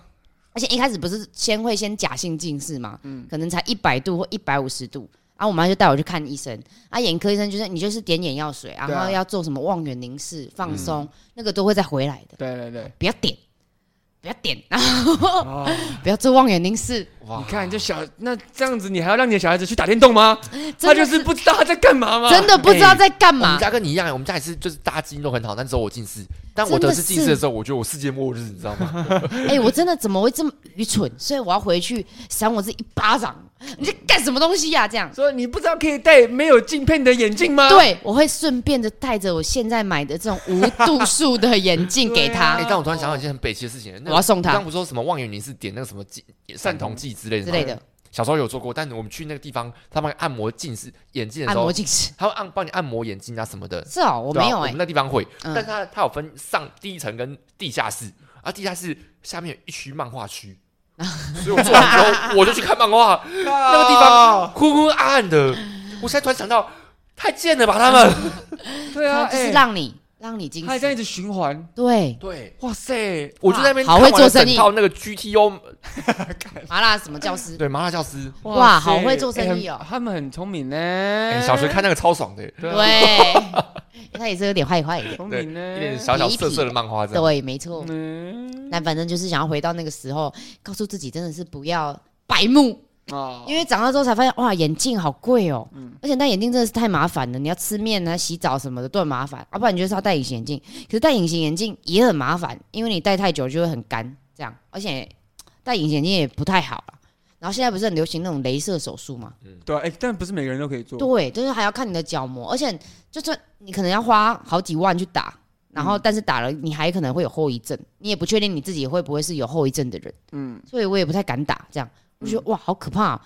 [SPEAKER 3] 而且一开始不是先会先假性近视嘛，可能才一百度或一百五十度。啊，我妈就带我去看医生，啊，眼科医生就是你就是点眼药水，然
[SPEAKER 2] 对
[SPEAKER 3] 后
[SPEAKER 2] 啊
[SPEAKER 3] 要做什么望远凝视、放松，那个都会再回来的。
[SPEAKER 2] 对对对，
[SPEAKER 3] 不要点，不要点，然
[SPEAKER 2] 哦
[SPEAKER 3] 后不要做望远凝视，
[SPEAKER 1] 哇
[SPEAKER 2] 你，看这小那这样子，你还要让你的小孩子去打电动吗？哎他
[SPEAKER 3] 真
[SPEAKER 2] 就
[SPEAKER 3] 的
[SPEAKER 2] 是不知道他在干嘛嘛。
[SPEAKER 3] 真的不知道在干
[SPEAKER 1] 我们
[SPEAKER 3] 嘛。
[SPEAKER 1] 家跟你一样，我们家也是，就是大家基因都很好，但只有我近视。但我
[SPEAKER 3] 真
[SPEAKER 1] 得
[SPEAKER 3] 的
[SPEAKER 1] 是近视的时候，我觉得我世界末日，你知道吗？
[SPEAKER 3] 哎、我真的怎么会这么愚蠢？所以我要回去扇我自己一巴掌，你在干什么东西呀、这样。
[SPEAKER 2] 说你不知道可以戴没有镜片的眼镜吗？，
[SPEAKER 3] 对，我会顺便的带着我现在买的这种无度数的眼镜给
[SPEAKER 1] 哎、
[SPEAKER 3] 他
[SPEAKER 2] 对啊，
[SPEAKER 1] 但我突然想到一件很北气的事情，那
[SPEAKER 3] 我要送他
[SPEAKER 1] 刚不是说什么望远凝视点那个什么剂散瞳剂之类的
[SPEAKER 3] 之
[SPEAKER 1] 吗
[SPEAKER 3] 类的
[SPEAKER 1] 小时候有做过，但我们去那个地方，他们按摩近视眼镜的
[SPEAKER 3] 按
[SPEAKER 1] 时候
[SPEAKER 3] 摩，近视。
[SPEAKER 1] 他会按帮你按摩眼睛啊什么的。
[SPEAKER 3] 是哦，我
[SPEAKER 1] 对啊
[SPEAKER 3] 没有
[SPEAKER 1] 我
[SPEAKER 3] 哎、
[SPEAKER 1] 们那地方会，
[SPEAKER 3] 嗯
[SPEAKER 1] 但是它它有分上第一层跟地下室，啊，地下室下面有一区漫画 区，所以我做完之后我就去看漫 画，那个
[SPEAKER 2] 那
[SPEAKER 1] 地方昏昏暗暗的，我现在突然想到，太贱了吧他们。
[SPEAKER 2] 对啊，
[SPEAKER 3] 他就是
[SPEAKER 2] 哎
[SPEAKER 3] 让你、让你近
[SPEAKER 2] 他还这样一
[SPEAKER 3] 视，
[SPEAKER 2] 直循环。
[SPEAKER 3] 对，
[SPEAKER 1] 对，
[SPEAKER 2] 哇塞，
[SPEAKER 1] 我就在那边
[SPEAKER 3] 好
[SPEAKER 1] 看完
[SPEAKER 3] 会做
[SPEAKER 1] 了整
[SPEAKER 3] 生意
[SPEAKER 1] 套那个 GTO
[SPEAKER 3] 麻辣什么教师，
[SPEAKER 1] 对麻辣教师，
[SPEAKER 3] 哇
[SPEAKER 2] 塞
[SPEAKER 3] 好会做生意
[SPEAKER 2] 哎
[SPEAKER 3] 哦
[SPEAKER 2] 很他们很聪明呢
[SPEAKER 1] 哎，。小学看那个超爽的，
[SPEAKER 2] 对啊，
[SPEAKER 3] 对， 他也是有点坏坏的，
[SPEAKER 2] 聪
[SPEAKER 1] 对，啊
[SPEAKER 2] 明呢，
[SPEAKER 1] 一点小小色色的漫画这样。
[SPEAKER 3] 对，没错。
[SPEAKER 2] 嗯
[SPEAKER 3] 但反正就是想要回到那个时候，告诉自己真的是不要白目，
[SPEAKER 2] 啊
[SPEAKER 3] 因为长大之后才发现，哇，眼镜好贵哦，而且戴眼镜真的是太麻烦了，你要吃面啊、洗澡什么的都很麻烦，啊要、不然你就是要戴隐形眼镜。可是戴隐形眼镜也很麻烦，因为你戴太久就会很干，这样，而且戴隐形眼镜也不太好啦。啊然后现在不是很流行那种镭射手术嘛？
[SPEAKER 2] 对啊，哎、但不是每个人都可以做。
[SPEAKER 3] 对，就是还要看你的角膜，而且就是你可能要花好几万去打，然后但是打了你还可能会有后遗症，你也不确定你自己会不会是有后遗症的人，
[SPEAKER 2] 嗯，
[SPEAKER 3] 所以我也不太敢打。这样我就觉得哇，好可怕啊、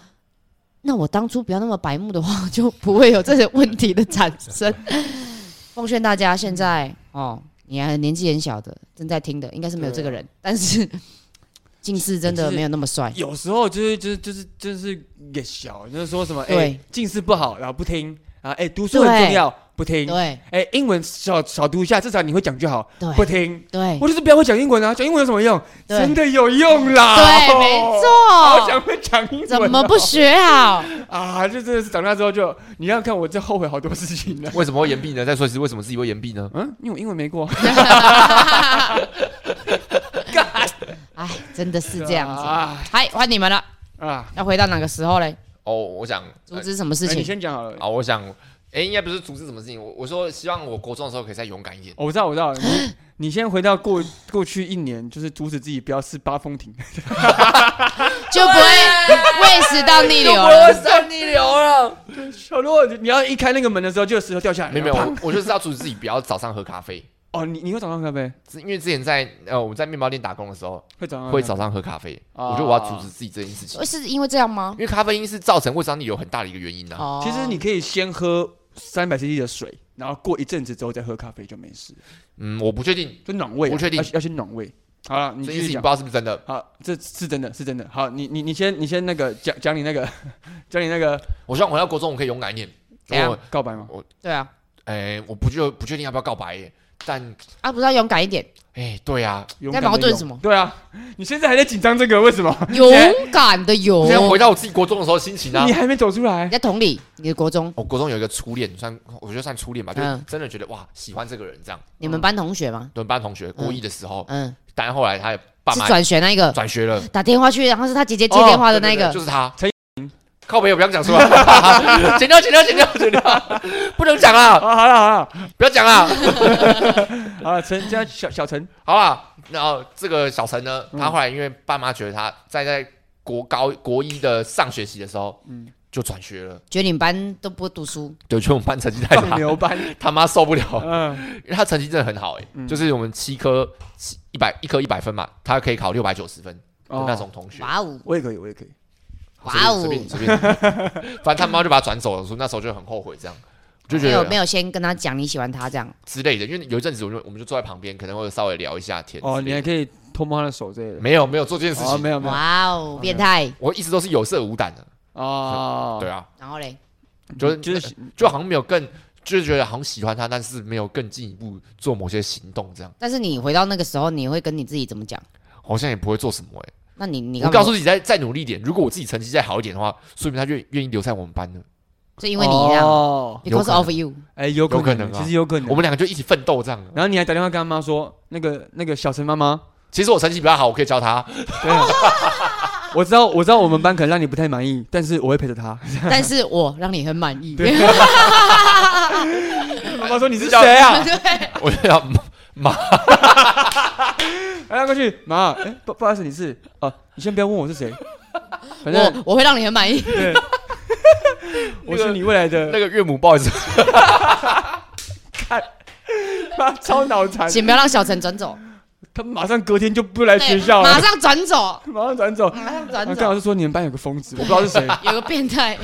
[SPEAKER 3] 那我当初不要那么白目的话， 就不会有这些问题的产生。 奉劝大家，现在哦，你还年纪很小的，正在听的应该是没有这个人，但是啊近视真的没有那么帅。
[SPEAKER 2] 有时候就是就是就是就是也小，就是说什么哎、
[SPEAKER 3] 对
[SPEAKER 2] 近视不好，然后不听啊，哎、读书很重要，不听。
[SPEAKER 3] 对
[SPEAKER 2] 哎、英文少少读一下，至少你会讲就好，
[SPEAKER 3] 对
[SPEAKER 2] 不听。
[SPEAKER 3] 对
[SPEAKER 2] 我就是不要会讲英文啊，讲英文有什么用？
[SPEAKER 3] 对
[SPEAKER 2] 真的有用啦！
[SPEAKER 3] 对，没
[SPEAKER 2] 好
[SPEAKER 3] 错。
[SPEAKER 2] 想会讲英文、
[SPEAKER 3] 怎么不学 好？
[SPEAKER 2] 啊？就真的是长大之后就，你要看我这后悔好多事情呢。
[SPEAKER 1] 为什么会延毕呢？再说一次，为什么自己会延毕呢？
[SPEAKER 2] 嗯，因为我英文没过，
[SPEAKER 3] 哎，真的是这样子。
[SPEAKER 2] 啊
[SPEAKER 3] 嗨，换你们了，
[SPEAKER 2] 啊！
[SPEAKER 3] 要回到哪个时候嘞？
[SPEAKER 1] 哦，我想
[SPEAKER 3] 阻止什么事
[SPEAKER 2] 哎你
[SPEAKER 3] 情？
[SPEAKER 2] 先讲好了。
[SPEAKER 1] 啊，我想，哎、应该不是阻止什么事情。我我说希望我国中的时候可以再勇敢一点。
[SPEAKER 2] 哦我知道，我知 道，你你先回到过过去一年，就是阻止自己不要吃八风停。
[SPEAKER 3] 就不会胃食道逆流
[SPEAKER 1] 我
[SPEAKER 3] 了。
[SPEAKER 1] 上逆流了。
[SPEAKER 2] 小洛，你你要一开那个门的时候，就有石头掉下来。
[SPEAKER 1] 没有没有，
[SPEAKER 2] 然后
[SPEAKER 1] 我我就是要阻止自己不要早上喝咖啡，
[SPEAKER 2] 砰哦，你你会早上喝咖啡？
[SPEAKER 1] 是因为之前在呃我们在面包店打工的时候，
[SPEAKER 2] 会早上喝
[SPEAKER 1] 会
[SPEAKER 2] 咖啡
[SPEAKER 1] 早上喝咖啡，
[SPEAKER 2] 嗯啊
[SPEAKER 1] 我觉得我要阻止自己这件事情，
[SPEAKER 3] 是因为这样吗
[SPEAKER 1] 因？为咖啡因是造成胃酸逆流很大的一个原因啊。
[SPEAKER 3] 哦，
[SPEAKER 2] 其实你可以先喝三百 CC 的水，然后过一阵子之后再喝咖啡就没事，
[SPEAKER 1] 嗯，我不确定
[SPEAKER 2] 就暖胃啊。
[SPEAKER 1] 不确定
[SPEAKER 2] 要要先暖胃。好了，你
[SPEAKER 1] 这
[SPEAKER 2] 继
[SPEAKER 1] 件事
[SPEAKER 2] 续
[SPEAKER 1] 情不
[SPEAKER 2] 讲
[SPEAKER 1] 知。道是不是真的。
[SPEAKER 2] 好，这是真的是真的。好，你你你先你先那个讲讲你那个讲你那个
[SPEAKER 1] 我希望回到国中我可以勇敢一点。
[SPEAKER 3] 怎样
[SPEAKER 1] 我
[SPEAKER 2] 告白吗？
[SPEAKER 3] 对啊，
[SPEAKER 1] 哎、我不确不确定要不要告白耶，但
[SPEAKER 3] 啊，不是要勇敢 一点，
[SPEAKER 1] 哎、对啊，
[SPEAKER 2] 勇
[SPEAKER 3] 在
[SPEAKER 2] 敢的
[SPEAKER 3] 矛盾
[SPEAKER 2] 勇
[SPEAKER 3] 什么
[SPEAKER 2] 对啊，你现在还在紧张这个，为什么？
[SPEAKER 3] 勇敢的勇
[SPEAKER 1] 我。现在回到我自己国中的时候心情啊
[SPEAKER 2] 你。还没走出来
[SPEAKER 3] 你。在同理，你的国中，
[SPEAKER 1] 哦我国中有一个初恋，算我觉得算初恋吧，就是
[SPEAKER 3] 嗯
[SPEAKER 1] 真的觉得哇喜欢这个人这样。
[SPEAKER 3] 你们班同学吗？
[SPEAKER 1] 我们班同学国一的时候，
[SPEAKER 3] 嗯，
[SPEAKER 1] 但后来他也爸
[SPEAKER 3] 是
[SPEAKER 1] 妈
[SPEAKER 3] 转学那一个，
[SPEAKER 1] 转学了，哦
[SPEAKER 3] 打电话去，然后是他姐姐接电话的那一
[SPEAKER 1] 对对对
[SPEAKER 3] 个
[SPEAKER 1] 就。是他
[SPEAKER 2] 陈。
[SPEAKER 1] 靠朋友不要讲出来， 剪掉剪掉剪掉剪掉，不能讲啦，
[SPEAKER 2] 啊，好了好了
[SPEAKER 1] 不要讲啦。
[SPEAKER 2] 好了，陈家小 小陈，
[SPEAKER 1] 好啦，然后这个小陈呢，
[SPEAKER 2] 嗯
[SPEAKER 1] 他后来因为爸妈觉得他在在国高国一的上学期的时候，嗯
[SPEAKER 2] 嗯，
[SPEAKER 1] 就转学了，
[SPEAKER 3] 觉得你们班都不读书，
[SPEAKER 1] 对，就我们班成绩太
[SPEAKER 2] 放
[SPEAKER 1] 差，
[SPEAKER 2] 牛班，
[SPEAKER 1] 他妈受不了，
[SPEAKER 2] 嗯，
[SPEAKER 1] 因为他成绩真的很好哎、
[SPEAKER 2] 嗯
[SPEAKER 1] 就是我们七科一百一科一百分嘛，他可以考六百九十分的那种同学，
[SPEAKER 3] 哇哦，
[SPEAKER 2] 我也可以，我也可以。
[SPEAKER 3] 哇哦
[SPEAKER 1] 随，便随便，随便 反正他妈就把他转走了，所以那时候就很后悔这样。就觉
[SPEAKER 3] 没有
[SPEAKER 1] 得
[SPEAKER 3] 没有先跟他讲你喜欢他这样，
[SPEAKER 1] 之类的，因为有一阵子我就我们就坐在旁边，可能会稍微聊一下天之类的。
[SPEAKER 2] 哦，你还可以偷摸他的手之类的。
[SPEAKER 1] 没有没有做这件事
[SPEAKER 2] 哦，
[SPEAKER 1] 情，
[SPEAKER 2] 没有没有。
[SPEAKER 3] 哇哦，变态。
[SPEAKER 1] 我一直都是有色无胆的。
[SPEAKER 2] 哦，
[SPEAKER 1] 对啊，
[SPEAKER 3] 然后嘞，
[SPEAKER 1] 就是
[SPEAKER 2] 就是
[SPEAKER 1] 就好像没有更，就是觉得好像喜欢他，但是没有更进一步做某些行动，这样
[SPEAKER 3] 但是你回到那个时候，你会跟你自己怎么讲？
[SPEAKER 1] 好像也不会做什么哎、
[SPEAKER 3] 那你你
[SPEAKER 1] 我
[SPEAKER 3] 干嘛
[SPEAKER 1] 告诉自己再再努力一点，如果我自己成绩再好一点的话，说明他愿愿意留在我们班呢。
[SPEAKER 3] 就因为你这样
[SPEAKER 2] 哦，
[SPEAKER 1] 有可
[SPEAKER 3] ，because
[SPEAKER 1] 能
[SPEAKER 3] of you，
[SPEAKER 2] 哎，有
[SPEAKER 1] 有可
[SPEAKER 2] 可
[SPEAKER 1] 能啊
[SPEAKER 2] 其实有可能
[SPEAKER 1] 我。们两个就一起奋斗这样。
[SPEAKER 2] 然后你还打电话跟他妈说，那个那个小陈妈妈，
[SPEAKER 1] 其实我成绩比较好，我可以教他。
[SPEAKER 2] 对啊， 我知道我知道我们班可能让你不太满意，但是我会陪着 他。
[SPEAKER 3] 但是我让你很满意。
[SPEAKER 2] 对妈妈说你是
[SPEAKER 1] 叫
[SPEAKER 2] 谁 啊？
[SPEAKER 1] 我就要
[SPEAKER 2] 来来过去，妈，哎，不不好意思，你是哦，你先不要问我是谁，反正
[SPEAKER 3] 我我会让你很满意。
[SPEAKER 2] 对， 我是你未来的
[SPEAKER 1] 那个岳母，不好意思，
[SPEAKER 2] 妈超脑残，
[SPEAKER 3] 请不要让小陈转走，
[SPEAKER 2] 他马上隔天就不来学
[SPEAKER 3] 对，
[SPEAKER 2] 校
[SPEAKER 3] 马
[SPEAKER 2] 了，
[SPEAKER 3] 上转走，
[SPEAKER 2] 马上转走。啊
[SPEAKER 3] 马上
[SPEAKER 2] 然
[SPEAKER 3] 转
[SPEAKER 2] 后刚好
[SPEAKER 3] 走。
[SPEAKER 2] 是说你们班有个疯子，我不 知道是谁，
[SPEAKER 3] 有个变态，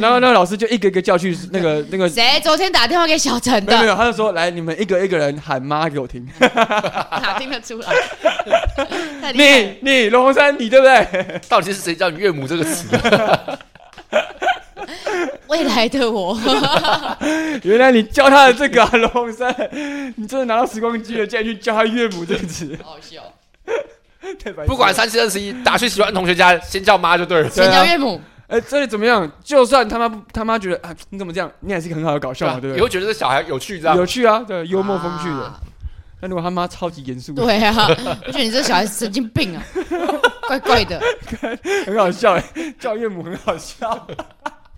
[SPEAKER 2] 然后那个老师就一个一个叫去那个那个，
[SPEAKER 3] 谁昨天打电话给小陈
[SPEAKER 2] 没有没
[SPEAKER 3] 的？
[SPEAKER 2] 有，他就说来你们一个一个人喊妈给我听，
[SPEAKER 3] 哪听得出来？太厉害了
[SPEAKER 2] 你你龙红山你对不对？
[SPEAKER 1] 到底是谁叫你岳母这个词？啊
[SPEAKER 3] 未来的我，
[SPEAKER 2] 原来你教他的这个啊， 龙红山，你真的拿到时光机了，竟然去教他岳母这个词，
[SPEAKER 3] 好 笑。
[SPEAKER 2] 太白痴了
[SPEAKER 1] 不管，三七二十一，打去喜欢的同学家，先叫妈就对了。
[SPEAKER 2] 对啊
[SPEAKER 3] 请教岳母，
[SPEAKER 2] 哎，这里怎么样？就算他妈不他妈觉得啊，你怎么这样？你也是一个很好的搞笑嘛，对
[SPEAKER 1] 也
[SPEAKER 2] 不
[SPEAKER 1] 会觉得这小孩有趣，这
[SPEAKER 2] 对？
[SPEAKER 1] 样
[SPEAKER 2] 有趣啊，对，幽默风趣的。
[SPEAKER 3] 啊。
[SPEAKER 2] 那如果他妈超级严肃，
[SPEAKER 3] 对啊，我觉得你这小孩子神经病 啊，怪怪的。
[SPEAKER 2] 很好笑哎，叫岳母很好笑。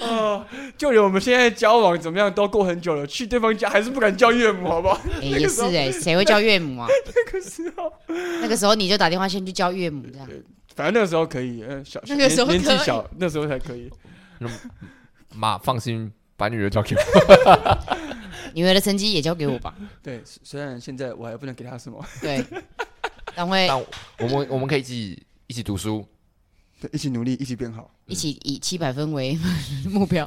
[SPEAKER 2] 哦，就连我们现在交往怎么样都过很久了，去对方家还是不敢叫岳母，好不好？
[SPEAKER 3] 哎，也是哎，谁会叫岳母啊？
[SPEAKER 2] 那个时候，
[SPEAKER 3] 那个时候你就打电话先去叫岳母，这样
[SPEAKER 2] 反正那个时候可以，呃，小
[SPEAKER 3] 那个时候
[SPEAKER 2] 年年纪
[SPEAKER 3] 可以
[SPEAKER 2] 小，那时候才可以。
[SPEAKER 1] 妈，放心，把女儿交给我。
[SPEAKER 3] 女儿的成绩也交给我吧。
[SPEAKER 2] 对，虽虽然现在我还不能给他什么，
[SPEAKER 3] 对，但会
[SPEAKER 1] 但我们我们可以一起一起读书，
[SPEAKER 2] 对，一起努力，一起变好。
[SPEAKER 3] 一起以七百分为目标。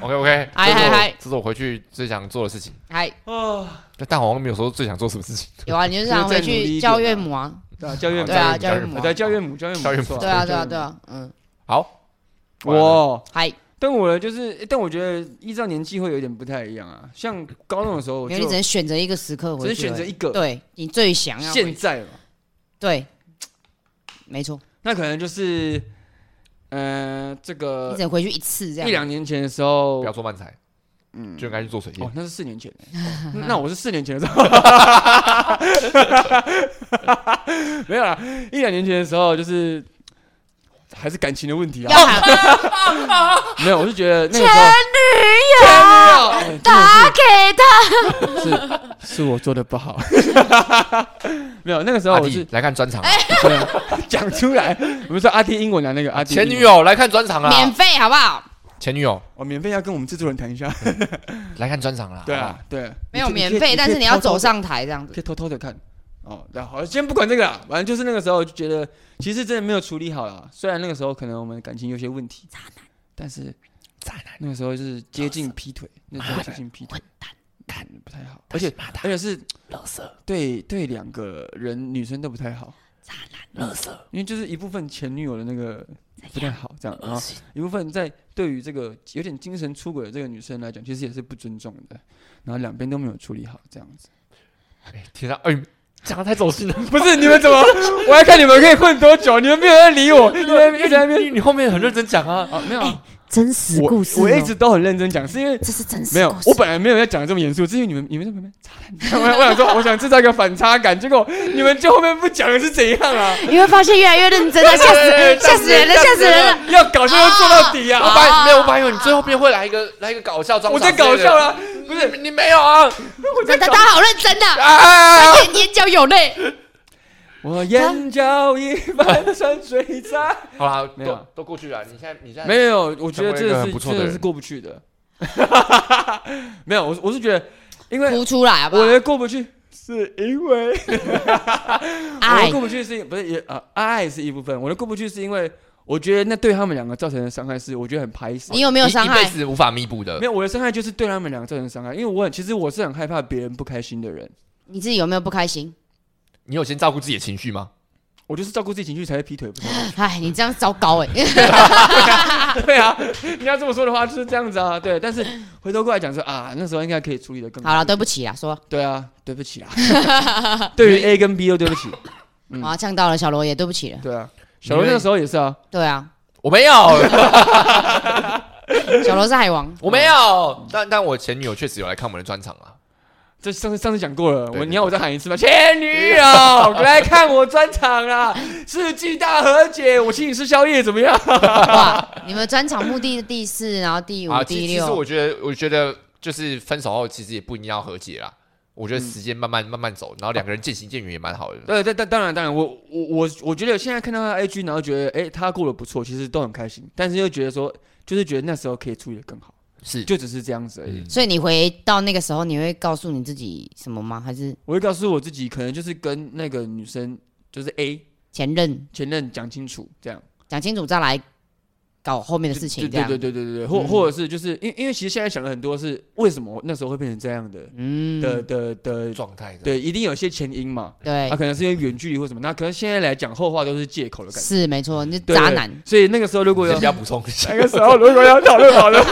[SPEAKER 1] OK OK，
[SPEAKER 3] 嗨嗨嗨
[SPEAKER 1] 这是我回去最想做的事情。
[SPEAKER 3] 还
[SPEAKER 2] 啊，
[SPEAKER 1] 但但好像没有说最想做什么事情。
[SPEAKER 3] 有啊，你就想回
[SPEAKER 2] 就是再努力
[SPEAKER 3] 去
[SPEAKER 2] 一点啊
[SPEAKER 3] 教岳母啊。
[SPEAKER 2] 对啊，教育
[SPEAKER 1] 好
[SPEAKER 2] 母
[SPEAKER 3] 对啊，
[SPEAKER 1] 教
[SPEAKER 3] 教
[SPEAKER 1] 岳
[SPEAKER 3] 岳
[SPEAKER 1] 母
[SPEAKER 3] 母
[SPEAKER 2] 我
[SPEAKER 3] 啊。
[SPEAKER 2] 在教育母，教育母
[SPEAKER 1] 教育
[SPEAKER 2] 不
[SPEAKER 1] 母
[SPEAKER 2] 错，
[SPEAKER 3] 对啊，对
[SPEAKER 2] 教
[SPEAKER 3] 啊，
[SPEAKER 2] 育母
[SPEAKER 3] 对啊，嗯，
[SPEAKER 1] 好，完了
[SPEAKER 2] 哇，
[SPEAKER 3] 嗨，
[SPEAKER 2] 但我的就是，但我觉得依照年纪会有点不太一样啊。像高中的时候，我就
[SPEAKER 3] 因为你只能选择一个时刻
[SPEAKER 2] 只
[SPEAKER 3] 回
[SPEAKER 2] 是
[SPEAKER 3] 去，
[SPEAKER 2] 选择一个，
[SPEAKER 3] 对你最想要回
[SPEAKER 2] 现在嘛，
[SPEAKER 3] 对，没错，
[SPEAKER 2] 那可能就是，呃，这
[SPEAKER 3] 你
[SPEAKER 2] 个
[SPEAKER 3] 只能回去一次这样。
[SPEAKER 2] 一两年前的时候
[SPEAKER 1] 不要，做漫才，嗯，就应该去做水
[SPEAKER 2] 哦
[SPEAKER 1] 电，。
[SPEAKER 2] 那是四年 前欸，哦那我是四年前的时候，没有啦，一两年前的时候就是还是感情的问题
[SPEAKER 3] 要
[SPEAKER 2] 啊，
[SPEAKER 3] 喊
[SPEAKER 2] 没有，我是觉得那个时哦候前女友打给 他，是是我做的不好， 没有，那个时候
[SPEAKER 1] 阿
[SPEAKER 2] 我
[SPEAKER 1] 弟
[SPEAKER 2] 是
[SPEAKER 1] 来看专场啊，
[SPEAKER 3] 哎
[SPEAKER 2] 对啊 讲出来，我们说阿弟英文的那个阿弟英
[SPEAKER 1] 前
[SPEAKER 2] 文
[SPEAKER 1] 女，友来看专场
[SPEAKER 3] 免
[SPEAKER 1] 啦，
[SPEAKER 3] 费好不好？
[SPEAKER 1] 前女友
[SPEAKER 2] 我免费要跟我们制作人谈一下，
[SPEAKER 1] 来看专场啦。
[SPEAKER 2] 对
[SPEAKER 1] 好不
[SPEAKER 2] 啊
[SPEAKER 1] 好，，
[SPEAKER 2] 对，
[SPEAKER 3] 没有
[SPEAKER 2] 你可以
[SPEAKER 3] 免费，但是你要走，上台这样
[SPEAKER 2] 你
[SPEAKER 3] 子。
[SPEAKER 2] 可以偷偷地可以偷偷的看。哦，那好，先不管这个啦，反正就是那个时候就觉得，其实真的没有处理好啦。虽然那个时候可能我们感情有些问题，渣男，但是
[SPEAKER 1] 渣男
[SPEAKER 2] 那个时候就是接近劈腿，那时候接近劈腿，蛋不太好，而且
[SPEAKER 1] 妈
[SPEAKER 2] 而且是
[SPEAKER 1] 垃圾，
[SPEAKER 2] 对对两个人女生都不太好，
[SPEAKER 1] 垃圾，
[SPEAKER 2] 因为就是一部分前女友的那个不太好，这样，然后一部分在对于这个有点精神出轨的这个女生来讲，其实也是不尊重的，然后两边都没有处理好，这样子。
[SPEAKER 1] 哎天啊，哎，讲的太走心了。
[SPEAKER 2] 不是你们怎么？我还看你们可以混多久，你们没有在理我，你们 一直在那边
[SPEAKER 1] 你你后面很认真讲啊，
[SPEAKER 2] 啊，没有啊，
[SPEAKER 3] 真实
[SPEAKER 2] 我我一直都很认真讲，是因为
[SPEAKER 3] 这是真
[SPEAKER 2] 没有，我本来没有要讲的这么严肃，是因为你们你们在旁边 擦汗，我想我想说，我想制造一个反差感，结果你们就后面不讲是怎样啊？
[SPEAKER 3] 你会发现越来越认 真了，吓死吓死人了，吓死人了！
[SPEAKER 2] 了，要搞笑就做到底
[SPEAKER 1] 我
[SPEAKER 2] 啊！
[SPEAKER 1] 本哎来没有，我本来以为你最后面会来一个来一个搞笑专场，
[SPEAKER 2] 我在搞笑，啊啦，
[SPEAKER 1] 不是你没有啊？
[SPEAKER 3] 大大家好认真呐，
[SPEAKER 1] 啊！
[SPEAKER 3] 而且眼角有泪。
[SPEAKER 2] 我眼角一般山水在。
[SPEAKER 1] 好啦，
[SPEAKER 2] 没有啊
[SPEAKER 1] 都都过去了。你现在你现在
[SPEAKER 2] 没有，我觉得
[SPEAKER 1] 成为一个
[SPEAKER 2] 这个
[SPEAKER 1] 很
[SPEAKER 2] 是
[SPEAKER 1] 不错的
[SPEAKER 2] 真的
[SPEAKER 1] 人
[SPEAKER 2] 是过不去的。没有，我是我是觉得，因为
[SPEAKER 3] 哭出来好不好
[SPEAKER 2] 我？的过不去是因为我
[SPEAKER 3] 爱
[SPEAKER 2] 的过不去是因不是也啊、爱是一部分，我的过不去是因为我觉得那对他们两个造成的伤害是我觉得很排斥
[SPEAKER 3] 你。有没有
[SPEAKER 1] 一
[SPEAKER 3] 伤
[SPEAKER 1] 一辈
[SPEAKER 3] 害？
[SPEAKER 1] 子无法弥补的
[SPEAKER 2] 没。有，我的伤害就是对他们两个造成伤害，因为我很其实我是很害怕别人不开心的人，
[SPEAKER 3] 你自己有没有不开心？
[SPEAKER 1] 你有先照顾自己的情绪吗？
[SPEAKER 2] 我就是照顾自己情绪才会劈腿，不是吗？
[SPEAKER 3] 哎，你这样糟糕哎！
[SPEAKER 2] 对啊，你要这么说的话就是这样子啊，对。但是回头过来讲说啊，那时候应该可以处理的更
[SPEAKER 3] 好了，对不起啦，说
[SPEAKER 2] 对啊，对不起啊， 对于 A 跟 B 都对不起。嗯
[SPEAKER 3] 我要哦呛到了小罗也对 不起了。
[SPEAKER 2] 对啊，小罗那个时候也是啊，
[SPEAKER 3] 对啊，
[SPEAKER 1] 我没有，
[SPEAKER 3] 小罗是海王，
[SPEAKER 1] 我没有。但但我前女友确实有来看我们的专场啊。
[SPEAKER 2] 这上次上次讲过了，
[SPEAKER 1] 对
[SPEAKER 2] 我
[SPEAKER 1] 对
[SPEAKER 2] 你要我再喊一次吗？前女友来看我专场啊， 世纪大和解，我请你吃宵夜怎么样？
[SPEAKER 3] 哇！你们专场目的第四，然后第五、
[SPEAKER 1] 啊，
[SPEAKER 3] 第
[SPEAKER 1] 其其实
[SPEAKER 3] 六
[SPEAKER 1] 我，觉得，我觉得就是分手后其实也不一定要和解啦。我觉得时间慢慢慢慢走，然后两个人渐行渐远也蛮好的。
[SPEAKER 2] 嗯对，但但当然当然，我我我我觉得现在看到他 IG，然后觉得哎、他过得不错，其实都很开心，但是又觉得说，就是觉得那时候可以处理的更好，
[SPEAKER 1] 是，
[SPEAKER 2] 就只是这样子而已。
[SPEAKER 1] 嗯
[SPEAKER 3] 所以你回到那个时候，你会告诉你自己什么吗？还是
[SPEAKER 2] 我会告诉我自己，可能就是跟那个女生，就是 A
[SPEAKER 3] 前任
[SPEAKER 2] 前任讲清楚这样。
[SPEAKER 3] 讲清楚再来搞后面的事
[SPEAKER 2] 对
[SPEAKER 3] 情？这
[SPEAKER 2] 对
[SPEAKER 3] 样
[SPEAKER 2] 对，对对对对，或、
[SPEAKER 3] 嗯
[SPEAKER 2] 或者是就是因因为其实现在想了很多是为什么我那时候会变成这样的、
[SPEAKER 3] 嗯，
[SPEAKER 2] 的的的，
[SPEAKER 1] 状态的。
[SPEAKER 2] 对，一定有些前因嘛，
[SPEAKER 3] 对
[SPEAKER 2] 啊，，可能是因为远距离或什么，那可能现在来讲后话都是借口的感觉，
[SPEAKER 3] 是没错，你是
[SPEAKER 2] 对
[SPEAKER 3] 渣男。
[SPEAKER 2] 所以那个时候如果
[SPEAKER 1] 你
[SPEAKER 2] 有
[SPEAKER 1] 先不要补充一下
[SPEAKER 2] 那，个时候如果要讨论讨论，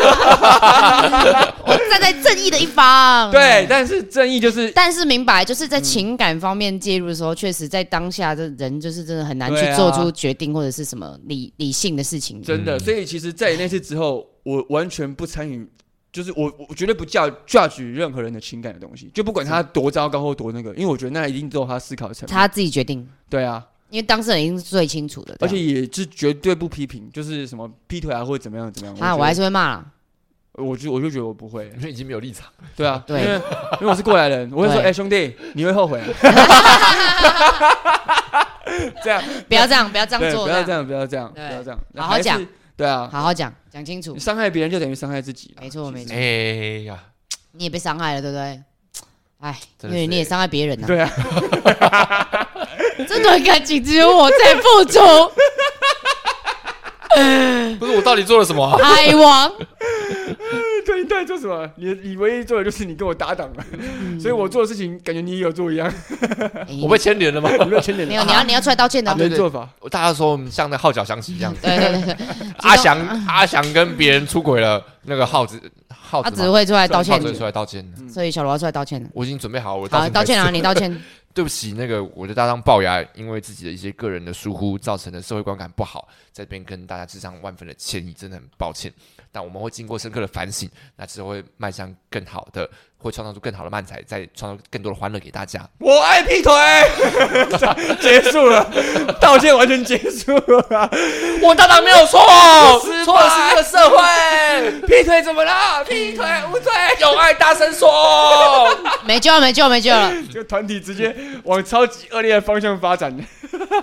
[SPEAKER 3] 我站在正义的一方。哎
[SPEAKER 2] 对，，但是正义就是
[SPEAKER 3] 但是明白，就是在情感方面介入的时候，确实在当下，这人就是真的很难
[SPEAKER 2] 对
[SPEAKER 3] 去
[SPEAKER 2] 啊
[SPEAKER 3] 做出决定或者是什么理理性的事情。
[SPEAKER 2] 真的，
[SPEAKER 1] 嗯
[SPEAKER 2] 所以其实，在那次之后，我完全不参与，就是我我绝对不教 judge 任何人的情感的东西，就不管他多糟糕或多那个，因为我觉得那一定都有他思考的层面，
[SPEAKER 3] 他自己决定，
[SPEAKER 2] 对啊，
[SPEAKER 3] 因为当事人已经是最清楚的。
[SPEAKER 2] 而且也是绝对不批评，就是什么劈腿啊或者怎么样怎么样。
[SPEAKER 3] 啊，
[SPEAKER 2] 觉得
[SPEAKER 3] 我还是会骂啦。
[SPEAKER 2] 我就我就觉得我不会，
[SPEAKER 1] 你们已经没有立场，
[SPEAKER 2] 对啊，
[SPEAKER 3] 对
[SPEAKER 2] 因为因为我是过来人，我会说，
[SPEAKER 3] 对
[SPEAKER 2] 哎、兄弟，你会后 悔，啊这样
[SPEAKER 3] 不要这样，不要这 样
[SPEAKER 2] 对，
[SPEAKER 3] 做，
[SPEAKER 2] 不要这，样，不要这样，不
[SPEAKER 3] 对
[SPEAKER 2] 要这样，
[SPEAKER 3] 好好
[SPEAKER 2] 还是
[SPEAKER 3] 讲，
[SPEAKER 2] 对啊，
[SPEAKER 3] 好好讲，讲清楚
[SPEAKER 2] 你。伤害别人就等于伤害自己啦，
[SPEAKER 3] 没错
[SPEAKER 2] 其实
[SPEAKER 3] 没错
[SPEAKER 1] 哎呀，
[SPEAKER 3] 你也被伤害了，对不对？哎，因
[SPEAKER 1] 真的是
[SPEAKER 3] 为你也伤害别人呐、
[SPEAKER 2] 对啊，
[SPEAKER 3] 这段感情只有我在付出，
[SPEAKER 1] 不是我到底做了什么啊？
[SPEAKER 3] 海王。
[SPEAKER 2] 对，你到底做什么？你你唯一做的就是你跟我搭档了，
[SPEAKER 3] 嗯
[SPEAKER 2] 所以我做的事情感觉你也有做一样，
[SPEAKER 3] 哎
[SPEAKER 1] 我被牵连了吗？
[SPEAKER 2] 有没有牵连？
[SPEAKER 3] 没有，你要你要出来道歉 的
[SPEAKER 2] 阿
[SPEAKER 3] 哦。
[SPEAKER 1] 对
[SPEAKER 2] 门
[SPEAKER 1] 对
[SPEAKER 2] 做法，
[SPEAKER 1] 大家说我们像那号角响起一 样，
[SPEAKER 3] 对对对对，
[SPEAKER 1] 阿翔阿翔跟别人出轨了，那个耗子耗
[SPEAKER 3] 他
[SPEAKER 1] 子
[SPEAKER 3] 只
[SPEAKER 1] 嘛
[SPEAKER 3] 会出来道
[SPEAKER 1] 耗
[SPEAKER 3] 歉
[SPEAKER 1] 子
[SPEAKER 3] 的，
[SPEAKER 1] 出来道歉了。
[SPEAKER 2] 嗯
[SPEAKER 3] 所以小罗要出来道歉的。
[SPEAKER 1] 我已经准备好，我
[SPEAKER 3] 好，
[SPEAKER 1] 道
[SPEAKER 3] 道歉
[SPEAKER 1] 了
[SPEAKER 3] 啊，。你道歉。
[SPEAKER 1] 对不起，那个我的搭档龅牙，因为自己的一些个人的疏忽，造成的社会观感不好，在这边跟大家致上万分的歉意，真的很抱歉。但我们会经过深刻的反省，那之后会迈向更好的，会创造出更好的漫才，再创造更多的欢乐给大家。
[SPEAKER 2] 我爱劈腿， 结束了，道歉完全结束了。
[SPEAKER 1] 我搭档没 有错，
[SPEAKER 2] 错的是这
[SPEAKER 1] 个社会。劈腿怎么了？劈腿无罪，有爱大声 说。
[SPEAKER 3] 没救了，啊没救了，没救了。
[SPEAKER 2] 这个团体直接往超级恶劣的方向发展，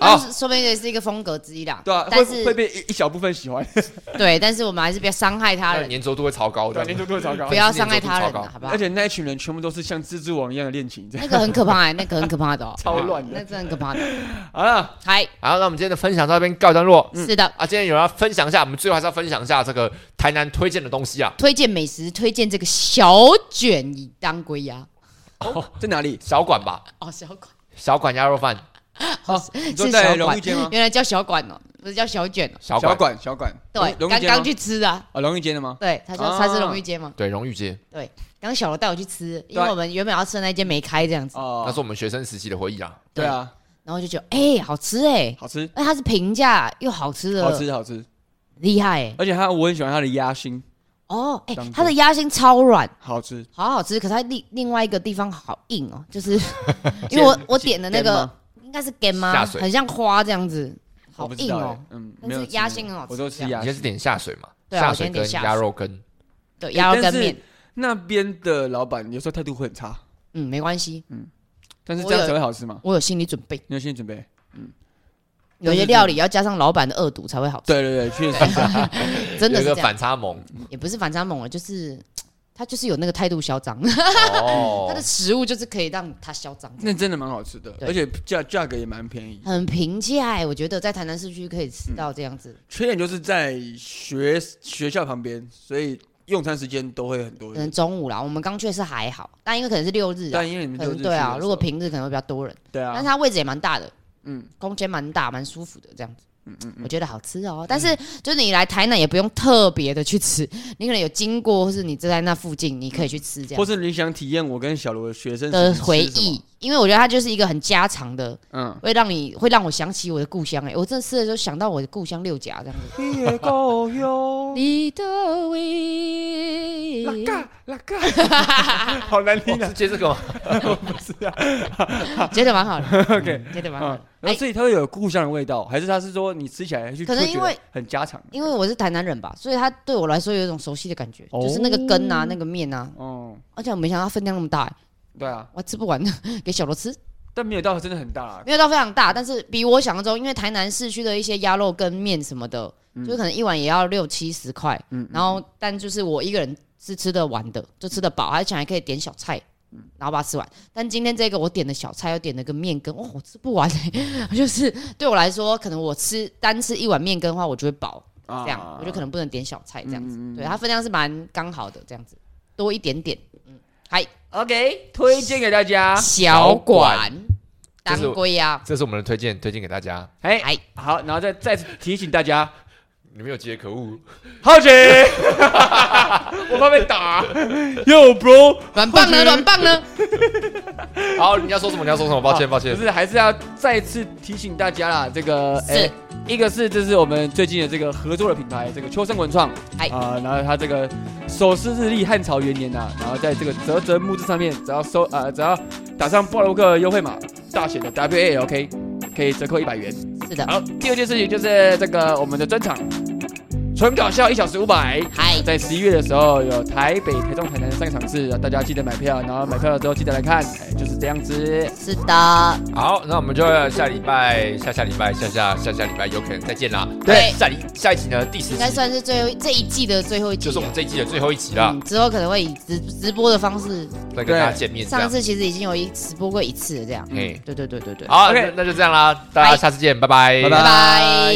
[SPEAKER 1] 好
[SPEAKER 3] 但是说不定也是一个风格之一啦。
[SPEAKER 2] 对啊，会
[SPEAKER 3] 但
[SPEAKER 2] 会
[SPEAKER 3] 是
[SPEAKER 2] 被一一小部分喜欢，
[SPEAKER 3] 对，但是我们还是不要伤害他人，
[SPEAKER 1] 粘稠度会超高 的
[SPEAKER 2] 对啊，。粘度特糟糕
[SPEAKER 3] 不。要伤害他
[SPEAKER 1] 粘
[SPEAKER 3] 人
[SPEAKER 1] 着
[SPEAKER 3] 啊，
[SPEAKER 1] 度
[SPEAKER 3] 好不好
[SPEAKER 2] 而？且那一群人全部都是像蜘蛛网一样的恋情，这 样
[SPEAKER 3] 那个很可怕哎，那个很可怕的哦，
[SPEAKER 2] 超乱
[SPEAKER 3] 那
[SPEAKER 2] 的。
[SPEAKER 3] 真的很可怕的。
[SPEAKER 2] 好了，
[SPEAKER 3] 嗨，
[SPEAKER 1] 好，那我们今天的分享到这边告一段落。
[SPEAKER 2] 嗯
[SPEAKER 3] 是的，
[SPEAKER 1] 啊，今天有人要分享一下，我们最后还是要分享一下这个台南推荐的东西啊，
[SPEAKER 3] 推荐美食，推荐这个小卷以当归鸭
[SPEAKER 2] 在哪 里？
[SPEAKER 1] 小馆吧，
[SPEAKER 3] 哦，小 馆
[SPEAKER 1] 小馆鸭肉饭，
[SPEAKER 2] 好，你说
[SPEAKER 3] 是
[SPEAKER 2] 在
[SPEAKER 3] 小
[SPEAKER 2] 荣
[SPEAKER 3] 馆
[SPEAKER 2] 誉街吗？
[SPEAKER 3] 原来叫小馆哦，不是叫小卷哦。
[SPEAKER 1] 小
[SPEAKER 2] 小
[SPEAKER 1] 馆
[SPEAKER 2] 馆，小馆，
[SPEAKER 3] 对，
[SPEAKER 2] 荣誉
[SPEAKER 3] 刚
[SPEAKER 2] 街吗
[SPEAKER 3] 刚去吃的啊，
[SPEAKER 2] 啊，荣誉街的吗？
[SPEAKER 3] 对，他
[SPEAKER 2] 啊
[SPEAKER 3] 说他是荣誉街嘛，
[SPEAKER 1] 对，荣誉街，
[SPEAKER 3] 刚小罗带我去吃，因
[SPEAKER 2] 对
[SPEAKER 3] 为我们原本要吃的那间没开这样子，
[SPEAKER 1] 那
[SPEAKER 2] 哦
[SPEAKER 1] 是，我们学生时期的回忆啊。
[SPEAKER 2] 对啊，
[SPEAKER 3] 然后就觉得哎，好吃哎，
[SPEAKER 2] 好吃，
[SPEAKER 3] 哎，它是平价又好吃的，
[SPEAKER 2] 好吃，好吃。
[SPEAKER 3] 厉害哎。
[SPEAKER 2] 而且它，我很喜欢它的鸭心，
[SPEAKER 3] 哦，哎、
[SPEAKER 2] 当中
[SPEAKER 3] 它的鸭心超软，
[SPEAKER 2] 好吃。
[SPEAKER 3] 好好吃，可是它另另外一个地方好硬哦，就是 因为我我点的那
[SPEAKER 2] 煎
[SPEAKER 3] 个
[SPEAKER 2] 吗
[SPEAKER 3] 应该是干
[SPEAKER 1] 下
[SPEAKER 3] 吗？
[SPEAKER 1] 水
[SPEAKER 3] 很像花这样子，
[SPEAKER 2] 我
[SPEAKER 3] 好
[SPEAKER 2] 不知
[SPEAKER 3] 硬
[SPEAKER 2] 道
[SPEAKER 3] 哦。
[SPEAKER 2] 欸，嗯，
[SPEAKER 3] 但
[SPEAKER 2] 没有
[SPEAKER 3] 是
[SPEAKER 2] 吃
[SPEAKER 3] 鸭
[SPEAKER 2] 那
[SPEAKER 3] 心
[SPEAKER 2] 个
[SPEAKER 3] 很好吃
[SPEAKER 2] 我都吃
[SPEAKER 3] 这
[SPEAKER 1] 你
[SPEAKER 2] 鸭
[SPEAKER 1] 先是
[SPEAKER 2] 心。
[SPEAKER 1] 点下水嘛，
[SPEAKER 3] 啊对啊
[SPEAKER 1] 下
[SPEAKER 3] 我今
[SPEAKER 1] 水
[SPEAKER 3] 天点
[SPEAKER 1] 跟
[SPEAKER 3] 下水
[SPEAKER 1] 鸭肉羹，
[SPEAKER 3] 对，鸭肉
[SPEAKER 2] 但
[SPEAKER 3] 羹
[SPEAKER 2] 是
[SPEAKER 3] 面，
[SPEAKER 2] 那边的老板有时候态度会很差，
[SPEAKER 3] 嗯，没关系，
[SPEAKER 2] 但是
[SPEAKER 3] 我
[SPEAKER 2] 这样
[SPEAKER 3] 有
[SPEAKER 2] 才会好吃嘛。
[SPEAKER 3] 我有心理准备。
[SPEAKER 2] 你要心理准备。
[SPEAKER 3] 有些料理要加上老板的恶毒才会好吃，
[SPEAKER 2] 对对对，确实。
[SPEAKER 3] 真的
[SPEAKER 1] 有一
[SPEAKER 3] 是
[SPEAKER 1] 个
[SPEAKER 3] 这样，
[SPEAKER 1] 反差 萌
[SPEAKER 3] 也不是反差萌了，就是他就是有那个态度嚣张， 他
[SPEAKER 1] 哦
[SPEAKER 3] 的。食物就是可以让他嚣张，
[SPEAKER 2] 那真的蛮好吃的，
[SPEAKER 3] 对
[SPEAKER 2] 而且价价格也蛮便宜。
[SPEAKER 3] 很平价哎，我觉得在台南市区可以吃到这样子，
[SPEAKER 2] 缺点就是在学学校旁边，所以用餐时间都会很多
[SPEAKER 3] 可
[SPEAKER 2] 人
[SPEAKER 3] 能。中午啦，我们刚去的是还好，但因为可能是六日啊，
[SPEAKER 2] 但因为你们
[SPEAKER 3] 可
[SPEAKER 2] 六日
[SPEAKER 3] 能
[SPEAKER 2] 去
[SPEAKER 3] 对啊
[SPEAKER 2] 的，时
[SPEAKER 3] 如果
[SPEAKER 2] 候
[SPEAKER 3] 平日可能会比较多人，
[SPEAKER 2] 对
[SPEAKER 3] 但是
[SPEAKER 2] 啊，
[SPEAKER 3] 它位置也蛮大的，
[SPEAKER 2] 嗯
[SPEAKER 3] 空间蛮大，蛮舒服的这样子。嗯嗯，我觉得好吃哦。但是就是你来台南也不用特别的去吃， 你可能有经过，或是你就在那附近，你可以去吃这
[SPEAKER 2] 或
[SPEAKER 3] 样
[SPEAKER 2] 是你想体验我跟小罗的学生
[SPEAKER 3] 的
[SPEAKER 2] 时期
[SPEAKER 3] 回
[SPEAKER 2] 是什么
[SPEAKER 3] 忆，，因为我觉得它就是一个很家常的，
[SPEAKER 2] 嗯，
[SPEAKER 3] 会让你会让我想起我的故乡。哎，我这次的时候想到我的故乡六甲这样子。
[SPEAKER 2] 也够用。
[SPEAKER 3] 你的味，
[SPEAKER 2] 拉嘎，好难听
[SPEAKER 1] 哇哦
[SPEAKER 2] 啊
[SPEAKER 1] 是！接这个吗？
[SPEAKER 3] 觉得蛮好的，
[SPEAKER 2] OK，
[SPEAKER 3] 觉得蛮
[SPEAKER 2] 嗯
[SPEAKER 3] 好的，。
[SPEAKER 2] 然后所以它会有故乡的味道，还是他是说你吃起来去
[SPEAKER 3] 哎可能因为
[SPEAKER 2] 会觉得很家常？
[SPEAKER 3] 因为我是台南人吧，所以它对我来说有一种熟悉的感觉，
[SPEAKER 2] 哦
[SPEAKER 3] 就是那个羹啊，那个面啊，
[SPEAKER 2] 哦，
[SPEAKER 3] 而且我没想到它分量那么大、欸，
[SPEAKER 2] 对啊，
[SPEAKER 3] 我还吃不完， 给小罗吃。
[SPEAKER 2] 但没有到真的很大啦。
[SPEAKER 3] 没有到非常大，但是比我想象中，因为台南市区的一些鸭肉跟面什么的，就是可能一碗也要六七十块，
[SPEAKER 2] 嗯
[SPEAKER 3] 然后但就是我一个人是吃得完的，就吃得饱，而且还可以点小菜。
[SPEAKER 2] 嗯
[SPEAKER 3] 然后把它吃完，但今天这个我点的小菜，又点了个面羹，哇，我吃不完、欸， 就是对我来说，可能我吃单吃一碗面羹的话，我就会饱，
[SPEAKER 2] 啊
[SPEAKER 3] 这样、我就可能不能点小菜这样子，
[SPEAKER 2] 嗯嗯嗯
[SPEAKER 3] 对，它分量是蛮刚好的，这样子多一点点，嗯，
[SPEAKER 2] OK 推荐给大家
[SPEAKER 3] 还。小
[SPEAKER 1] 馆
[SPEAKER 3] 馆
[SPEAKER 1] 就是
[SPEAKER 3] 当归啊呀、
[SPEAKER 1] 这是我们的推荐，推荐给大家。
[SPEAKER 2] 哎
[SPEAKER 3] 哎，
[SPEAKER 2] 好，然后再再次提醒大家，
[SPEAKER 1] 你没有接，可恶！
[SPEAKER 2] 浩杰， 我怕被打。Yo bro，
[SPEAKER 3] 软棒呢？软棒呢？
[SPEAKER 1] 好，你要说什么？你要说什么？抱歉，抱歉
[SPEAKER 2] 不。是，还是要再次提醒大家啦，这个
[SPEAKER 3] 是
[SPEAKER 2] 哎一个是这是我们最近的这个合作的品牌，这个秋生文创，
[SPEAKER 3] 哎
[SPEAKER 2] 啊、然后它这个首诗日历汉朝元年呐、啊然后在这个泽泽木字上面，只要搜呃只要打上布鲁克优惠码，大写的 W A L K，可以折扣一百元。
[SPEAKER 3] 是的，
[SPEAKER 2] 好，第二件事情就是这个我们的专场。纯搞笑一小时五百。
[SPEAKER 3] 嗨，
[SPEAKER 2] 在十一月的时候有台北、台中、台南三个场次，啊大家记得买票，然后买票了之后记得来看，哎，就是这样子。
[SPEAKER 3] 是的，
[SPEAKER 1] 好，那我们就下礼拜、下下礼拜、下下下下礼拜有可能再见啦。
[SPEAKER 3] 对
[SPEAKER 1] 下一下一集呢，第十
[SPEAKER 3] 应该
[SPEAKER 1] 集
[SPEAKER 3] 算是最后一这一季的最后一集
[SPEAKER 1] 就
[SPEAKER 3] 了。
[SPEAKER 1] 是我们这一啊季的最后一集啦
[SPEAKER 3] 嗯，，之后可能会以直直播的方式，
[SPEAKER 1] 再跟大家见面这
[SPEAKER 3] 上
[SPEAKER 1] 样。
[SPEAKER 3] 次其实已经有一直播过一次了，这样。
[SPEAKER 1] 嘿
[SPEAKER 3] 对对对对对。
[SPEAKER 1] 好，
[SPEAKER 2] OK
[SPEAKER 1] 那那就这样啦，大家
[SPEAKER 3] 拜
[SPEAKER 1] 下次见，拜拜，
[SPEAKER 2] 拜
[SPEAKER 3] 拜拜。